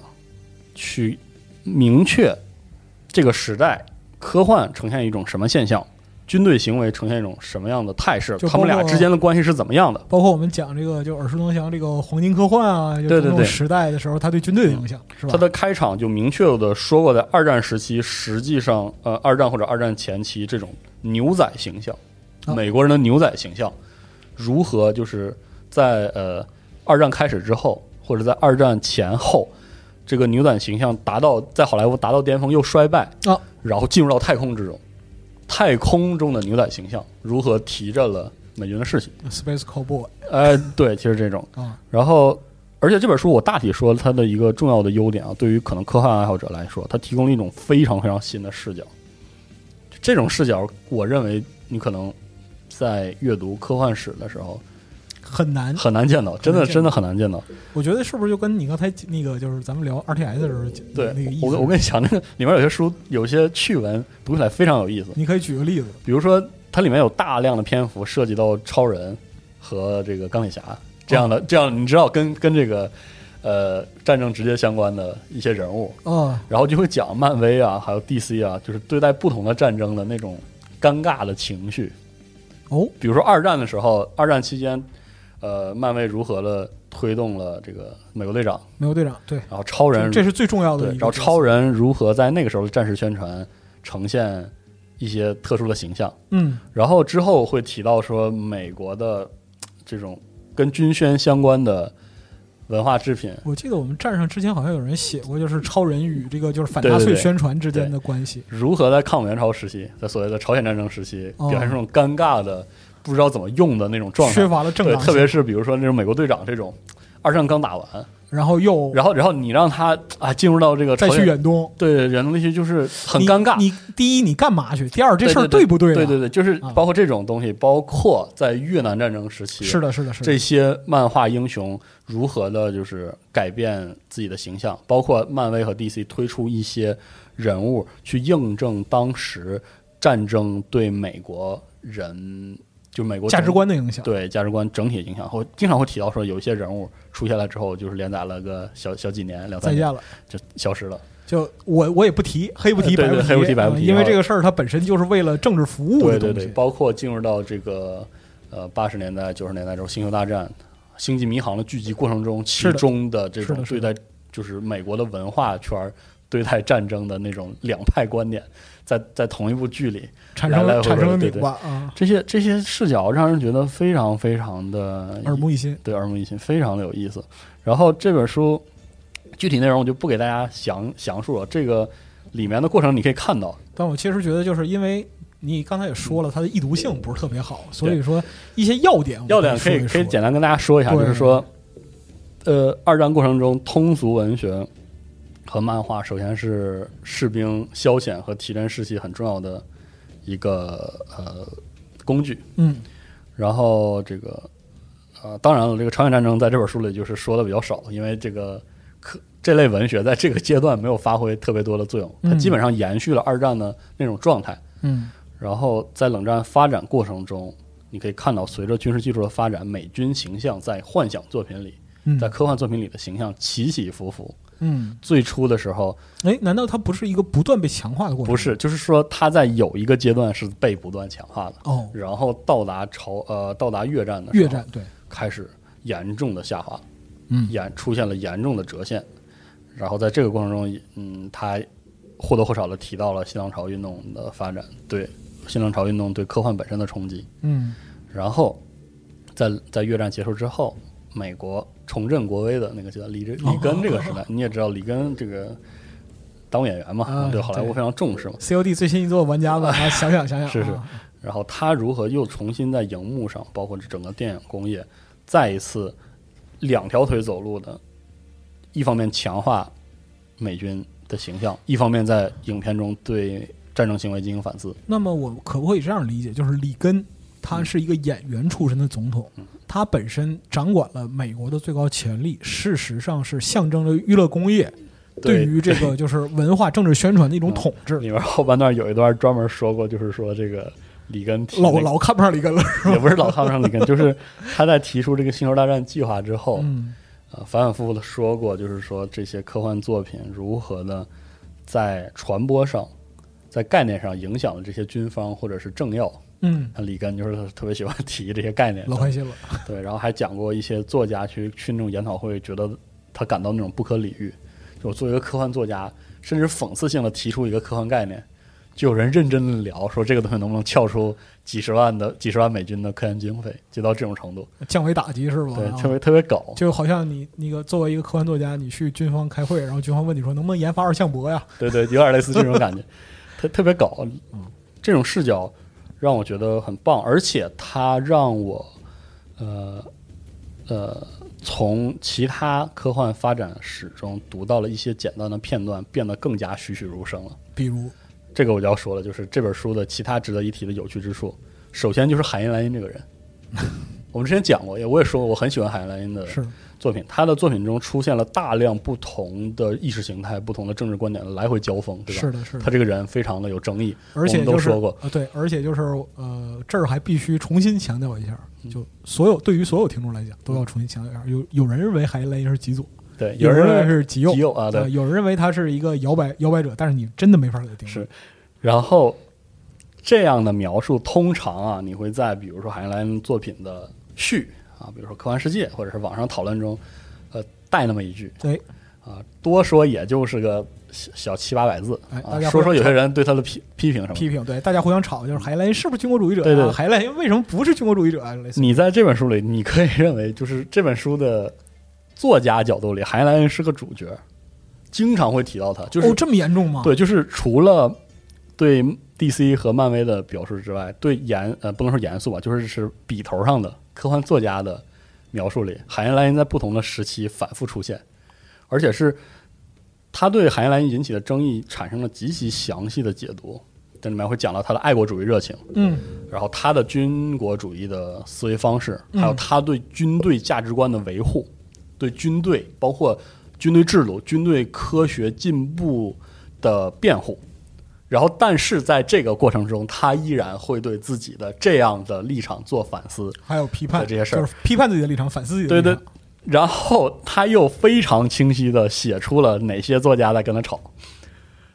[SPEAKER 2] 去明确这个时代科幻呈现一种什么现象，军队行为呈现一种什么样的态势，
[SPEAKER 3] 就
[SPEAKER 2] 他们
[SPEAKER 3] 包
[SPEAKER 2] 俩
[SPEAKER 3] 括
[SPEAKER 2] 之间的关系是怎么样的。
[SPEAKER 3] 包括我们讲这个就耳熟能详这个黄金科幻啊，就
[SPEAKER 2] 对对
[SPEAKER 3] 这种
[SPEAKER 2] 对嗯
[SPEAKER 3] 时代的时候，它对军队的影响是吧？
[SPEAKER 2] 他的开场就明确的说过，在二战时期，实际上，呃，二战或者二战前期这种牛仔形象，
[SPEAKER 3] 啊
[SPEAKER 2] 美国人的牛仔形象，如何就是在呃二战开始之后，或者在二战前后，这个牛仔形象达到在好莱坞达到巅峰又衰败，
[SPEAKER 3] 啊
[SPEAKER 2] 然后进入到太空之中，太空中的牛仔形象如何提振了美军的士气？
[SPEAKER 3] Space Cowboy
[SPEAKER 2] 哎，对，其实这种。
[SPEAKER 3] 啊，
[SPEAKER 2] 然后，而且这本书我大体说它的一个重要的优点啊，对于可能科幻爱好者来说，它提供了一种非常非常新的视角。这种视角，我认为你可能在阅读科幻史的时候
[SPEAKER 3] 很难。
[SPEAKER 2] 很难见到，真的
[SPEAKER 3] 嗯很难见到
[SPEAKER 2] 真的很难见到。
[SPEAKER 3] 我觉得是不是就跟你刚才那个就是咱们聊 RTS 的时候
[SPEAKER 2] 对
[SPEAKER 3] 那个意思？
[SPEAKER 2] 我跟我跟你讲，那个里面有些书有些趣闻读起来非常有意思，
[SPEAKER 3] 你可以举个例子，
[SPEAKER 2] 比如说它里面有大量的篇幅涉及到超人和这个钢铁侠这样的，
[SPEAKER 3] 哦
[SPEAKER 2] 这样你知道跟跟这个呃战争直接相关的一些人物，
[SPEAKER 3] 啊，
[SPEAKER 2] 然后就会讲漫威啊，还有 DC 啊，就是对待不同的战争的那种尴尬的情绪。
[SPEAKER 3] 哦，
[SPEAKER 2] 比如说二战的时候，二战期间，呃，漫威如何的推动了这个美国队长，
[SPEAKER 3] 美国队长，对，
[SPEAKER 2] 然后超人
[SPEAKER 3] 这这是最重要
[SPEAKER 2] 对
[SPEAKER 3] 的，一
[SPEAKER 2] 然
[SPEAKER 3] 个
[SPEAKER 2] 后
[SPEAKER 3] 角色。
[SPEAKER 2] 超人如何在那个时候的战时宣传呈现一些特殊的形象，
[SPEAKER 3] 嗯
[SPEAKER 2] 然后之后会提到说美国的嘖这种跟军宣相关的文化制品，
[SPEAKER 3] 我记得我们站上之前好像有人写过，就是超人与这个就是反
[SPEAKER 2] 对
[SPEAKER 3] 纳
[SPEAKER 2] 对
[SPEAKER 3] 粹
[SPEAKER 2] 对
[SPEAKER 3] 宣传之间的关系。
[SPEAKER 2] 如何在抗美援朝时期，在所谓的朝鲜战争时期，
[SPEAKER 3] 哦
[SPEAKER 2] 表现出那种尴尬的、不知道怎么用的那种状态，
[SPEAKER 3] 缺乏了正
[SPEAKER 2] 对，
[SPEAKER 3] 当性，
[SPEAKER 2] 特别是比如说那种美国队长这种，二战刚打完，
[SPEAKER 3] 然后又
[SPEAKER 2] 然后然后你让他啊进入到这个
[SPEAKER 3] 哦再
[SPEAKER 2] 朝
[SPEAKER 3] 去
[SPEAKER 2] 鲜，
[SPEAKER 3] 远东，
[SPEAKER 2] 对远东地区就是很尴尬。
[SPEAKER 3] 你你第一，你干嘛去？第二，这事儿
[SPEAKER 2] 对
[SPEAKER 3] 不对
[SPEAKER 2] 对？
[SPEAKER 3] 啊？
[SPEAKER 2] 对对对，就是
[SPEAKER 3] 啊
[SPEAKER 2] 包括这种东西，包括在越南战争时期，
[SPEAKER 3] 是的，是的，是的。
[SPEAKER 2] 这些漫画英雄如何的，就是改变自己的形象，包括漫威和 DC 推出一些人物去印证当时战争对美国人，就美国
[SPEAKER 3] 价值
[SPEAKER 2] 整
[SPEAKER 3] 观的影响，
[SPEAKER 2] 对价值观整体影响。会经常会提到说，有一些人物出现了之后，就是连载了个小小几年，两
[SPEAKER 3] 再
[SPEAKER 2] 三年
[SPEAKER 3] 见了。
[SPEAKER 2] 就消失了。
[SPEAKER 3] 就我我也不提，黑不
[SPEAKER 2] 呃
[SPEAKER 3] 提
[SPEAKER 2] 对
[SPEAKER 3] 白不
[SPEAKER 2] 对
[SPEAKER 3] 提，
[SPEAKER 2] 黑不提白不
[SPEAKER 3] 嗯
[SPEAKER 2] 提
[SPEAKER 3] 因为
[SPEAKER 2] 啊
[SPEAKER 3] 这个事儿它本身就是为了政治服务
[SPEAKER 2] 对
[SPEAKER 3] 的东
[SPEAKER 2] 对
[SPEAKER 3] 西。
[SPEAKER 2] 对，包括进入到这个呃八十年代、九十年代之后，《星球大战》星际迷航》的剧集过程中，
[SPEAKER 3] 是
[SPEAKER 2] 其
[SPEAKER 3] 的
[SPEAKER 2] 中的这
[SPEAKER 3] 是
[SPEAKER 2] 种
[SPEAKER 3] 的
[SPEAKER 2] 对
[SPEAKER 3] 是
[SPEAKER 2] 待就是美国的文化圈儿对待战争的那种两派观点，在在同一部剧里，
[SPEAKER 3] 产生
[SPEAKER 2] 来来
[SPEAKER 3] 了
[SPEAKER 2] 回
[SPEAKER 3] 产生了
[SPEAKER 2] 对
[SPEAKER 3] 拧
[SPEAKER 2] 对
[SPEAKER 3] 巴啊，
[SPEAKER 2] 这些这些视角让人觉得非常非常的
[SPEAKER 3] 耳目一新。
[SPEAKER 2] 对耳目一新，非常的有意思。然后这本书具体内容我就不给大家详详述了，这个里面的过程你可以看到，
[SPEAKER 3] 但我其实觉得，就是因为你刚才也说了，它的易读性不是特别好，所以说一些要点我
[SPEAKER 2] 要点可以
[SPEAKER 3] 嗯说一
[SPEAKER 2] 可以
[SPEAKER 3] 说
[SPEAKER 2] 简单跟大家说一下，
[SPEAKER 3] 对
[SPEAKER 2] 就是说，呃，二战过程中通俗文学和漫画首先是士兵消遣和提振士气很重要的一个呃工具，
[SPEAKER 3] 嗯，
[SPEAKER 2] 然后这个呃，当然了，这个朝鲜战争在这本书里就是说的比较少，因为这个可这类文学在这个阶段没有发挥特别多的作用，它
[SPEAKER 3] 嗯
[SPEAKER 2] 基本上延续了二战的那种状态。
[SPEAKER 3] 嗯
[SPEAKER 2] 然后在冷战发展过程中，你可以看到，随着军事技术的发展，美军形象在幻想作品里、
[SPEAKER 3] 嗯
[SPEAKER 2] 在科幻作品里的形象起起伏伏。
[SPEAKER 3] 嗯，
[SPEAKER 2] 最初的时候
[SPEAKER 3] 哎，难道它不是一个不断被强化的过程？
[SPEAKER 2] 不是，就是说他在有一个阶段是被不断强化的，
[SPEAKER 3] 哦，
[SPEAKER 2] 然后到达朝呃到达越战的时候
[SPEAKER 3] 越战对，
[SPEAKER 2] 开始严重的下滑，
[SPEAKER 3] 嗯
[SPEAKER 2] 严出现了严重的折线。然后在这个过程中，嗯，他或多或少的提到了新浪潮运动的发展，对新浪潮运动对科幻本身的冲击。
[SPEAKER 3] 嗯
[SPEAKER 2] 然后在在越战结束之后，美国重振国威的那个阶段，里里根这个
[SPEAKER 3] 哦
[SPEAKER 2] 时代，你也知道，里根这个当演员嘛，
[SPEAKER 3] 啊
[SPEAKER 2] 对好莱坞
[SPEAKER 3] 对
[SPEAKER 2] 非常重视嘛。
[SPEAKER 3] ，COD 最新一座玩家吧，啊想想想想，
[SPEAKER 2] 是是
[SPEAKER 3] 啊
[SPEAKER 2] 然后他如何又重新在荧幕上，包括整个电影工业，再一次两条腿走路的，一方面强化美军的形象，一方面在影片中对战争行为进行反思。
[SPEAKER 3] 那么我可不可以这样理解，就是里根他是一个演员出身的总统，他本身掌管了美国的最高权力，事实上是象征着娱乐工业
[SPEAKER 2] 对嗯
[SPEAKER 3] 对于这个就是文化政治宣传的一种统治。
[SPEAKER 2] 里面后半段有一段专门说过，就是说这个里根提那
[SPEAKER 3] 老
[SPEAKER 2] 个
[SPEAKER 3] 老看不上里根了，是吧
[SPEAKER 2] 也不是老看不上里根，就是他在提出这个星球大战计划之后，
[SPEAKER 3] 嗯
[SPEAKER 2] 呃，反反复复的说过，就是说这些科幻作品如何的在传播上、在概念上影响了这些军方或者是政要。
[SPEAKER 3] 嗯，
[SPEAKER 2] 那里根就是特别喜欢提这些概念的，
[SPEAKER 3] 老开心了。
[SPEAKER 2] 对，然后还讲过一些作家去去那种研讨会，觉得他感到那种不可理喻。就我作为一个科幻作家，甚至讽刺性的提出一个科幻概念，就有人认真的聊说这个东西能不能撬出几十万的几十万美金的科研经费，就到这种程度，
[SPEAKER 3] 降维打击是吧？
[SPEAKER 2] 对，
[SPEAKER 3] 啊
[SPEAKER 2] 特别特别搞。
[SPEAKER 3] 就好像你那个作为一个科幻作家，你去军方开会，然后军方问你说能不能研发二向箔呀？
[SPEAKER 2] 对对，有点类似这种感觉，特特别搞。这种视角让我觉得很棒，而且它让我呃呃从其他科幻发展史中读到了一些简单的片段，变得更加栩栩如生了。
[SPEAKER 3] 比如，
[SPEAKER 2] 这个我就要说了，就是这本书的其他值得一提的有趣之处，首先就是海因莱因这个
[SPEAKER 3] *laughs*
[SPEAKER 2] 人。我们之前讲过，也我也说过，我很喜欢海因莱因的
[SPEAKER 3] 是
[SPEAKER 2] 作品，他的作品中出现了大量不同的意识形态、不同的政治观点的来回交锋，对吧？
[SPEAKER 3] 是的，是的
[SPEAKER 2] 他。这个人非常的有争议，
[SPEAKER 3] 而
[SPEAKER 2] 我
[SPEAKER 3] 且
[SPEAKER 2] 们都
[SPEAKER 3] 就是
[SPEAKER 2] 说过，
[SPEAKER 3] 呃，对，而且就是呃，这儿还必须重新强调一下，
[SPEAKER 2] 嗯
[SPEAKER 3] 就所有对于所有听众来讲，都要重新强调一下。有有人认为海因莱因是极左，
[SPEAKER 2] 对，
[SPEAKER 3] 有人
[SPEAKER 2] 人
[SPEAKER 3] 认为
[SPEAKER 2] 认为
[SPEAKER 3] 是极右
[SPEAKER 2] 极右啊对
[SPEAKER 3] 呃有人认为他是一个摇摆摇摆者，但是你真的没法给他定义。
[SPEAKER 2] 是然后这样的描述，通常啊，你会在比如说海因莱因作品的序啊，比如说《科幻世界》或者是网上讨论中，呃，带那么一句
[SPEAKER 3] 对，
[SPEAKER 2] 啊，多说也就是个小小七八百字
[SPEAKER 3] 哎
[SPEAKER 2] 啊
[SPEAKER 3] 大，家
[SPEAKER 2] 说
[SPEAKER 3] 不
[SPEAKER 2] 说
[SPEAKER 3] 要
[SPEAKER 2] 有些人对他的批批评什么的
[SPEAKER 3] 批评对大家互相吵，就是海因莱因是不是军国主义者、啊？
[SPEAKER 2] 对对对
[SPEAKER 3] 海因莱因为什么不是军国主义者、啊？类似于
[SPEAKER 2] 你在这本书里，你可以认为就是这本书的作家角度里，海因莱因是个主角，经常会提到他，就是、
[SPEAKER 3] 哦，这么严重吗？
[SPEAKER 2] 对，就是除了对 DC 和漫威的表述之外，对严呃不能说严肃吧，就是是笔头上的科幻作家的描述里，海因莱因在不同的时期反复出现，而且是他对海因莱因引起的争议产生了极其详细的解读，这里面会讲到他的爱国主义热情。
[SPEAKER 3] 嗯，
[SPEAKER 2] 然后他的军国主义的思维方式，
[SPEAKER 3] 嗯
[SPEAKER 2] 还有他对军队价值观的维护，对军队包括军队制度、军队科学进步的辩护。然后，但是在这个过程中，他依然会对自己的这样的立场做反思。
[SPEAKER 3] 还有批判
[SPEAKER 2] 对这些事儿
[SPEAKER 3] 就是批判自己的立场，反思自己的
[SPEAKER 2] 对
[SPEAKER 3] 立场。
[SPEAKER 2] 对，然后他又非常清晰的写出了哪些作家在跟他吵，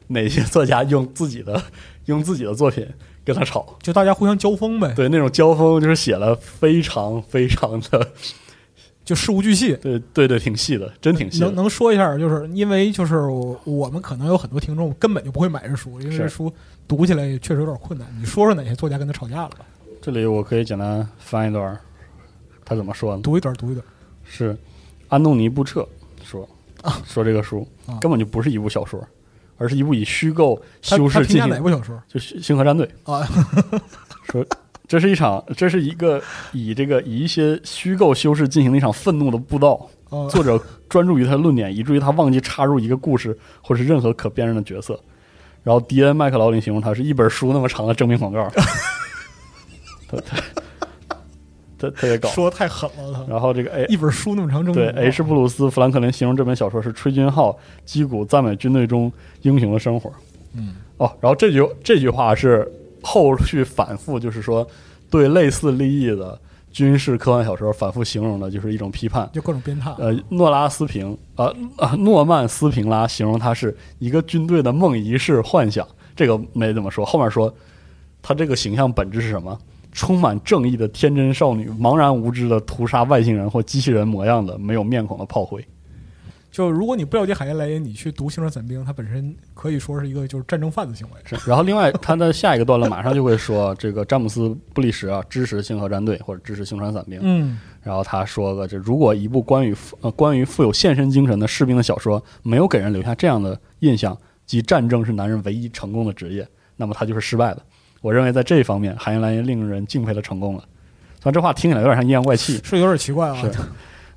[SPEAKER 2] 哪些作家用自己的用自己的作品跟他吵。 *laughs*
[SPEAKER 3] 就大家互相交锋呗。
[SPEAKER 2] 对，那种交锋就是写了非常非常的
[SPEAKER 3] 就事无巨细。
[SPEAKER 2] 对对对，挺细的，真挺细
[SPEAKER 3] 能
[SPEAKER 2] 的。
[SPEAKER 3] 能说一下，就是因为就是我我们可能有很多听众根本就不会买这书，因为这
[SPEAKER 2] 是
[SPEAKER 3] 书读起来也确实有点困难。你说说哪些作家跟他吵架了吧？
[SPEAKER 2] 这里我可以简单翻一段儿，他怎么说呢？
[SPEAKER 3] 读一段，读一段。
[SPEAKER 2] 是安东尼·布彻说说这个书
[SPEAKER 3] 啊
[SPEAKER 2] 根本就不是一部小说，而是一部以虚构
[SPEAKER 3] 他
[SPEAKER 2] 修
[SPEAKER 3] 他
[SPEAKER 2] 饰
[SPEAKER 3] 评
[SPEAKER 2] 进
[SPEAKER 3] 价哪
[SPEAKER 2] 行，
[SPEAKER 3] 部小说
[SPEAKER 2] 就是《星河战队》 *laughs*
[SPEAKER 3] 啊？
[SPEAKER 2] 说。这是一场，这是一个以这个以一些虚构修饰进行的一场愤怒的布道。
[SPEAKER 3] 呃
[SPEAKER 2] 作者专注于他的论点，以至于他忘记插入一个故事或是任何可辨认的角色。然后迪恩·麦克劳林形容他是一本书那么长的证明广告。他他他特别搞。
[SPEAKER 3] 说得太狠了，他
[SPEAKER 2] 然后这个哎 A
[SPEAKER 3] 一本书那么长，真啊
[SPEAKER 2] 对 H. 布鲁斯·富兰克林形容这本小说是吹军号、击鼓、赞美军队中英雄的生活。
[SPEAKER 3] 嗯，
[SPEAKER 2] 哦，然后这句这句话是后续反复，就是说对类似立意的军事科幻小说反复形容的，就是一种批判。
[SPEAKER 3] 就各种鞭挞。
[SPEAKER 2] 呃，诺拉斯平，呃啊，诺曼斯平拉形容它是一个军队的梦遗式幻想，这个没怎么说。后面说，他这个形象本质是什么？充满正义的天真少女，茫然无知的屠杀外星人或机器人模样的没有面孔的炮灰。
[SPEAKER 3] 就如果你不了解海燕莱因，你去读《星战散兵》，它本身可以说是一个就是战争犯的行为。
[SPEAKER 2] 是，然后另外他的下一个段落马上就会说，这个詹姆斯·布利什啊支持星河战队或者支持星船 *laughs* 伞兵，
[SPEAKER 3] 嗯，
[SPEAKER 2] 然后他说了，这如果一部关于呃关于富有献身精神的士兵的小说没有给人留下这样的印象，即战争是男人唯一成功的职业，那么他就是失败的。我认为在这一方面，韩延兰也令人敬佩的成功了。虽然这话听起来有点像阴阳怪气，
[SPEAKER 3] 是有点奇怪啊。
[SPEAKER 2] 是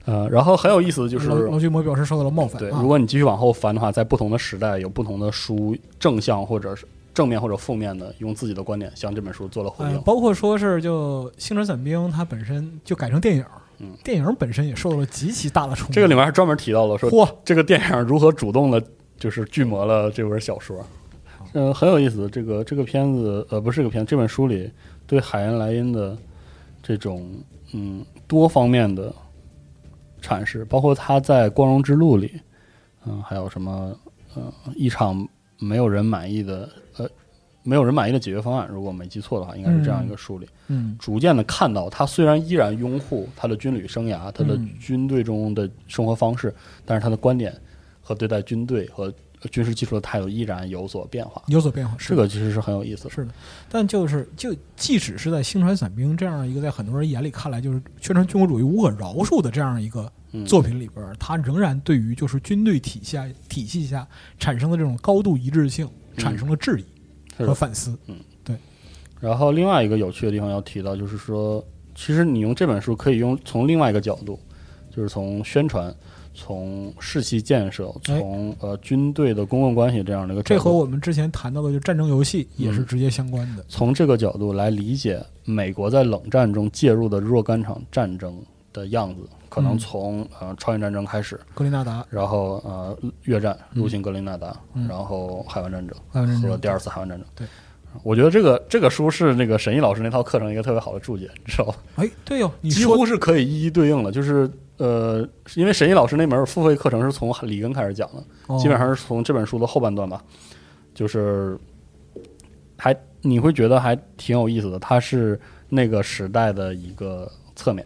[SPEAKER 2] 呃，然后很有意思的就是
[SPEAKER 3] 老老巨魔表示受到了冒犯。
[SPEAKER 2] 对，
[SPEAKER 3] 啊
[SPEAKER 2] 如果你继续往后翻的话，在不同的时代有不同的书正向或者是正面或者负面的，用自己的观点向这本书做了回
[SPEAKER 3] 呃
[SPEAKER 2] 应。
[SPEAKER 3] 包括说是就《星战散兵》，它本身就改成电影，
[SPEAKER 2] 嗯
[SPEAKER 3] 电影本身也受到了极其大的冲击。
[SPEAKER 2] 这个里面还专门提到了说，
[SPEAKER 3] 嚯，
[SPEAKER 2] 这个电影如何主动的，就是巨魔了这本小说，嗯、很有意思。这个这个片子，呃，不是这个片子，这本书里对海恩莱因的这种嗯多方面的阐释，包括他在《光荣之路》里，嗯、还有什么呃一场没有人满意的呃没有人满意的解决方案，如果没记错的话，应该是这样一个书里。
[SPEAKER 3] 嗯，
[SPEAKER 2] 逐渐的看到，他虽然依然拥护他的军旅生涯、他的
[SPEAKER 3] 嗯
[SPEAKER 2] 军队中的生活方式，但是他的观点和对待军队和军事技术的态度依然有所变化。
[SPEAKER 3] 有所变化。是
[SPEAKER 2] 这个其实是很有意思的。
[SPEAKER 3] 是的，但就是就即使是在《星船散兵》这样一个在很多人眼里看来就是宣传军国主义无可饶恕的这样一个
[SPEAKER 2] 嗯
[SPEAKER 3] 作品里边儿，他仍然对于就是军队体系下体系下产生的这种高度一致性产生了质疑
[SPEAKER 2] 嗯是
[SPEAKER 3] 和
[SPEAKER 2] 的
[SPEAKER 3] 反思。
[SPEAKER 2] 然后另外一个有趣的地方要提到，就是说，其实你用这本书可以用从另外一个角度，就是从宣传、从士气建设、
[SPEAKER 3] 哎
[SPEAKER 2] 从、呃军队的公共关系这样的嗯一个
[SPEAKER 3] 这
[SPEAKER 2] 角度
[SPEAKER 3] 和我们之前谈到的就战争游戏也是直接相关的。
[SPEAKER 2] 从这个角度来理解美国在冷战中介入的若干场战争的样子，可
[SPEAKER 3] 嗯
[SPEAKER 2] 能从、呃朝鲜战争开始，
[SPEAKER 3] 格林纳达
[SPEAKER 2] 然后呃越战入侵格林纳达，
[SPEAKER 3] 嗯
[SPEAKER 2] 然后海湾战争
[SPEAKER 3] 海湾战争
[SPEAKER 2] 和第二次海湾战争。嗯
[SPEAKER 3] 对，
[SPEAKER 2] 我觉得这个这个书是那个沈毅老师那套课程一个特别好的注解，你知道吧？
[SPEAKER 3] 哎，对哟、你
[SPEAKER 2] 几
[SPEAKER 3] 说
[SPEAKER 2] 乎是可以一一对应的，就是。呃，因为沈毅老师那门付费课程是从里根开始讲的，
[SPEAKER 3] 哦
[SPEAKER 2] 基本上是从这本书的后半段吧，就是还你会觉得还挺有意思的，它是那个时代的一个侧面，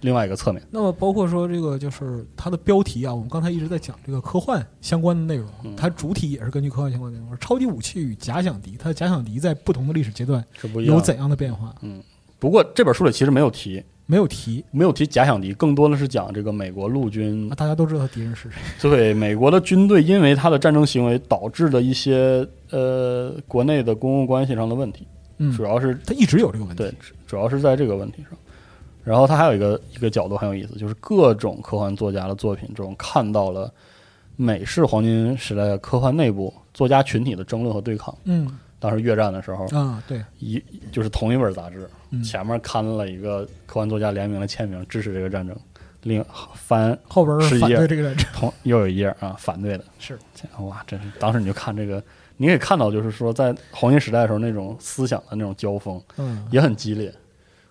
[SPEAKER 2] 另外一个侧面。
[SPEAKER 3] 那么包括说这个就是它的标题啊，我们刚才一直在讲这个科幻相关的内容，
[SPEAKER 2] 嗯
[SPEAKER 3] 它主体也是根据科幻相关的内容。而超级武器与假想敌，它的假想敌在不同的历史阶段
[SPEAKER 2] 是不一样的
[SPEAKER 3] 有怎样的变化？
[SPEAKER 2] 不过这本书里其实没有提，
[SPEAKER 3] 没有提
[SPEAKER 2] 没有提假想敌，更多的是讲这个美国陆军
[SPEAKER 3] 啊，大家都知道敌人是谁。
[SPEAKER 2] *laughs* 对美国的军队因为他的战争行为导致的一些呃国内的公共关系上的问题，
[SPEAKER 3] 嗯，
[SPEAKER 2] 主要是
[SPEAKER 3] 它一直有这个问题。
[SPEAKER 2] 对，主要是在这个问题上。然后他还有一个一个角度很有意思，就是各种科幻作家的作品中看到了美式黄金时代的科幻内部作家群体的争论和对抗。
[SPEAKER 3] 嗯
[SPEAKER 2] 当时越战的时候，
[SPEAKER 3] 啊，对，
[SPEAKER 2] 一就是同一本杂志
[SPEAKER 3] 嗯
[SPEAKER 2] 前面刊了一个科幻作家联名的签名，支持这个战争。另翻
[SPEAKER 3] 后边
[SPEAKER 2] 是
[SPEAKER 3] 是
[SPEAKER 2] 一
[SPEAKER 3] 反
[SPEAKER 2] 页
[SPEAKER 3] 对这个战争。
[SPEAKER 2] 同又有一页啊，反对的
[SPEAKER 3] 是
[SPEAKER 2] 哇，真是当时你就看这个，你可以看到就是说在黄金时代的时候那种思想的那种交锋
[SPEAKER 3] 嗯，
[SPEAKER 2] 也很激烈，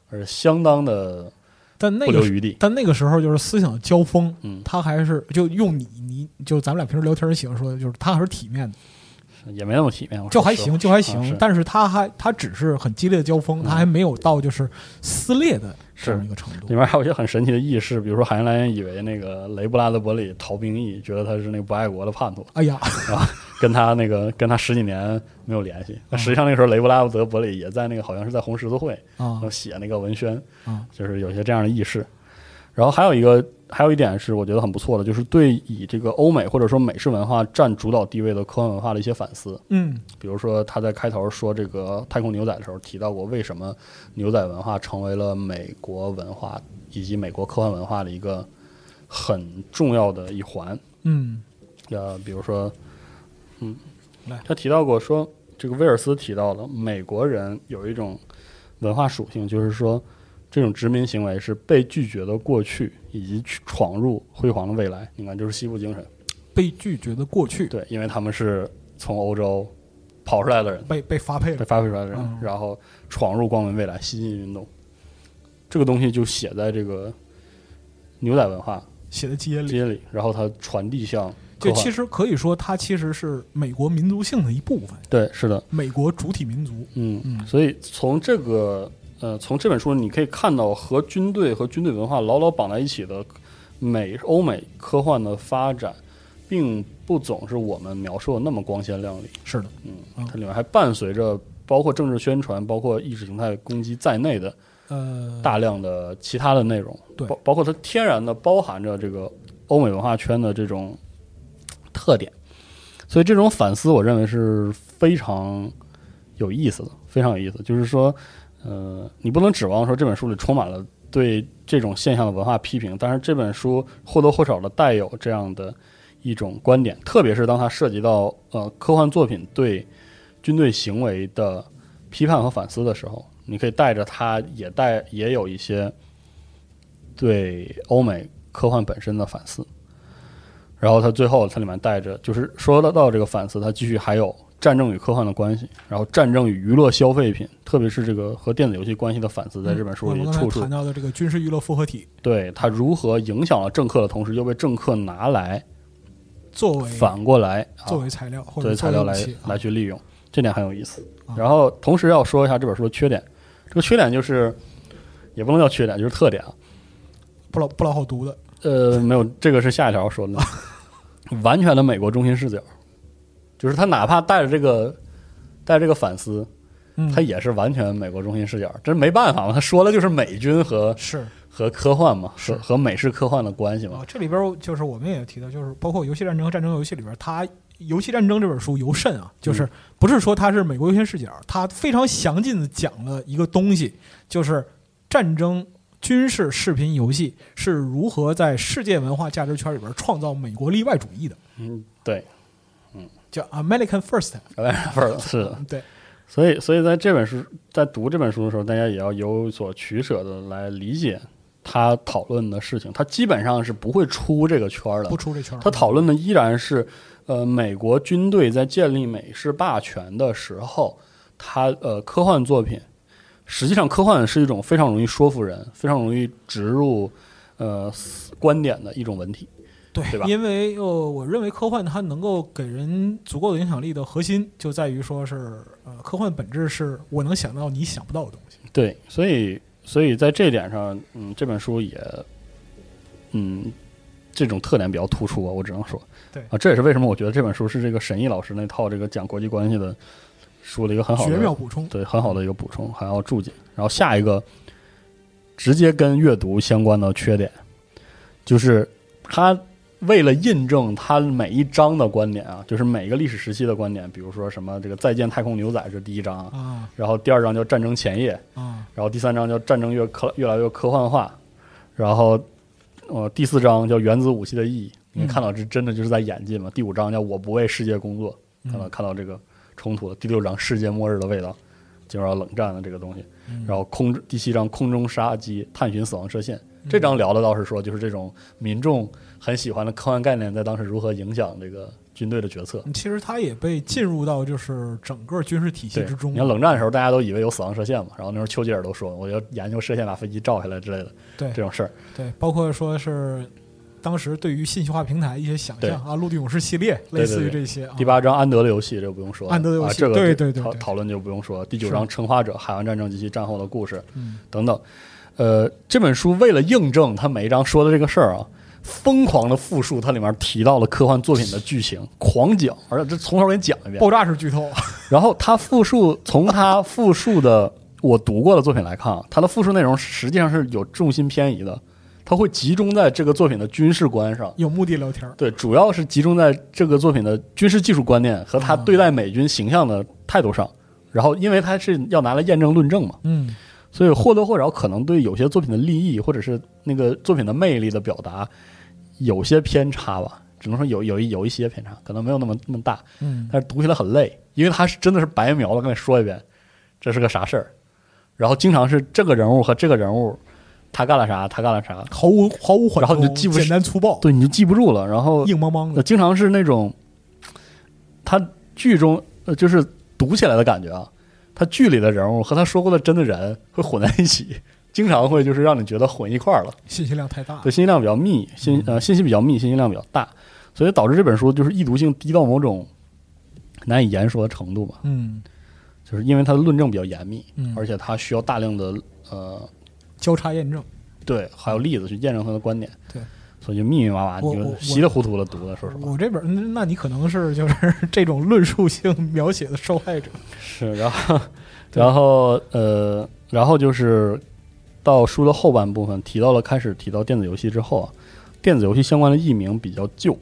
[SPEAKER 2] 而相当的
[SPEAKER 3] 但那
[SPEAKER 2] 不留
[SPEAKER 3] 个
[SPEAKER 2] 余地。
[SPEAKER 3] 但那个时候就是思想交锋，
[SPEAKER 2] 嗯
[SPEAKER 3] 他还是就用你你就咱们俩平时聊天儿喜欢说的，就是他还是体面的。
[SPEAKER 2] 也没那么体面，我
[SPEAKER 3] 就
[SPEAKER 2] 说
[SPEAKER 3] 还
[SPEAKER 2] 实
[SPEAKER 3] 行，
[SPEAKER 2] 话
[SPEAKER 3] 就还
[SPEAKER 2] 啊
[SPEAKER 3] 行，
[SPEAKER 2] 是嗯
[SPEAKER 3] 但是他还他只是很激烈的交锋，他还没有到就是撕裂的这么一个程
[SPEAKER 2] 里
[SPEAKER 3] 度。
[SPEAKER 2] 面还有一些很神奇的意识，比如说海因莱因以为那个雷布拉德伯里逃兵役，觉得他是那个不爱国的叛徒， *laughs*
[SPEAKER 3] 哎呀，
[SPEAKER 2] 然后跟他那个跟他十几年没有联
[SPEAKER 3] 嗯
[SPEAKER 2] 系。那实际上那个时候雷布拉德伯里也在那个好像是在红十字会，
[SPEAKER 3] 啊
[SPEAKER 2] 要写那个文宣，
[SPEAKER 3] 啊
[SPEAKER 2] 就是有些这样的意识。然后还有一个还有一点是我觉得很不错的，就是对以这个欧美或者说美式文化占主导地位的科幻文化的一些反思。
[SPEAKER 3] 嗯
[SPEAKER 2] 比如说他在开头说这个太空牛仔的时候提到过，为什么牛仔文化成为了美国文化以及美国科幻文化的一个很重要的一环。
[SPEAKER 3] 嗯
[SPEAKER 2] 呃，比如说，嗯
[SPEAKER 3] 来，
[SPEAKER 2] 他提到过说，这个威尔斯提到了美国人有一种文化属性，就是说这种殖民行为是被拒绝的过去以及去闯入辉煌的未来。你看，就是西部精神，
[SPEAKER 3] 被拒绝的过去，
[SPEAKER 2] 对，因为他们是从欧洲跑出来的人。
[SPEAKER 3] 被被发配
[SPEAKER 2] 被
[SPEAKER 3] 了。
[SPEAKER 2] 发挥出来的人，
[SPEAKER 3] 嗯
[SPEAKER 2] 然后闯入光明未来，西进运动，这个东西就写在这个牛仔文化
[SPEAKER 3] 写的基因里，
[SPEAKER 2] 街里，然后它传递向科
[SPEAKER 3] 就
[SPEAKER 2] 幻。
[SPEAKER 3] 其实可以说，它其实是美国民族性的一部分，
[SPEAKER 2] 对，是的，
[SPEAKER 3] 美国主体民族。
[SPEAKER 2] 嗯，
[SPEAKER 3] 嗯
[SPEAKER 2] 所以从这个呃，从这本书你可以看到和军队和军队文化牢牢绑在一起的美欧美科幻的发展，并不总是我们描述的那么光鲜亮丽。
[SPEAKER 3] 是的，
[SPEAKER 2] 嗯，它里面还伴随着包括政治宣传、包括意识形态攻击在内的
[SPEAKER 3] 呃，
[SPEAKER 2] 大量的其他的内容，
[SPEAKER 3] 对
[SPEAKER 2] 包包括它天然的包含着这个欧美文化圈的这种特点，所以这种反思，我认为是非常有意思的，非常有意思。就是说，呃，你不能指望说这本书里充满了对这种现象的文化批评，但是这本书或多或少的带有这样的一种观点，特别是当它涉及到呃科幻作品对军队行为的批判和反思的时候，你可以带着它也带也有一些对欧美科幻本身的反思。然后它最后它里面带着就是说到到这个反思，它继续还有战争与科幻的关系，然后战争与娱乐消费品，特别是这个和电子游戏关系的反思，在这本书里
[SPEAKER 3] 我们
[SPEAKER 2] 处
[SPEAKER 3] 刚
[SPEAKER 2] 处
[SPEAKER 3] 才谈到的这个军事娱乐复合体，
[SPEAKER 2] 对它如何影响了政客的同时，又被政客拿来
[SPEAKER 3] 作为
[SPEAKER 2] 反过来啊
[SPEAKER 3] 作为材料或
[SPEAKER 2] 作
[SPEAKER 3] 者
[SPEAKER 2] 为材料
[SPEAKER 3] 武
[SPEAKER 2] 来
[SPEAKER 3] 器啊
[SPEAKER 2] 来去利用，这点很有意思
[SPEAKER 3] 啊。
[SPEAKER 2] 然后同时要说一下这本书的缺点，这个缺点就是也不能叫缺点，就是特点啊。
[SPEAKER 3] 不老不老好读的，
[SPEAKER 2] 呃，没有，这个是下一条说的， *laughs* 完全的美国中心视角，就是他哪怕带着这个带着这个反思，
[SPEAKER 3] 嗯
[SPEAKER 2] 他也是完全美国中心视角，这没办法嘛，他说的就是美军和
[SPEAKER 3] 是
[SPEAKER 2] 和科幻嘛，
[SPEAKER 3] 是
[SPEAKER 2] 和和美式科幻的关系嘛
[SPEAKER 3] 啊，，这里边儿就是我们也提到，就是包括《游戏战争》和《战争游戏》里边儿，它《游戏战争》这本书尤甚啊，
[SPEAKER 2] 嗯
[SPEAKER 3] 就是不是说它是美国优先视角，它非常详尽的讲了一个东西，就是战争军事视频游戏是如何在世界文化价值圈里边儿创造美国例外主义的，
[SPEAKER 2] 嗯，对，
[SPEAKER 3] 叫 American First。啊
[SPEAKER 2] *laughs* 是的。
[SPEAKER 3] 对，
[SPEAKER 2] 所以，所以在这本书在读这本书的时候，大家也要有所取舍的来理解他讨论的事情。他基本上是不会出这个圈儿的
[SPEAKER 3] 不，出这圈儿。
[SPEAKER 2] 他讨论的依然是，呃，美国军队在建立美式霸权的时候，他呃科幻作品，实际上科幻是一种非常容易说服人、非常容易植入呃思观点的一种文体。
[SPEAKER 3] 对
[SPEAKER 2] 对吧
[SPEAKER 3] 因为呃，我认为科幻它能够给人足够的影响力的核心就在于说是呃，科幻本质是我能想到你想不到的东西。
[SPEAKER 2] 对，所以所以在这点上，嗯，这本书也，嗯，这种特点比较突出啊，我只能说，
[SPEAKER 3] 对
[SPEAKER 2] 啊，这也是为什么我觉得这本书是这个沈毅老师那套这个讲国际关系的书的一个很好
[SPEAKER 3] 绝
[SPEAKER 2] 的
[SPEAKER 3] 妙补充。
[SPEAKER 2] 对很好的一个补充，还要注解。然后下一个，直接跟阅读相关的缺点，就是他为了印证他每一章的观点啊，就是每一个历史时期的观点，比如说什么这个再见太空牛仔是第一章啊，
[SPEAKER 3] 啊
[SPEAKER 2] 然后第二章叫战争前夜，
[SPEAKER 3] 啊，
[SPEAKER 2] 然后第三章叫战争越科越来越科幻化，然后呃第四章叫原子武器的意义，你看到这真的就是在演进嘛。第五章叫我不为世界工作，看到看到这个冲突了。第六章世界末日的味道，进入到冷战的这个东西，然后空第七章空中杀机探寻死亡射线。这章聊的倒是说，就是这种民众很喜欢的科幻概念，在当时如何影响这个军队的决策。
[SPEAKER 3] 其实它也被进入到就是整个军事体系
[SPEAKER 2] 对，
[SPEAKER 3] 之中
[SPEAKER 2] 你。看冷战的时候，大家都以为有死亡射线嘛，然后那时候丘吉尔都
[SPEAKER 3] 哎
[SPEAKER 2] 说，我要研究射线把飞机照下来之类的
[SPEAKER 3] 对
[SPEAKER 2] 这种事儿。
[SPEAKER 3] 对，包括说是当时对于信息化平台一些想
[SPEAKER 2] 对
[SPEAKER 3] 象啊，《陆地勇士》系列
[SPEAKER 2] 对
[SPEAKER 3] 类似于
[SPEAKER 2] 对对
[SPEAKER 3] 这些啊。
[SPEAKER 2] 第八章安德的游戏，这个不用说了。
[SPEAKER 3] 安德的游戏
[SPEAKER 2] 啊、这个
[SPEAKER 3] 对对对
[SPEAKER 2] 讨
[SPEAKER 3] 对
[SPEAKER 2] 讨论就不用说了。第九
[SPEAKER 3] 是
[SPEAKER 2] 章《乘化者：海湾战争及其战后的故事》
[SPEAKER 3] 嗯
[SPEAKER 2] 等等。呃，这本书为了印证他每一章说的这个事儿啊，疯狂的复述它里面提到了科幻作品的剧情，狂讲，而且这从头给你讲一遍。
[SPEAKER 3] 爆炸式剧透，
[SPEAKER 2] 然后他复述，从他复述的我读过的作品来看，啊，他的复述内容实际上是有重心偏移的，他会集中在这个作品的军事观上。
[SPEAKER 3] 有目的聊天儿，
[SPEAKER 2] 对，主要是集中在这个作品的军事技术观念和他对待美军形象的态度上。然后，因为他是要拿来验证论证嘛，
[SPEAKER 3] 嗯，
[SPEAKER 2] 所以或多或少可能对有些作品的立意或者是那个作品的魅力的表达有些偏差吧。只能说有有一有一些偏差，可能没有那么那么大，
[SPEAKER 3] 嗯，
[SPEAKER 2] 但是读起来很累，因为他是真的是白描了，跟你说一遍，这是个啥事儿，然后经常是这个人物和这个人物，他干了啥，他干了啥，
[SPEAKER 3] 毫无毫无缓
[SPEAKER 2] 然后
[SPEAKER 3] 冲，
[SPEAKER 2] 你就记不
[SPEAKER 3] 简单粗暴，
[SPEAKER 2] 对，你就记不住了，然后
[SPEAKER 3] 硬邦邦
[SPEAKER 2] 呃，
[SPEAKER 3] 的，
[SPEAKER 2] 经常是那种，他剧中呃就是读起来的感觉啊，他剧里的人物和他说过的真的人会混在一起，经常会就是让你觉得混一块儿了。
[SPEAKER 3] 信息量太大
[SPEAKER 2] 对，，信息量比较密，信
[SPEAKER 3] 嗯
[SPEAKER 2] 呃信息比较密，信息量比较大，所以导致这本书就是易读性低到某种难以言说的程度吧。
[SPEAKER 3] 嗯，
[SPEAKER 2] 就是因为它的论证比较严密，
[SPEAKER 3] 嗯
[SPEAKER 2] 而且它需要大量的呃
[SPEAKER 3] 交叉验证。
[SPEAKER 2] 对，还有例子去验证他的观点。
[SPEAKER 3] 对。
[SPEAKER 2] 所以就密密麻麻，你
[SPEAKER 3] 我我
[SPEAKER 2] 就
[SPEAKER 3] 我
[SPEAKER 2] 稀里糊涂的读了，说实话
[SPEAKER 3] 我这本儿，嗯那你可能是就是 *laughs* 这种论述性描写的受害者，
[SPEAKER 2] 是，然后，然后呃，然后就是到书的后半部分提到了，开始提到电子游戏之后啊，电子游戏相关的译名比较旧，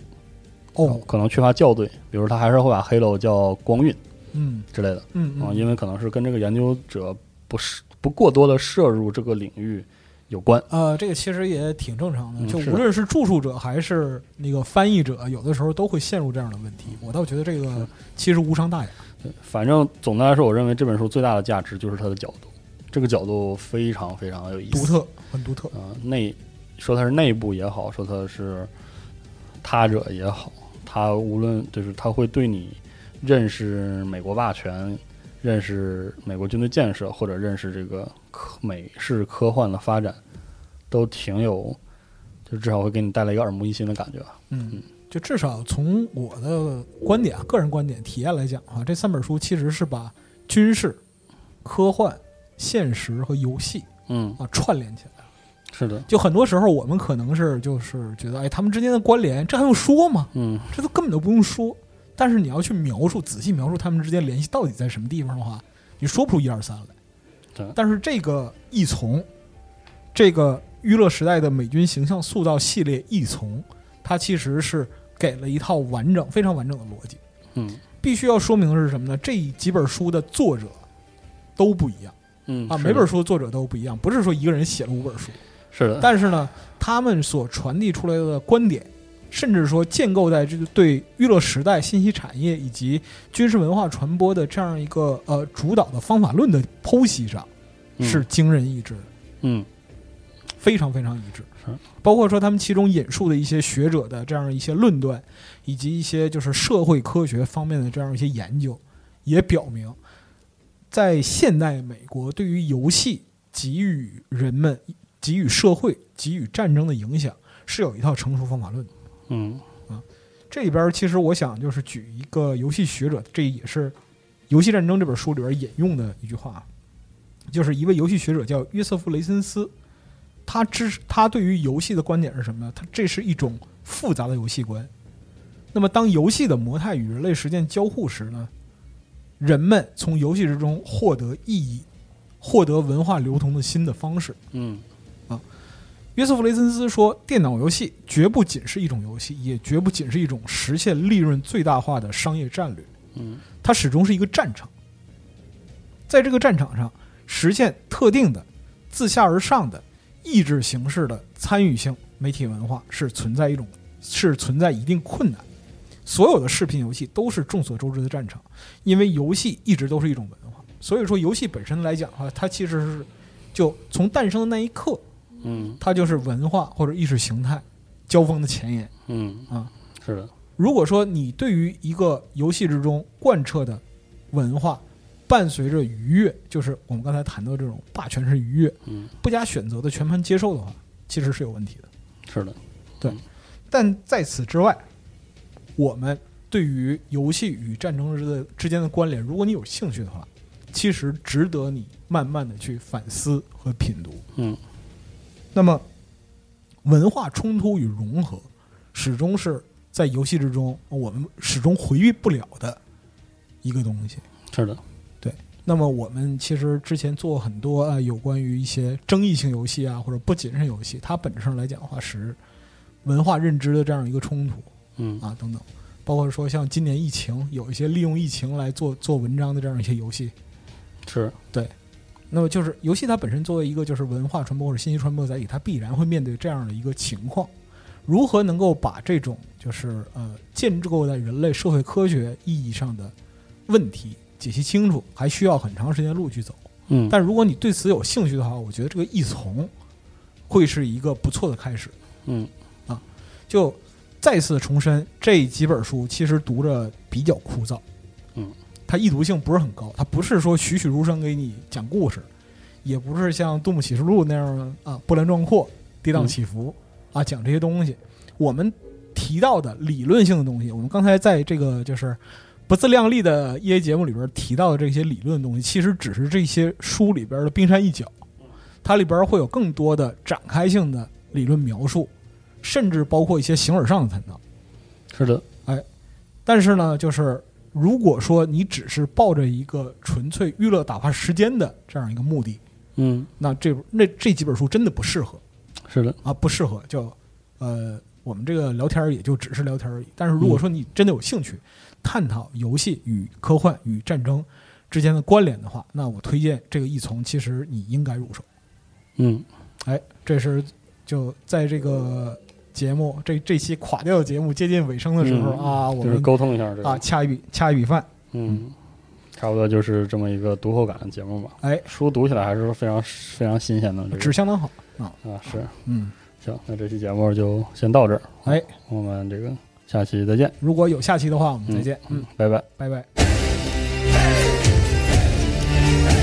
[SPEAKER 3] 哦，
[SPEAKER 2] 可能缺乏校对，比如他还是会把 Halo 叫光晕
[SPEAKER 3] 嗯
[SPEAKER 2] 之类的
[SPEAKER 3] 嗯
[SPEAKER 2] 啊、
[SPEAKER 3] 嗯，
[SPEAKER 2] 因为可能是跟这个研究者不是不过多的摄入这个领域有关。
[SPEAKER 3] 呃，这个其实也挺正常的，
[SPEAKER 2] 嗯
[SPEAKER 3] 就是
[SPEAKER 2] 的
[SPEAKER 3] 无论是著述者还是那个翻译者，有的时候都会陷入这样的问题。我倒觉得这个其实无伤大雅。
[SPEAKER 2] 反正总的来说，我认为这本书最大的价值就是它的角度，这个角度非常非常有意思，
[SPEAKER 3] 独特，很独特。
[SPEAKER 2] 呃，内说它是内部也好，说它是他者也好，它无论就是它会对你认识美国霸权、认识美国军队建设，或者认识这个科美式科幻的发展，都挺有，就至少会给你带来一个耳目一新的感觉吧。
[SPEAKER 3] 嗯，就至少从我的观点、啊个人观点、体验来讲的话，这三本书其实是把军事、科幻、现实和游戏
[SPEAKER 2] 嗯，
[SPEAKER 3] 啊串联起来。
[SPEAKER 2] 是的，
[SPEAKER 3] 就很多时候我们可能是就是觉得，哎，他们之间的关联，这还用说吗？
[SPEAKER 2] 嗯，
[SPEAKER 3] 这都根本都不用说。但是你要去描述，仔细描述他们之间联系到底在什么地方的话，你说不出一二三来。
[SPEAKER 2] 对
[SPEAKER 3] 但是这个异从，这个娱乐时代的美军形象塑造系列异从，它其实是给了一套完整、非常完整的逻辑。
[SPEAKER 2] 嗯
[SPEAKER 3] 必须要说明的是什么呢？这几本书的作者都不一样
[SPEAKER 2] 嗯
[SPEAKER 3] 啊，
[SPEAKER 2] 是
[SPEAKER 3] 每
[SPEAKER 2] 的
[SPEAKER 3] 本书的作者都不一样，不是说一个人写了五本书。
[SPEAKER 2] 是 *laughs* 的，
[SPEAKER 3] 但是呢，他们所传递出来的观点，甚至说建构在这个对娱乐时代、信息产业以及军事文化传播的这样一个呃主导的方法论的剖析上，
[SPEAKER 2] 嗯
[SPEAKER 3] 是惊人一致的，
[SPEAKER 2] 嗯
[SPEAKER 3] 非常非常一致
[SPEAKER 2] 是。
[SPEAKER 3] 包括说他们其中引述的一些学者的这样一些论断，以及一些就是社会科学方面的这样一些研究，也表明，在现代美国对于游戏给予人们、给予社会、给予战争的影响是有一套成熟方法论的。
[SPEAKER 2] 嗯
[SPEAKER 3] 这里边其实我想就是举一个游戏学者，这也是《游戏战争》这本书里边引用的一句话啊，就是一位游戏学者叫约瑟夫·雷森斯，他支持他对于游戏的观点是什么呢？他这是一种复杂的游戏观。那么，当游戏的模态与人类实践交互时呢，人们从游戏之中获得意义，获得文化流通的新的方式。
[SPEAKER 2] 嗯
[SPEAKER 3] 约瑟夫·雷森斯说：“电脑游戏绝不仅是一种游戏，也绝不仅是一种实现利润最大化的商业战略。
[SPEAKER 2] 嗯
[SPEAKER 3] 它始终是一个战场，在这个战场上，实现特定的、自下而上的、意志形式的参与性媒体文化是存在一种是存在一定困难。所有的视频游戏都是众所周知的战场，因为游戏一直都是一种文化。所以说，游戏本身来讲的话，它其实是就从诞生的那一刻。”
[SPEAKER 2] 嗯
[SPEAKER 3] 它就是文化或者意识形态交锋的前沿。
[SPEAKER 2] 嗯
[SPEAKER 3] 啊，
[SPEAKER 2] 是的，
[SPEAKER 3] 如果说你对于一个游戏之中贯彻的文化，伴随着愉悦，就是我们刚才谈到这种霸权式愉悦，
[SPEAKER 2] 嗯
[SPEAKER 3] 不加选择的全盘接受的话，其实是有问题的。
[SPEAKER 2] 是的，
[SPEAKER 3] 但在此之外，我们对于游戏与战争之的之间的关联，如果你有兴趣的话，其实值得你慢慢的去反思和品读。
[SPEAKER 2] 嗯，
[SPEAKER 3] 那么文化冲突与融合，始终是在游戏之中我们始终回避不了的一个东西。
[SPEAKER 2] 是的，
[SPEAKER 3] 对，那么我们其实之前做很多呃有关于一些争议性游戏啊，或者不谨慎游戏，它本质上来讲的话是文化认知的这样一个冲突
[SPEAKER 2] 嗯
[SPEAKER 3] 啊等等，包括说像今年疫情，有一些利用疫情来做做文章的这样一些游戏，
[SPEAKER 2] 是
[SPEAKER 3] 对。那么就是游戏它本身作为一个就是文化传播或者信息传播载体，它必然会面对这样的一个情况。如何能够把这种就是呃建构在人类社会科学意义上的问题解析清楚，还需要很长时间的路去走。
[SPEAKER 2] 嗯，
[SPEAKER 3] 但如果你对此有兴趣的话，我觉得这个异从会是一个不错的开始。
[SPEAKER 2] 嗯
[SPEAKER 3] 就再次重申，这几本书其实读着比较枯燥，
[SPEAKER 2] 嗯，
[SPEAKER 3] 它易读性不是很高，它不是说栩栩如生给你讲故事，也不是像《杜牧启示录》那样的啊波澜壮阔、跌宕起伏、啊讲这些东西。我们提到的理论性的东西，我们刚才在这个就是。不自量力的 EA 节目里边提到的这些理论的东西，其实只是这些书里边的冰山一角，它里边会有更多的展开性的理论描述，甚至包括一些形而上的谈到。
[SPEAKER 2] 是的，
[SPEAKER 3] 但是呢，就是如果说你只是抱着一个纯粹娱乐打发时间的这样一个目的，
[SPEAKER 2] 嗯
[SPEAKER 3] 那这那这几本书真的不适合
[SPEAKER 2] 是的，
[SPEAKER 3] 啊，不适合。就呃，我们这个聊天儿也就只是聊天儿而已。但是如果说你真的有兴趣探讨游戏与科幻与战争之间的关联的话，那我推荐这个异从，其实你应该入手。
[SPEAKER 2] 嗯
[SPEAKER 3] 哎，这是就在这个节目这这期垮掉的节目接近尾声的时候、
[SPEAKER 2] 嗯
[SPEAKER 3] 啊，我
[SPEAKER 2] 就是
[SPEAKER 3] 们
[SPEAKER 2] 沟通一下这个
[SPEAKER 3] 啊掐一笔掐一笔饭，
[SPEAKER 2] 嗯，差不多就是这么一个读后感的节目吧。
[SPEAKER 3] 哎，
[SPEAKER 2] 书读起来还是非常非常新鲜的，这
[SPEAKER 3] 纸
[SPEAKER 2] 个
[SPEAKER 3] 相当好啊，
[SPEAKER 2] 啊是。
[SPEAKER 3] 嗯，
[SPEAKER 2] 行，那这期节目就先到这儿，
[SPEAKER 3] 哎，
[SPEAKER 2] 我们这个下期再见，
[SPEAKER 3] 如果有
[SPEAKER 2] 嗯
[SPEAKER 3] 嗯下期的话，我们再见，嗯，
[SPEAKER 2] 拜拜。
[SPEAKER 3] 拜拜。
[SPEAKER 4] Hey!